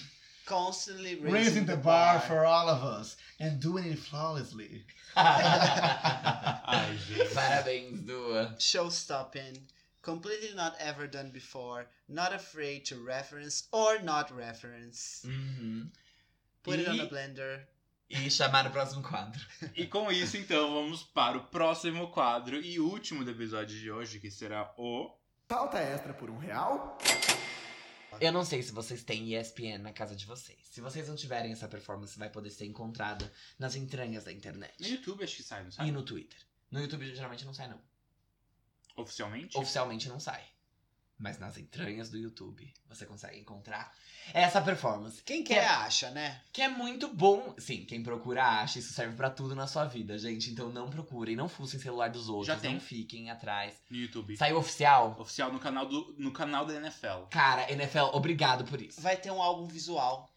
C: Constantly raising,
D: Raising the bar for all of us and doing it flawlessly.
E: Ai, gente.
B: Parabéns, Dua.
C: Show stopping. Completely not ever done before. Not afraid to reference or not reference.
B: Uhum.
C: Put it on
E: E-
C: a blender.
B: E chamar o próximo quadro.
E: E com isso, então, vamos para o próximo quadro e último do episódio de hoje, que será o.
A: Pauta extra por um real?
B: Eu não sei se vocês têm ESPN na casa de vocês. Se vocês não tiverem, essa performance vai poder ser encontrada nas entranhas da
E: No
B: internet.
E: YouTube acho que sai, não sai?
B: E no Twitter. No YouTube geralmente não sai, não.
E: Oficialmente?
B: Oficialmente não sai. Mas nas entranhas do YouTube você consegue encontrar essa performance.
C: Quem quer acha, né?
B: Que é muito bom. Sim, quem procura acha. Isso serve pra tudo na sua vida, gente. Então não procurem, não fuçem celular dos outros.
E: Já tem.
B: Não fiquem atrás.
E: No YouTube.
B: Saiu oficial?
E: Oficial no canal, do, no canal da NFL.
B: Cara, NFL, obrigado por isso.
C: Vai ter um álbum visual.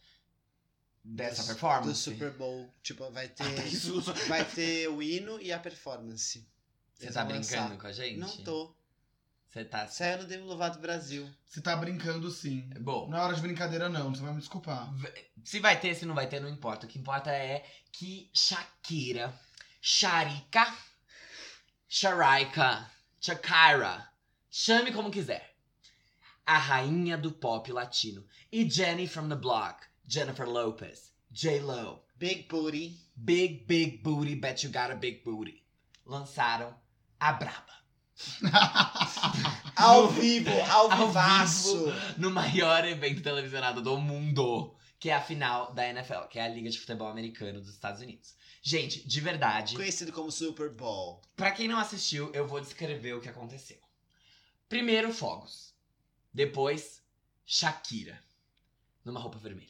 B: dessa
C: do-
B: performance. Ah,
C: Do Super Bowl. Tipo, vai ter.
E: Que susto.
C: vai ter o hino e a performance.
B: Você
C: Eles
B: tá
C: vão
B: brincando
C: lançar.
B: com a gente?
C: Não tô.
B: Você tá.
C: Saiu no Demi Lovato Brasil.
D: Se tá brincando, sim.
B: Bom,
D: Não é hora de brincadeira, não. Você vai me desculpar.
B: se vai ter, se não vai ter, não importa. O que importa é que Shakira, Sharika, Sharaika, Shakira, chame como quiser. A rainha do pop latino. E Jenny from the Block, Jennifer Lopez, J-Lo, [LAUGHS]
C: Big Booty.
B: Big Big Booty, Bet You Got a Big Booty. Lançaram a Braba.
C: Ao vivo, ao
B: Ao
C: vivaço.
B: No maior evento televisionado do mundo, que é a final da NFL, que é a Liga de Futebol Americano dos Estados Unidos. Gente, de verdade,
C: Conhecido como Super Bowl.
B: pra quem não assistiu, eu vou descrever o que aconteceu. Primeiro, fogos. Depois, Shakira. Numa roupa vermelha.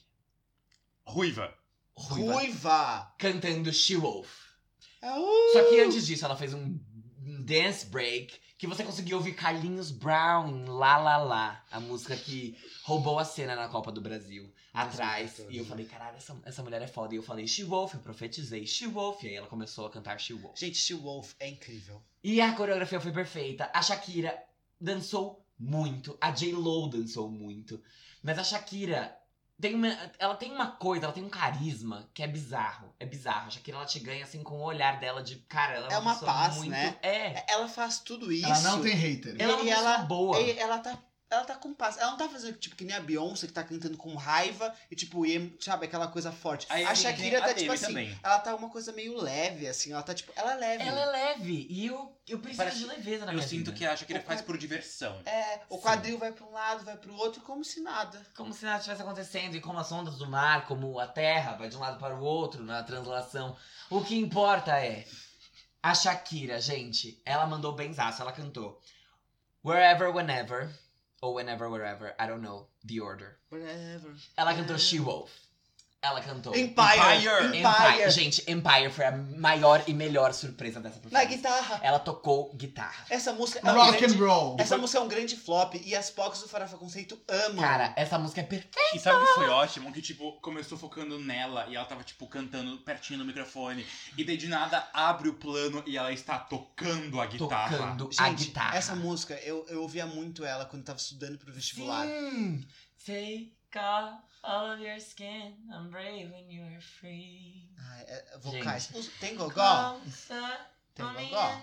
E: [LAUGHS] Ruiva.
B: Ruiva.
C: Ruiva. É
B: Cantando She Wolf.
C: Aú.
B: Só que antes disso, ela fez um um dance break que você conseguiu ouvir Carlinhos Brown, La La La, a música que roubou a cena na Copa do Brasil, atrás. E eu falei, caralho, essa, essa mulher é foda. E eu falei, She Wolf, eu profetizei, She Wolf. E aí ela começou a cantar She Wolf.
C: Gente, She Wolf é incrível.
B: E a coreografia foi perfeita. A Shakira dançou muito. A J-Lo dançou muito. Mas a Shakira tem uma, ela tem uma coisa, ela tem um carisma que é bizarro. É bizarro. A Shakira ela te ganha assim com o olhar dela de cara. Ela
C: É uma
B: pessoa
C: paz,
B: muito-
C: né?
B: É.
C: É, Ela faz tudo isso.
D: Ela não tem hater.
B: Ela é uma
C: E
B: pessoa
C: ela-
B: boa.
C: E Ela tá. Ela tá com paz. Ela não tá fazendo tipo que nem a Beyoncé que tá cantando com raiva e tipo, e, sabe, aquela coisa forte.
E: Aí
C: a
E: tem-
C: Shakira
E: tem a
C: tá tipo
E: Demi
C: assim.
E: também.
C: Ela tá uma coisa meio leve, assim. Ela tá tipo. Ela é leve.
B: Ela é leve. E eu, eu preciso
E: Parece-
B: de leveza na
E: Eu
B: minha
E: sinto
B: vida.
E: que a Shakira faz por diversão.
C: É, o
B: Sim.
C: quadril vai pra um lado, vai pro outro, como se nada.
B: Como se nada estivesse acontecendo, e como as ondas do mar, como a terra, vai de um lado para o outro na translação. O que importa é. A Shakira, gente, ela mandou benzaço, ela cantou. Wherever, whenever. Ou whenever, wherever. I don't know the order.
C: Whatever.
B: Ela cantou She Wolf. Ela cantou.
C: Empire!
E: Empire.
C: Empire!
B: Gente, Empire foi a maior e melhor surpresa dessa
C: Na
B: performance.
C: guitarra.
B: Ela tocou guitarra.
C: Essa música é um
D: Rock
C: grande-
D: and roll.
C: Essa música é um grande flop e as POCs do Farofa Conceito amam.
B: Cara, essa música é perfeita.
E: E sabe o que foi ótimo? Que, tipo, começou focando nela e ela tava, tipo, cantando pertinho do microfone. E daí de nada abre o plano e ela está tocando a guitarra.
B: Tocando a
C: Gente,
B: guitarra.
C: essa música, eu, eu ouvia muito ela quando tava estudando pro vestibular.
B: Sim. Take off all of your skin, I'm brave when you're free.
C: Ai, é- vocais. Tem gogó? Tem gogó?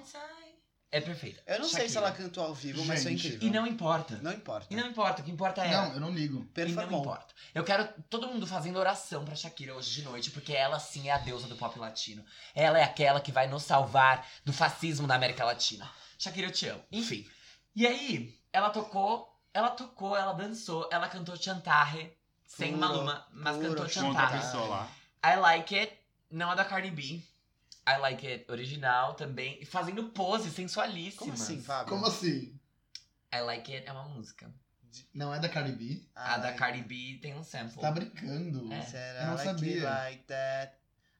B: É perfeita.
C: Eu não sei se
B: Shakira.
C: ela cantou ao vivo, mas foi
D: Gente,
C: incrível.
B: E não importa.
C: Não importa.
B: E não importa, o que importa é
D: Não,
B: ela.
D: eu não ligo.
B: E não
C: Performou.
B: importa. Eu quero todo mundo fazendo oração pra Shakira hoje de noite, porque ela sim é a deusa do pop latino. Ela é aquela que vai nos salvar do fascismo da América Latina. Shakira, eu te amo. Enfim. E aí, ela tocou, ela tocou, ela dançou, ela cantou Chantarre, sem
C: Pura,
B: Maluma, mas cantou
C: pura
E: Com outra
B: Chantarre.
C: Chantarre.
E: pessoa lá.
B: I Like It, não a da Cardi B. I Like It original também, e fazendo pose sensualíssima.
C: Como assim, Fábio?
D: Como assim?
B: I Like It é uma música.
D: Não é da Caribe?
B: A da
C: Ai,
B: Cardi B tem um sample.
D: Você tá brincando.
B: É.
C: Será
D: Eu não
C: like
D: sabia.
C: it like that?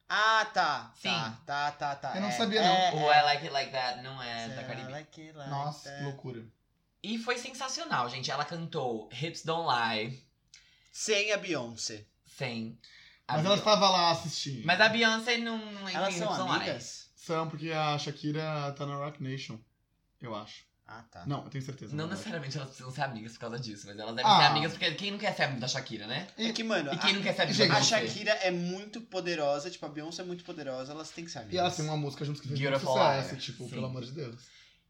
C: Ah, tá.
B: Sim.
C: Tá, tá, tá, tá.
D: Eu não
C: É,
D: sabia, não.
C: é,
B: O
C: é.
B: I Like It Like That não é da
C: Será
B: Cardi B.
C: like it like
D: Nossa,
C: that?
D: loucura.
B: E foi sensacional, gente. Ela cantou Hips Don't Lie
C: Sem a Beyoncé.
B: sem. a
D: Mas ela
B: Beyoncé.
D: estava lá assistindo.
B: Mas a Beyoncé não, não entra
C: Elas
B: em
C: são
B: Hips Don't Lie.
C: amigas?
D: São, porque a Shakira tá na Rock Nation. Eu acho.
C: Ah, tá.
D: Não, eu tenho certeza.
B: Não
D: na verdade.
B: necessariamente elas precisam ser amigas por causa disso, mas elas devem
D: Ah.
B: ser amigas porque quem não quer ser amigo da Shakira, né?
C: É que, mano,
B: E quem não quer ser amigo
D: gente,
B: da
C: a, a
D: você?
C: Shakira é muito poderosa, tipo, a Beyoncé é muito poderosa, elas têm que ser amigas.
D: E elas têm uma música juntos que fez muito
B: Beautiful
D: sucesso,
B: Liar.
D: tipo,
B: Sim.
D: pelo amor de Deus.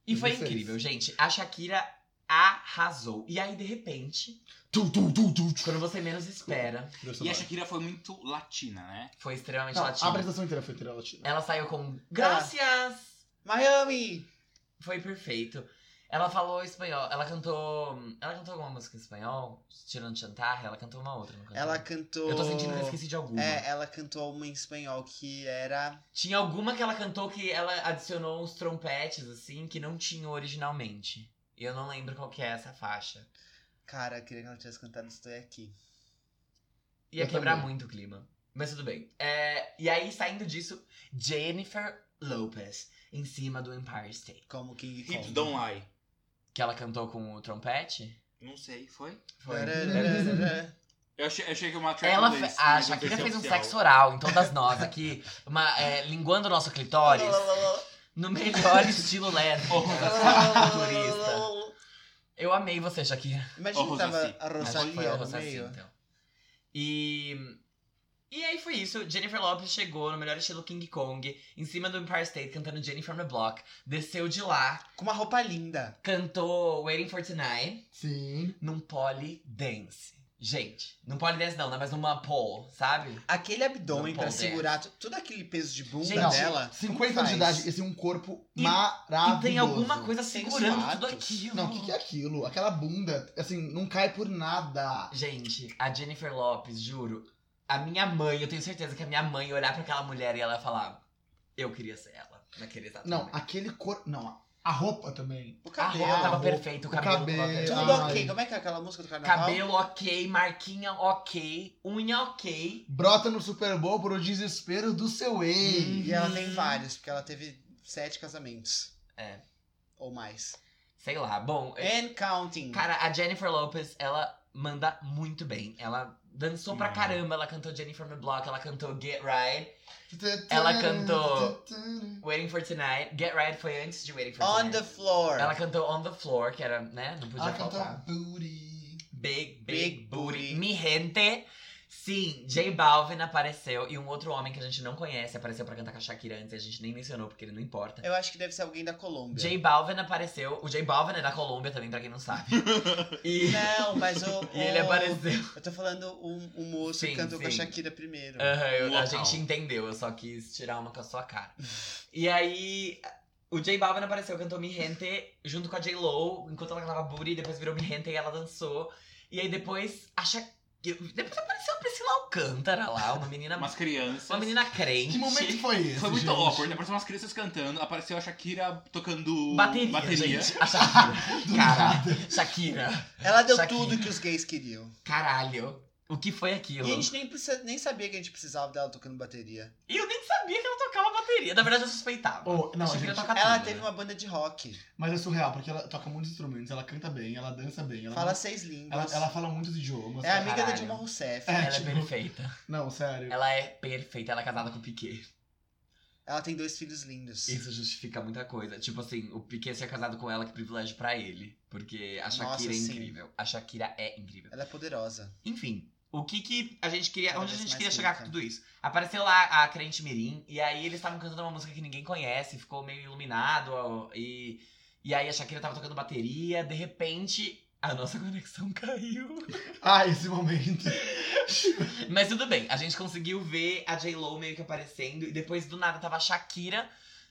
B: E foi
D: 16.
B: incrível, gente. A Shakira arrasou. E aí, de repente,
D: Tu, tu, tu, tu, tu.
B: quando você menos espera,
E: E a Shakira foi muito latina, né?
B: foi extremamente
D: Não, É. a
B: latina. É.
D: apresentação inteira foi inteira latina.
B: Ela saiu com Gracias!
C: Miami!
B: Foi perfeito. Ela falou espanhol. Ela cantou. Ela cantou alguma música em espanhol? Tirando Chantarre, ela cantou uma outra. Não cantou?
C: Ela cantou...
B: Eu tô sentindo que eu esqueci de alguma.
C: É, ela cantou uma em espanhol que era...
B: Tinha alguma que ela cantou que ela adicionou uns trompetes, assim, que não tinham originalmente. E eu não lembro qual que é essa faixa.
C: Cara, eu queria que ela tivesse cantado Estou Aqui.
B: Ia
D: Eu
B: quebrar
D: também.
B: muito o clima. Mas tudo bem. É, e aí, saindo disso, Jennifer Lopez, em cima do Empire State.
C: Como King Kong.
E: Hips Don't Lie.
B: Que ela cantou com o trompete?
E: Não sei, foi?
B: Foi.
C: Tarararara.
E: Eu achei, eu achei que é uma trap
B: Ela fe...
E: race,
B: A
E: mas não
B: Shakira
E: sei se
B: fez um
E: oficial.
B: sexo oral em todas nós aqui, uma, é, linguando o nosso clitóris no melhor estilo lésbico. Turista. Eu amei você, Shakira.
C: Imagina
E: Ou
C: que tava
E: Rosaci.
C: a
B: Acho que foi a
C: Rosalia no
B: Rosaci,
C: meio.
B: então. E. E aí foi isso. Jennifer Lopez chegou no melhor estilo King Kong, em cima do Empire State, cantando Jenny from the Block. Desceu de lá,
C: Com uma roupa linda.
B: cantou Waiting for Tonight
D: Sim.
B: num pole dance. Gente, num pole dance não, né? Mas numa pole, sabe?
C: Aquele abdômen
B: Não é.
C: pra
B: pode.
C: segurar tu- todo aquele peso de bunda
B: Gente,
C: dela.
D: 50 anos de idade e tem um corpo
B: E-
D: maravilhoso.
B: e tem alguma coisa segurando
C: Sensuatos.
B: tudo aquilo.
D: Não, o que, que é aquilo? Aquela bunda, assim, não cai por nada.
B: Gente, a Jennifer Lopes, juro. A minha mãe, eu tenho certeza que a minha mãe ia olhar pra aquela mulher e ela ia falar: Eu queria ser ela, naquele exato
D: Não,
B: momento."
D: aquele corpo. Não, a roupa também.
C: O
B: A
C: cabelo.
B: roupa tava
D: roupa,
B: perfeita, o
D: o
B: cabelo,
D: cabelo,
B: tava perfeito.
C: Tudo
D: Ai.
C: ok. Como é que é aquela música do carnaval?
B: Cabelo ok, marquinha ok, unha ok.
D: Brota no Super Bowl por o desespero do seu ex.
B: Uhum.
C: E ela tem vários, porque ela teve sete casamentos.
B: É.
C: Ou mais.
B: Sei lá, bom.
D: É.
B: eu-
C: And counting.
B: Cara, a Jennifer Lopez, ela manda muito bem. Ela dançou pra
E: Manda.
B: caramba, ela cantou Jennifer on the Block, ela cantou Get Right, Ela cantou- Waiting for Tonight. Get Right foi antes de Waiting for
C: On
B: Tonight.
C: the floor.
B: Ela cantou On the Floor, que era, né? Não podia
D: Ela
B: faltar.
D: cantou Booty.
B: Big, big,
C: Big
B: booty.
C: booty.
B: Mi gente. Sim, J Balvin apareceu e um outro homem que a gente não conhece apareceu pra cantar com a Shakira antes e a gente nem mencionou porque ele não importa.
C: Eu acho que deve ser alguém da Colômbia.
B: J Balvin apareceu. O J Balvin é da Colômbia também, pra quem não sabe. E,
C: Não, mas o.
B: [LAUGHS] e ele
C: o-
B: apareceu.
C: Eu tô falando o o moço
B: Sim,
C: que cantou com a
B: sim.
C: Shakira primeiro.
B: Aham, eu- a
E: Local.
B: gente entendeu, eu só quis tirar uma com a sua cara. E aí, o J Balvin apareceu, cantou Mi Gente junto com a J Lo, enquanto ela cantava Booty, depois virou Mi Gente e ela dançou. E aí depois, a Shakira. Depois apareceu a Priscila Alcântara lá, uma menina
E: Umas crianças.
B: Uma menina crente.
D: Que momento foi esse?
E: Foi muito
D: gente?
E: awkward, né? apareceu umas crianças cantando, apareceu a Shakira tocando
B: [LAUGHS] Bateria, gente. A Shakira. Cara, Shakira.
C: Ela deu
B: Shakira.
C: tudo que os gays queriam.
B: Caralho. O que foi
C: E a
B: aquilo?
C: gente nem, precisa, nem sabia que a gente precisava dela tocando bateria.
B: E eu nem sabia que ela tocava bateria. Na verdade, eu suspeitava.
D: Oh, não,
B: Achei que
D: gente,
B: ia tocar
C: Ela
B: tudo,
C: teve
B: né?
C: uma banda de rock.
D: mas é surreal, porque ela toca muitos instrumentos, ela canta bem, ela dança bem, ela,
C: Fala seis línguas.
D: ela, ela fala muitos idiomas.
C: é amiga da
B: Caralho.
C: Dilma Rousseff.
D: É.
B: Ela é
D: tipo-
B: perfeita.
D: Não, sério.
B: Ela é perfeita. Ela é casada com o Piquet.
C: Ela tem dois filhos lindos.
B: Isso justifica muita coisa. Tipo assim, o Piquet ser casado com ela, que privilégio pra ele. Porque a Shakira
C: Nossa,
B: é
C: sim.
B: incrível. A Shakira é incrível.
C: Ela é poderosa.
B: Enfim, o que que a gente queria.
C: Cada
B: Onde a
C: vez
B: gente
C: mais
B: queria chegar
C: rica.
B: com tudo isso? Apareceu lá a crente Mirim, e aí eles estavam cantando uma música que ninguém conhece, ficou meio iluminado, ó, e, e aí a Shakira tava tocando bateria, de repente. A nossa conexão [LAUGHS] caiu.
D: Ah,
C: [LAUGHS]
D: esse momento.
B: Mas tudo bem, a gente conseguiu ver a J-Lo meio que aparecendo. E depois do nada tava a Shakira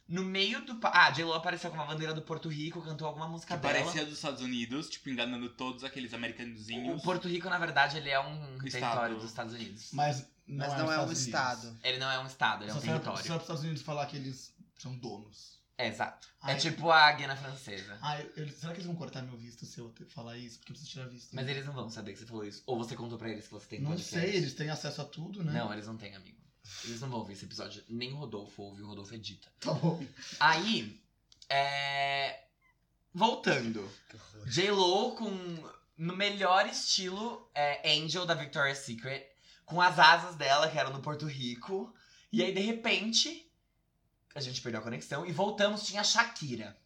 B: no meio do. pa- Ah, a J-Lo apareceu com uma bandeira do Porto Rico, cantou alguma música
E: Que
B: dela.
E: parecia dos Estados Unidos, tipo, enganando todos aqueles americanozinhos.
B: O Porto Rico, na verdade, ele é um
E: Estado.
B: território dos Estados Unidos.
D: Mas não,
C: Mas
D: é,
C: não
D: nos
C: é um
D: Estados Unidos.
C: estado.
B: Ele não é um estado, ele é
D: Só
B: um
D: serve para os
B: território.
D: Estados Unidos falar que eles são donos.
B: É, exato.
D: Ai,
B: É tipo a Guiana Francesa.
D: ai, eu- será que eles vão cortar meu visto se eu te- falar isso? Porque eu preciso tirar visto.
B: Mas eles não vão saber que você falou isso. Ou você contou pra eles que você tem
D: Não
B: podcast.
D: sei, eles têm acesso a tudo, né?
B: Não, eles não têm, amigo. Eles não vão ouvir esse episódio. Nem o Rodolfo ouve, o Rodolfo edita.
D: Tá bom.
B: Aí, é... Voltando.
C: Que horror.
B: J-Lo com... No melhor estilo, é, Angel da Victoria's Secret. Com as asas dela, que eram no Porto Rico. E aí, de repente, a gente perdeu a conexão. E voltamos, tinha a Shakira.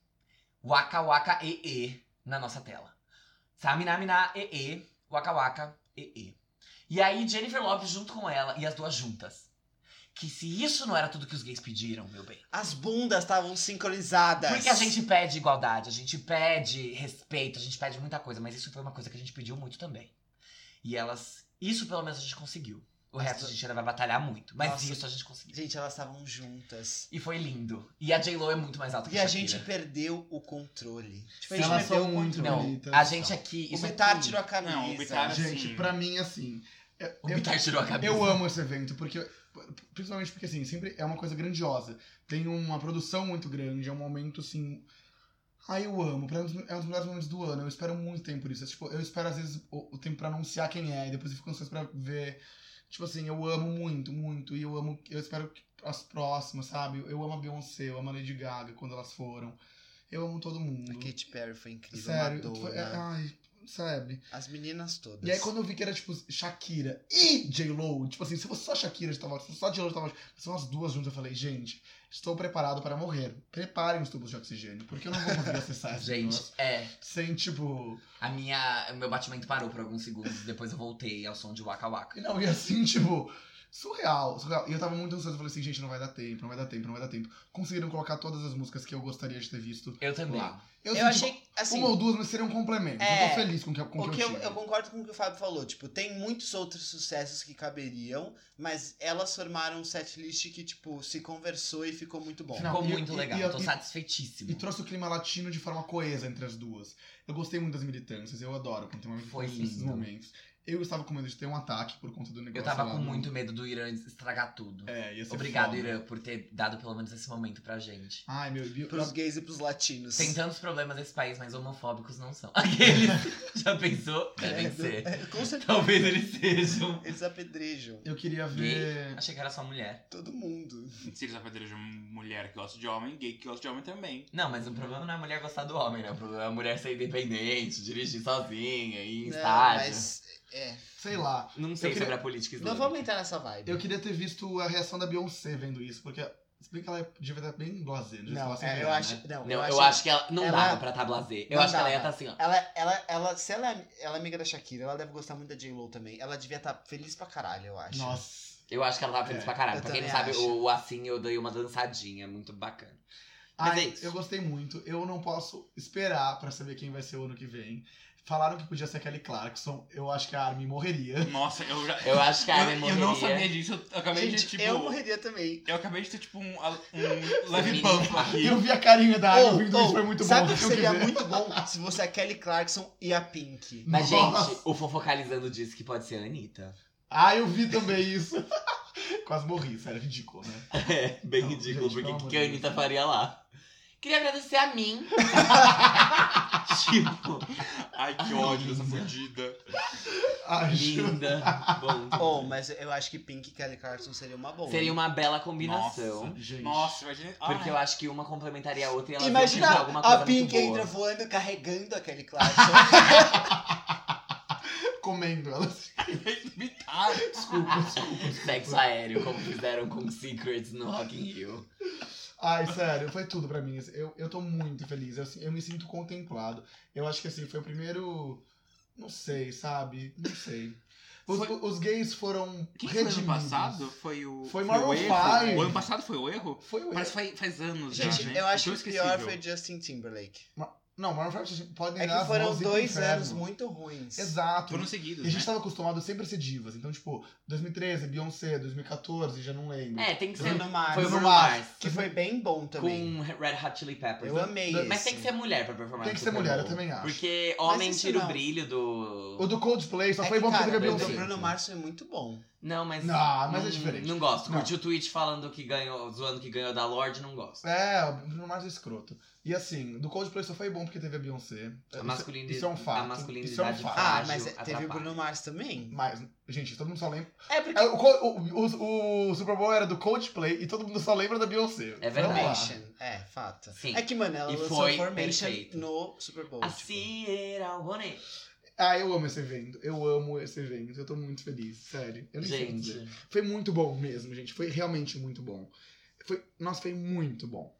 B: Waka Waka E E na nossa tela. Samina Mina E E, Waka Waka E E. E aí Jennifer Lopez junto com ela e as duas juntas. Que se isso não era tudo que os gays pediram, meu bem.
C: As bundas estavam sincronizadas.
B: Porque a gente pede igualdade, a gente pede respeito, a gente pede muita coisa, mas isso foi uma coisa que a gente pediu muito também. E elas. Isso pelo menos a gente conseguiu. O
C: Nossa.
B: resto a gente ainda vai batalhar muito. Mas
C: Nossa.
B: isso a gente conseguiu.
C: Gente, elas estavam juntas.
B: E foi lindo. E a J-Lo é muito mais alta que
C: E a
B: Shakira.
C: gente perdeu o controle. Tipo, a
D: Elas
C: gente perdeu
D: são
C: o
D: muito
C: controle.
B: Não, é
D: bonitas.
B: a gente aqui.
C: O
B: isso
C: Bitar
B: aqui-
C: tirou a camisa.
E: Não, o Bitar-
D: Gente,
E: Assim.
D: pra mim, assim. é-
B: O
D: eu-
B: Bitar tirou a camisa.
D: Eu amo esse evento, porque. Principalmente porque, assim, sempre é uma coisa grandiosa. Tem uma produção muito grande, é um momento, assim. Ai, eu amo. Pra mim, é um dos- é um dos melhores momentos do ano. Eu espero muito tempo por isso. É, tipo, eu espero, às vezes, o, o tempo pra anunciar quem é, e depois eu fico ansioso pra ver. Tipo assim, eu amo muito, muito. E eu amo. Eu espero que as próximas, sabe? Eu amo a Beyoncé, eu amo a Lady Gaga quando elas foram. Eu amo todo mundo.
C: A Katy Perry foi incrível.
D: Uhum. Sério,
C: Madonna.
D: foi- é- ai, sabe?
C: As meninas todas.
D: E aí quando eu vi que era, tipo, Shakira e J-Lo, tipo assim, se fosse só Shakira de Tavares, se fosse só J-Lo de Tavares, são as duas juntas, eu falei, gente, estou preparado para morrer. Preparem os tubos de oxigênio, porque eu não vou conseguir acessar essas pessoas
B: [LAUGHS] Gente, é.
D: sem, tipo...
B: A minha, o meu batimento parou por alguns segundos, depois eu voltei ao som de Waka Waka.
D: Não, e assim, tipo, surreal, surreal. E eu tava muito ansioso, eu falei assim, gente, não vai dar tempo, não vai dar tempo, não vai dar tempo. Conseguiram colocar todas as músicas que eu gostaria de ter visto.
B: Eu também.
D: Lá.
C: Eu,
D: senti
C: achei, assim,
D: uma ou duas, mas seriam complementos.
C: É,
D: eu tô feliz com o que, com o
C: o
D: que
C: que
D: eu
C: eu,
D: tive.
C: eu concordo com o que o Fábio falou. Tipo, tem muitos outros sucessos que caberiam, mas elas formaram um setlist que, tipo, se conversou e ficou muito bom.
D: Não,
B: Ficou
D: e-
B: muito
D: e-
B: legal,
D: e-
B: tô
D: e-
B: satisfeitíssimo.
D: E trouxe o clima latino de forma coesa entre as duas. Eu gostei muito das militâncias, eu adoro quando tem uma
B: Foi
D: militância nesses
B: lindo.
D: momentos. Eu estava com medo de ter um ataque por conta do negócio.
B: eu tava
D: lá
B: com
D: do-
B: muito medo do Irã estragar tudo.
D: É, ia ser
B: Obrigado,
D: foda.
B: Irã, por ter dado pelo menos esse momento pra gente.
D: Ai, meu Deus.
C: Pros gays e pros latinos.
B: Tem tantos problemas nesse país, mas homofóbicos não são. [LAUGHS] Aqueles, já pensou? Devem
C: [LAUGHS] É,
B: ser.
C: é, com certeza.
B: Talvez eles sejam.
C: Eles apedrejam
D: Eu queria
B: Gay?
D: ver.
B: Achei que era só mulher.
C: todo mundo.
E: Se eles apedrejam mulher que gosta de homem, gay que gosta de homem também.
B: Não, mas o problema não é a mulher gostar do homem, né? O problema é a mulher ser independente, dirigir sozinha, ir em
C: Não,
B: estágio.
C: Né, mas. É.
D: Sei lá.
B: Não sei
D: Eu queria-
B: sobre a política
C: Não
B: islâmica.
C: vamos entrar nessa vibe.
D: Eu queria ter visto a reação da Beyoncé vendo isso, porque. Se bem que ela é, devia estar bem né? blasé.
C: Não, é, eu acho. Não,
B: Não, eu acho que ela não
C: ela-
B: dava pra tá blasé. Eu
C: Não
B: acho que ela ia estar
C: dava.
B: assim, ó.
C: Ela, ela, ela, se ela é, ela é amiga da Shakira, ela deve gostar muito da J-Lo também. Ela devia estar feliz pra caralho, eu acho.
D: Nossa.
B: Eu acho que ela tava feliz
D: É,
B: pra caralho.
C: eu
B: Pra quem não
C: também
B: sabe,
C: acho.
B: o, o assim eu dei uma dançadinha, muito bacana. Mas é
D: Ai,
B: isso.
D: eu gostei muito. Eu não posso esperar pra saber quem vai ser o ano que vem. Falaram que podia ser a Kelly Clarkson. Eu já que a Armin morreria.
E: Nossa, eu
D: [LAUGHS]
E: já.
B: Eu acho que a Armin
E: eu, eu não
B: morreria.
E: sabia disso. Eu acabei
C: Gente,
E: de tipo.
C: eu
E: Eu,
C: morreria também.
E: acabei de ter tipo um,
D: [LAUGHS]
E: um leve bump aqui.
D: Eu vi a carinha da Armin
C: Ou-
D: vindo,
C: ou,
D: isso foi muito
C: Oh, sabe
D: bom.
C: o que
D: eu
C: seria
D: queria.
C: muito bom se fosse a Kelly Clarkson e a
D: [LAUGHS]
C: Pink?
B: Mas,
D: Nossa.
B: gente, o Fofocalizando disse que pode ser a Anitta.
D: Ah, eu vi também isso. [LAUGHS] Quase morri, sério, ridículo, né?
B: É, bem
D: Não,
B: ridículo,
D: gente,
B: porque
D: pelo
B: o que,
D: amor
B: que a
D: de
B: Anitta
D: Deus.
B: faria lá? Queria agradecer a mim. tipo,
E: Ai, que ódio essa fodida.
D: Ai, juro.
B: linda. Bom.
C: Ou, mas eu acho que Pink e Kelly Clarkson seria uma boa.
B: Seria uma bela combinação.
E: Nossa.
D: Gente.
E: Nossa, imagina. Ai, [LAUGHS]
B: Porque eu acho que uma complementaria a outra e elas iam criar
C: Imagina
B: alguma coisa
C: a
B: muito
C: Pink
B: boa.
C: entra voando, carregando
B: [LAUGHS]
C: a Kelly Clarkson.
D: Comendo assim. elas.
E: vomitar.
D: Desculpa, desculpa.
B: Sexo aéreo, como fizeram com Secrets no Rock in Rio.
D: Ai, sério, foi tudo pra mim. assim. Eu, eu tô muito feliz. Eu, assim, eu me sinto contemplado. Eu acho que assim, foi o primeiro. Não sei, sabe? Não sei. Os,
E: Foi-
D: os gays foram.
E: Quem foi
D: redimidos.
E: ano passado? Foi o.
D: Foi
E: o
D: Maroon
E: erro.
D: five.
E: O ano passado foi o erro?
D: Foi o.
E: Parece que faz, faz anos já,
C: Gente,
E: né?
C: eu acho
E: Então
C: que o
D: é
C: pior
E: esquecível.
C: foi Justin Timberlake.
D: Não, Maroon Five vocês podem
C: É
D: dar
C: que
D: as
C: foram
D: mãos e ir pro
C: dois
D: inferno.
C: anos muito ruins.
D: Exato.
C: um-
E: Foram
D: E a
E: seguidos,
D: gente tá-
E: né?
D: tava acostumado sempre a ser divas. Então, tipo, 2013, Beyoncé, 2014, já não lembro.
B: É, tem que ser.
C: Bruno Mars.
B: Foi o Bruno
D: Bruno
B: Mars.
C: Que foi bem bom também.
B: Com Red Hot Chili Peppers.
C: Eu amei
D: Mas
B: Mas tem
C: esse.
B: que ser mulher pra performar.
D: Tem
B: no
D: que ser
B: Super
D: mulher,
B: Bowl.
D: eu também acho.
B: Porque homem
C: isso
B: tira o
C: não.
B: brilho
D: O
B: do.
D: do Coldplay só
C: É
D: foi
C: que,
D: bom porque
C: cara,
D: teve a
C: o do
D: Beyoncé.
C: Bruno Mars foi muito bom.
B: Não, mas.
D: Não, mas é diferente.
B: Não gosto.
D: Não.
B: Curti o tweet falando que ganhou, zoando que ganhou da Lorde, não gosto.
D: É, o Bruno Mars é escroto. E assim, do Coldplay só foi bom porque teve a Beyoncé.
B: A
D: Isso-
B: masculinidade,
D: Isso é um fato.
B: a masculinidade
D: Isso é um fato.
B: fala.
C: Ah,
B: Frágil,
C: mas teve
B: atrapalha.
C: o Bruno Mars também.
D: Mas, gente, todo mundo só lembra.
B: É porque.
D: É, O, Col- o- o- o Super Bowl era do Coldplay e todo mundo só lembra da
B: É
D: Beyoncé. Vamos lá.
B: verdade.
C: Formation. É, fato.
B: Sim.
C: É que, mano, ela
B: E
C: lançou
B: foi
C: Formation
B: perfeito.
C: no Super Bowl. tipo.
B: Assim era o Rony.
D: Ah, eu amo esse evento. Eu amo esse evento. Eu tô muito feliz, sério. Eu nem sei o que dizer.
B: Gente.
D: Foi muito bom mesmo, gente. Foi realmente muito bom. Foi, nossa, foi muito bom.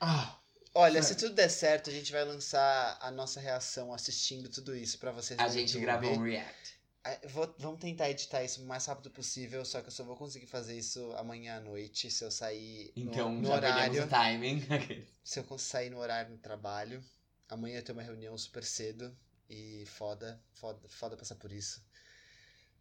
D: Ah,
C: Olha,
D: Sério.
C: se tudo der certo, a gente vai lançar a nossa reação assistindo tudo isso pra vocês.
B: A
C: no
B: gente
C: YouTube.
B: gravou um react.
C: Ah, eu Vou, vamos tentar editar isso o mais rápido possível, só que eu só vou conseguir fazer isso amanhã à noite, se eu sair no-
B: Então
C: no,
B: já perdemos
C: horário.
B: o timing. [LAUGHS]
C: Se eu cons- sair no horário no trabalho. Amanhã eu tenho uma reunião super cedo e foda, foda, foda passar por isso.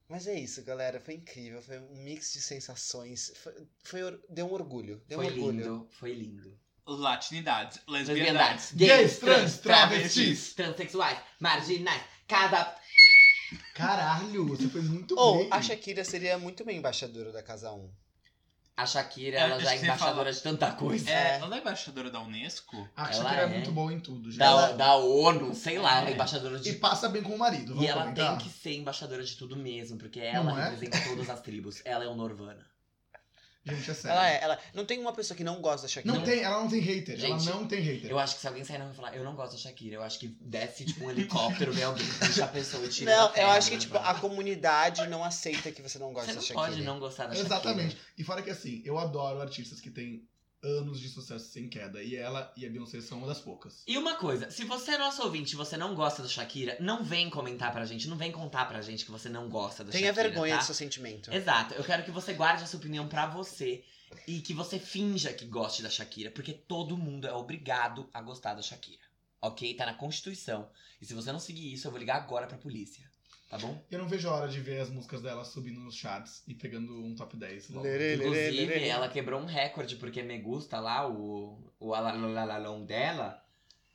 C: Mas é isso, galera. Foi incrível. Foi um mix de sensações. Foi, foi or- deu um orgulho. Deu
B: Foi
C: um orgulho.
B: lindo, foi lindo.
E: Latinidades, lesbianidades.
B: Lesbianidades,
D: Gays, trans, travestis.
B: transexuais, marginais, cada.
D: caralho, você foi muito
C: Ou
D: bem.
C: a Shakira seria muito bem embaixadora da Casa 1.
B: A Shakira,
E: É,
B: ela
E: acho
B: já é
E: que você
B: embaixadora
E: fala-
B: de tanta coisa.
E: É, ela é embaixadora da Unesco?
D: A
B: Ela
D: Shakira
B: é.
D: é muito boa em tudo, gente.
B: Da,
C: Ela-
B: da ONU, sei lá, ela é embaixadora
D: E
B: de.
D: passa bem com o marido,
B: E
D: vamos
B: ela
D: comentar?
B: tem que ser embaixadora de tudo mesmo, porque ela
D: Não é?
B: um representa todas as tribos. Ela é o Norvana.
D: Gente, é sério.
C: Ela é, ela. Não tem uma pessoa que não gosta da Shakira.
D: Não tem, ela não tem hater.
B: Gente,
D: ela não tem hater.
B: Eu acho que se alguém sair na rua e falar, eu não gosto da Shakira, eu acho que desce, tipo, um helicóptero, vem alguém, puxa a pessoa e tira
C: Não,
B: da terra,
C: eu acho que,
B: né,
C: tipo, a comunidade não aceita que você não
B: Você
C: gosta
B: não
C: da Shakira.
B: pode não gostar da Shakira.
D: Exatamente. E fora que assim, eu adoro artistas que têm anos de sucesso sem queda. E ela e a Beyoncé são uma das poucas.
B: E uma coisa, se você é nosso ouvinte e você não gosta da Shakira, não vem comentar pra gente, não vem contar pra gente que você não gosta da
C: Tenha
B: Shakira,
C: vergonha
B: tá?
C: do seu sentimento.
B: Exato, eu quero que você guarde a sua opinião pra você e que você finja que goste da Shakira, porque todo mundo é obrigado a gostar da Shakira. Ok? Tá na Constituição. E se você não seguir isso, eu vou ligar agora pra polícia. Tá bom?
D: Eu não vejo a hora de ver as músicas dela subindo nos charts e pegando um top 10 logo.
C: Lerê, lerê.
B: Inclusive, ela quebrou um recorde, porque Me Gusta lá, o, o Alalalon dela,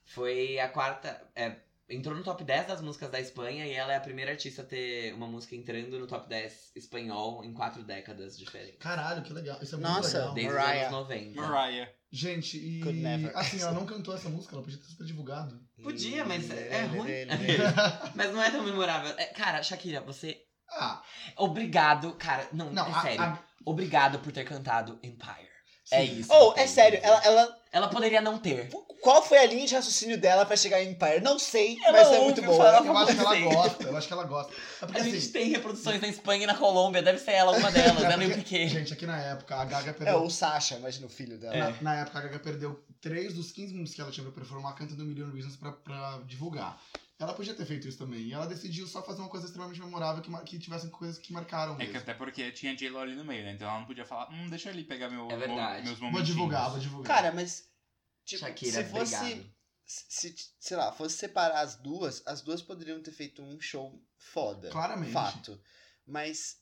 B: foi a quarta. é, entrou no top 10 das músicas da Espanha e ela é a primeira artista a ter uma música entrando no top 10 espanhol em quatro décadas diferentes.
D: Caralho, que legal. Isso é muito
C: Nossa,
D: legal.
B: Desde
C: Mariah.
B: os anos
D: É.
B: 90.
E: Mariah.
D: Gente, e
C: Could never.
D: assim, ela não cantou essa música, ela podia ter sido divulgado.
B: Podia, mas é, é
C: Ele,
B: ruim.
C: ele, ele.
B: mas não é tão memorável. É, cara, Shakira, você.
D: [LAUGHS]
B: é
D: Ah,
B: Obrigado, cara. Não,
D: não,
B: é
D: a-
B: sério.
D: a-
B: Obrigado por ter cantado Empire.
D: sim.
B: É isso.
C: Ou, é
B: entende?
C: sério, ela, ela.
B: Ela poderia não ter.
C: Qual foi a linha de raciocínio dela pra chegar em Empire? Não sei,
B: Ela
C: mas é
B: ouve
C: muito boa.
B: falar-
D: Eu acho que ela
B: Sim.
D: gosta, eu acho que ela gosta. É porque,
B: A gente
D: assim,
B: tem reproduções na Espanha e na Colômbia, deve ser ela uma delas, ela e o Piquet.
D: gente, aqui na época, a Gaga
C: É,
D: perdeu.
C: o Sasha, imagina o filho dela.
B: É.
D: Na, na época, a Gaga perdeu 3 dos 15 minutos que ela tinha pra performar cantando Million Reasons pra, pra divulgar. Ela podia ter feito isso também. E ela decidiu só fazer uma coisa extremamente memorável que, mar- que tivessem coisas que marcaram
E: É que
D: mesmo.
E: até porque tinha J-Lo ali no meio, né? Então ela não podia falar, hum, deixa eu ali pegar meu,
B: É verdade.
E: meus
D: Vou
E: momentinhos.
D: divulgar, vou divulgar.
C: Cara, mas. Tipo,
B: [LAUGHS] Shakira,
C: se fosse.
B: obrigado.
C: Se, se- sei lá, fosse separar as duas, as duas poderiam ter feito um show foda.
D: Claramente.
C: Fato. Mas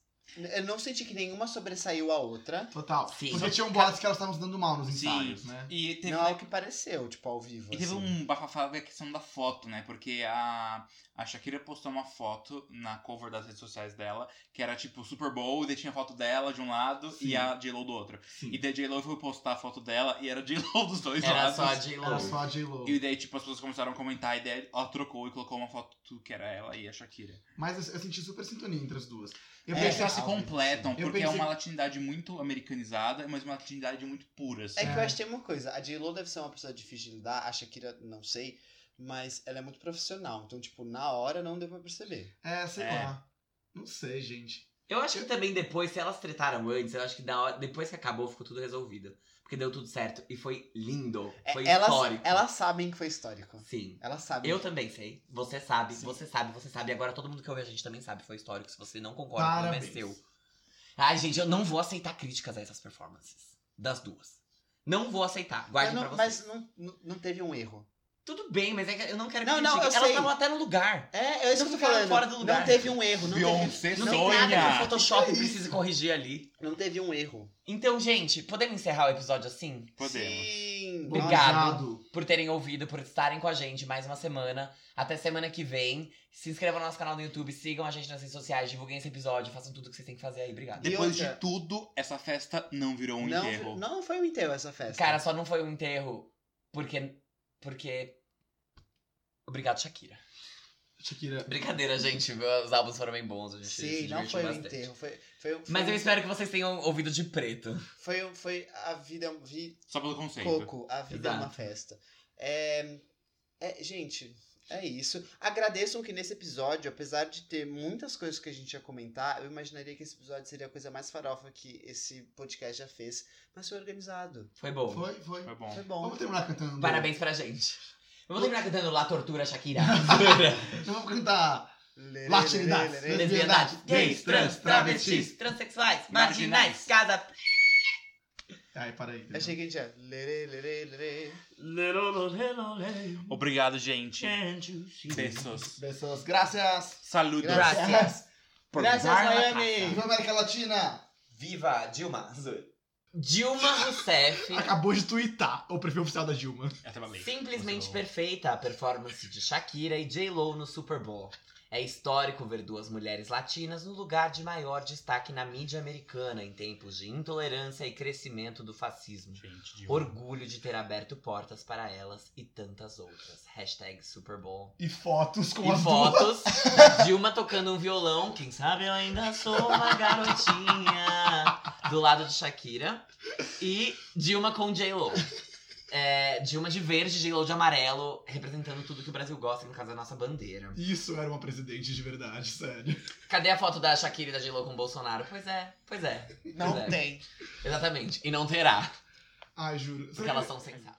C: eu não senti que nenhuma sobressaiu a outra.
D: Total.
B: Sim.
D: Porque
B: Só-
D: tinham boatos que elas estavam se dando mal nos
E: Sim.
D: ensaios, né?
E: E teve, um
C: Não é o que pareceu, tipo, ao vivo.
E: e teve
C: assim.
E: um bafafá da questão da foto, né? Porque a, a Shakira postou uma foto na cover das redes sociais dela, que era tipo Super Bowl, e daí tinha a foto dela de um lado
D: Sim.
E: e a J-Lo do outro.
D: Sim.
E: E daí a J-Lo foi postar a foto dela e era J-Lo dos dois
B: Era
E: lados.
B: só a J-Lo.
D: Era só a J-Lo.
E: E daí, tipo, as pessoas começaram a comentar e daí ela trocou e colocou uma foto que era ela e a Shakira.
D: Mas eu, eu senti super sintonia entre as duas. Eu
E: é,
D: pensei
E: elas se
D: assim,
E: completam,
D: Eu
E: porque é
D: pensei-
E: uma latinidade muito americanizada, mas uma latinidade muito pura, assim.
C: É que eu
D: É.
C: acho que tem uma coisa, a J-Lo deve ser uma pessoa difícil de lidar, a Shakira, não sei, mas ela é muito profissional, então, tipo, na hora não deu pra perceber.
D: é, sei
E: É.
D: lá. Não sei, gente.
B: Eu acho que também depois, se elas tretaram antes, eu acho que da hora- depois que acabou, ficou tudo resolvido. Porque deu tudo certo e foi lindo.
C: É,
B: Foi
C: elas,
B: histórico.
C: elas sabem que foi histórico.
B: Sim.
C: Elas sabem.
B: Eu também sei. Você sabe,
C: Sim.
B: você sabe, você sabe. E agora todo mundo que ouve a gente também sabe. Foi histórico. Se você não concorda, o problema é
D: Parabéns.
B: seu. Ai, gente, eu não vou aceitar críticas a essas performances. Das duas. Não vou aceitar.
C: mas
B: Guardem
C: não,
B: pra vocês.
C: mas não, não- não teve um erro.
B: Tudo bem, mas é que eu não quero que
C: Não, não,
B: critiquem.
C: eu
B: Elas
C: sei.
B: estavam até no lugar.
C: É, é isso
B: Não
C: que eu tô
B: ficaram
C: falando.
B: fora do lugar.
C: Não teve um erro, não teve,
E: Beyoncé
B: Não tem nada que o
E: sonha!
B: Photoshop
D: Que isso?
B: precise corrigir ali.
C: não teve um erro.
B: Então, gente, podemos encerrar o episódio assim?
E: Podemos.
C: Sim,
B: Obrigado.
D: Nojado.
B: Por terem ouvido, por estarem com a gente mais uma semana. Até semana que vem. Se inscrevam no nosso canal no YouTube, sigam a gente nas redes sociais, divulguem esse episódio, façam tudo que vocês têm que fazer aí. Obrigado.
C: E
E: Depois
C: outra-
E: de tudo, essa festa não virou um
C: não,
E: enterro.
C: não foi um enterro essa festa.
B: Cara, só não foi um enterro porque. Porque. Obrigado, Shakira.
D: Shakira.
B: Brincadeira, gente. Os álbuns foram bem bons. A gente se
C: Sim, não
B: divertiu
C: foi um
B: bastante.
C: enterro. Foi, foi, foi, um,
B: Mas eu espero que vocês tenham ouvido de preto.
C: foi, foi a vida. Vi,
E: Só pelo conceito.
C: Coco, a vida é uma
B: Exato.
C: festa. É, é, gente, é isso. Agradeçam que nesse episódio, apesar de ter muitas coisas que a gente ia comentar, eu imaginaria que esse episódio seria a coisa mais farofa que esse podcast já fez, mas foi organizado.
B: Foi bom.
D: Foi, foi.
E: Foi bom.
C: Foi bom.
D: Vamos terminar cantando.
B: Parabéns pra gente. Vamos terminar cantando La Tortura, Shakira. [LAUGHS]
D: Então vamos cantar. Latinidades.
B: Lesbiandade, gays, trans, travestis, transexuais, marginais, cada.
D: Ai, para aí.
C: Achei que a gente ia. lerê, lerê, lerê.
E: Obrigado, gente. Beijos.
D: Pessoas, graças.
E: Saludos.
C: Graças.
E: Por
C: Graças,
E: dar na
C: Miami!
D: Viva a América Latina.
B: Viva Dilma. Dilma
D: [LAUGHS]
B: Rousseff.
D: Acabou de twittar o perfil oficial da Dilma.
E: casa. Até valeu.
B: Simplesmente
E: Você-
B: perfeita a performance de Shakira e J-Lo no Super Bowl. É histórico ver duas mulheres latinas no lugar de maior destaque na mídia americana em tempos de intolerância e crescimento do fascismo.
E: Gente, de
B: Orgulho de ter aberto portas para elas e tantas outras. Hashtag Super Bowl.
D: E fotos com
B: e
D: as duas.
B: fotos. Dilma tocando um violão. Quem sabe eu ainda sou uma garotinha. do lado de Shakira e Dilma com J-Lo. É, Dilma de verde, J-Lo de amarelo, representando tudo que o Brasil gosta, no caso, é a nossa bandeira.
D: Isso era uma presidente de verdade, sério.
B: Cadê a foto da Shakira e da J-Lo com o Bolsonaro? Pois é, pois é,
C: Não
B: é.
C: tem.
B: exatamente. E não terá,
D: Ai, juro. Será
B: porque
D: que-
B: elas são sensatas.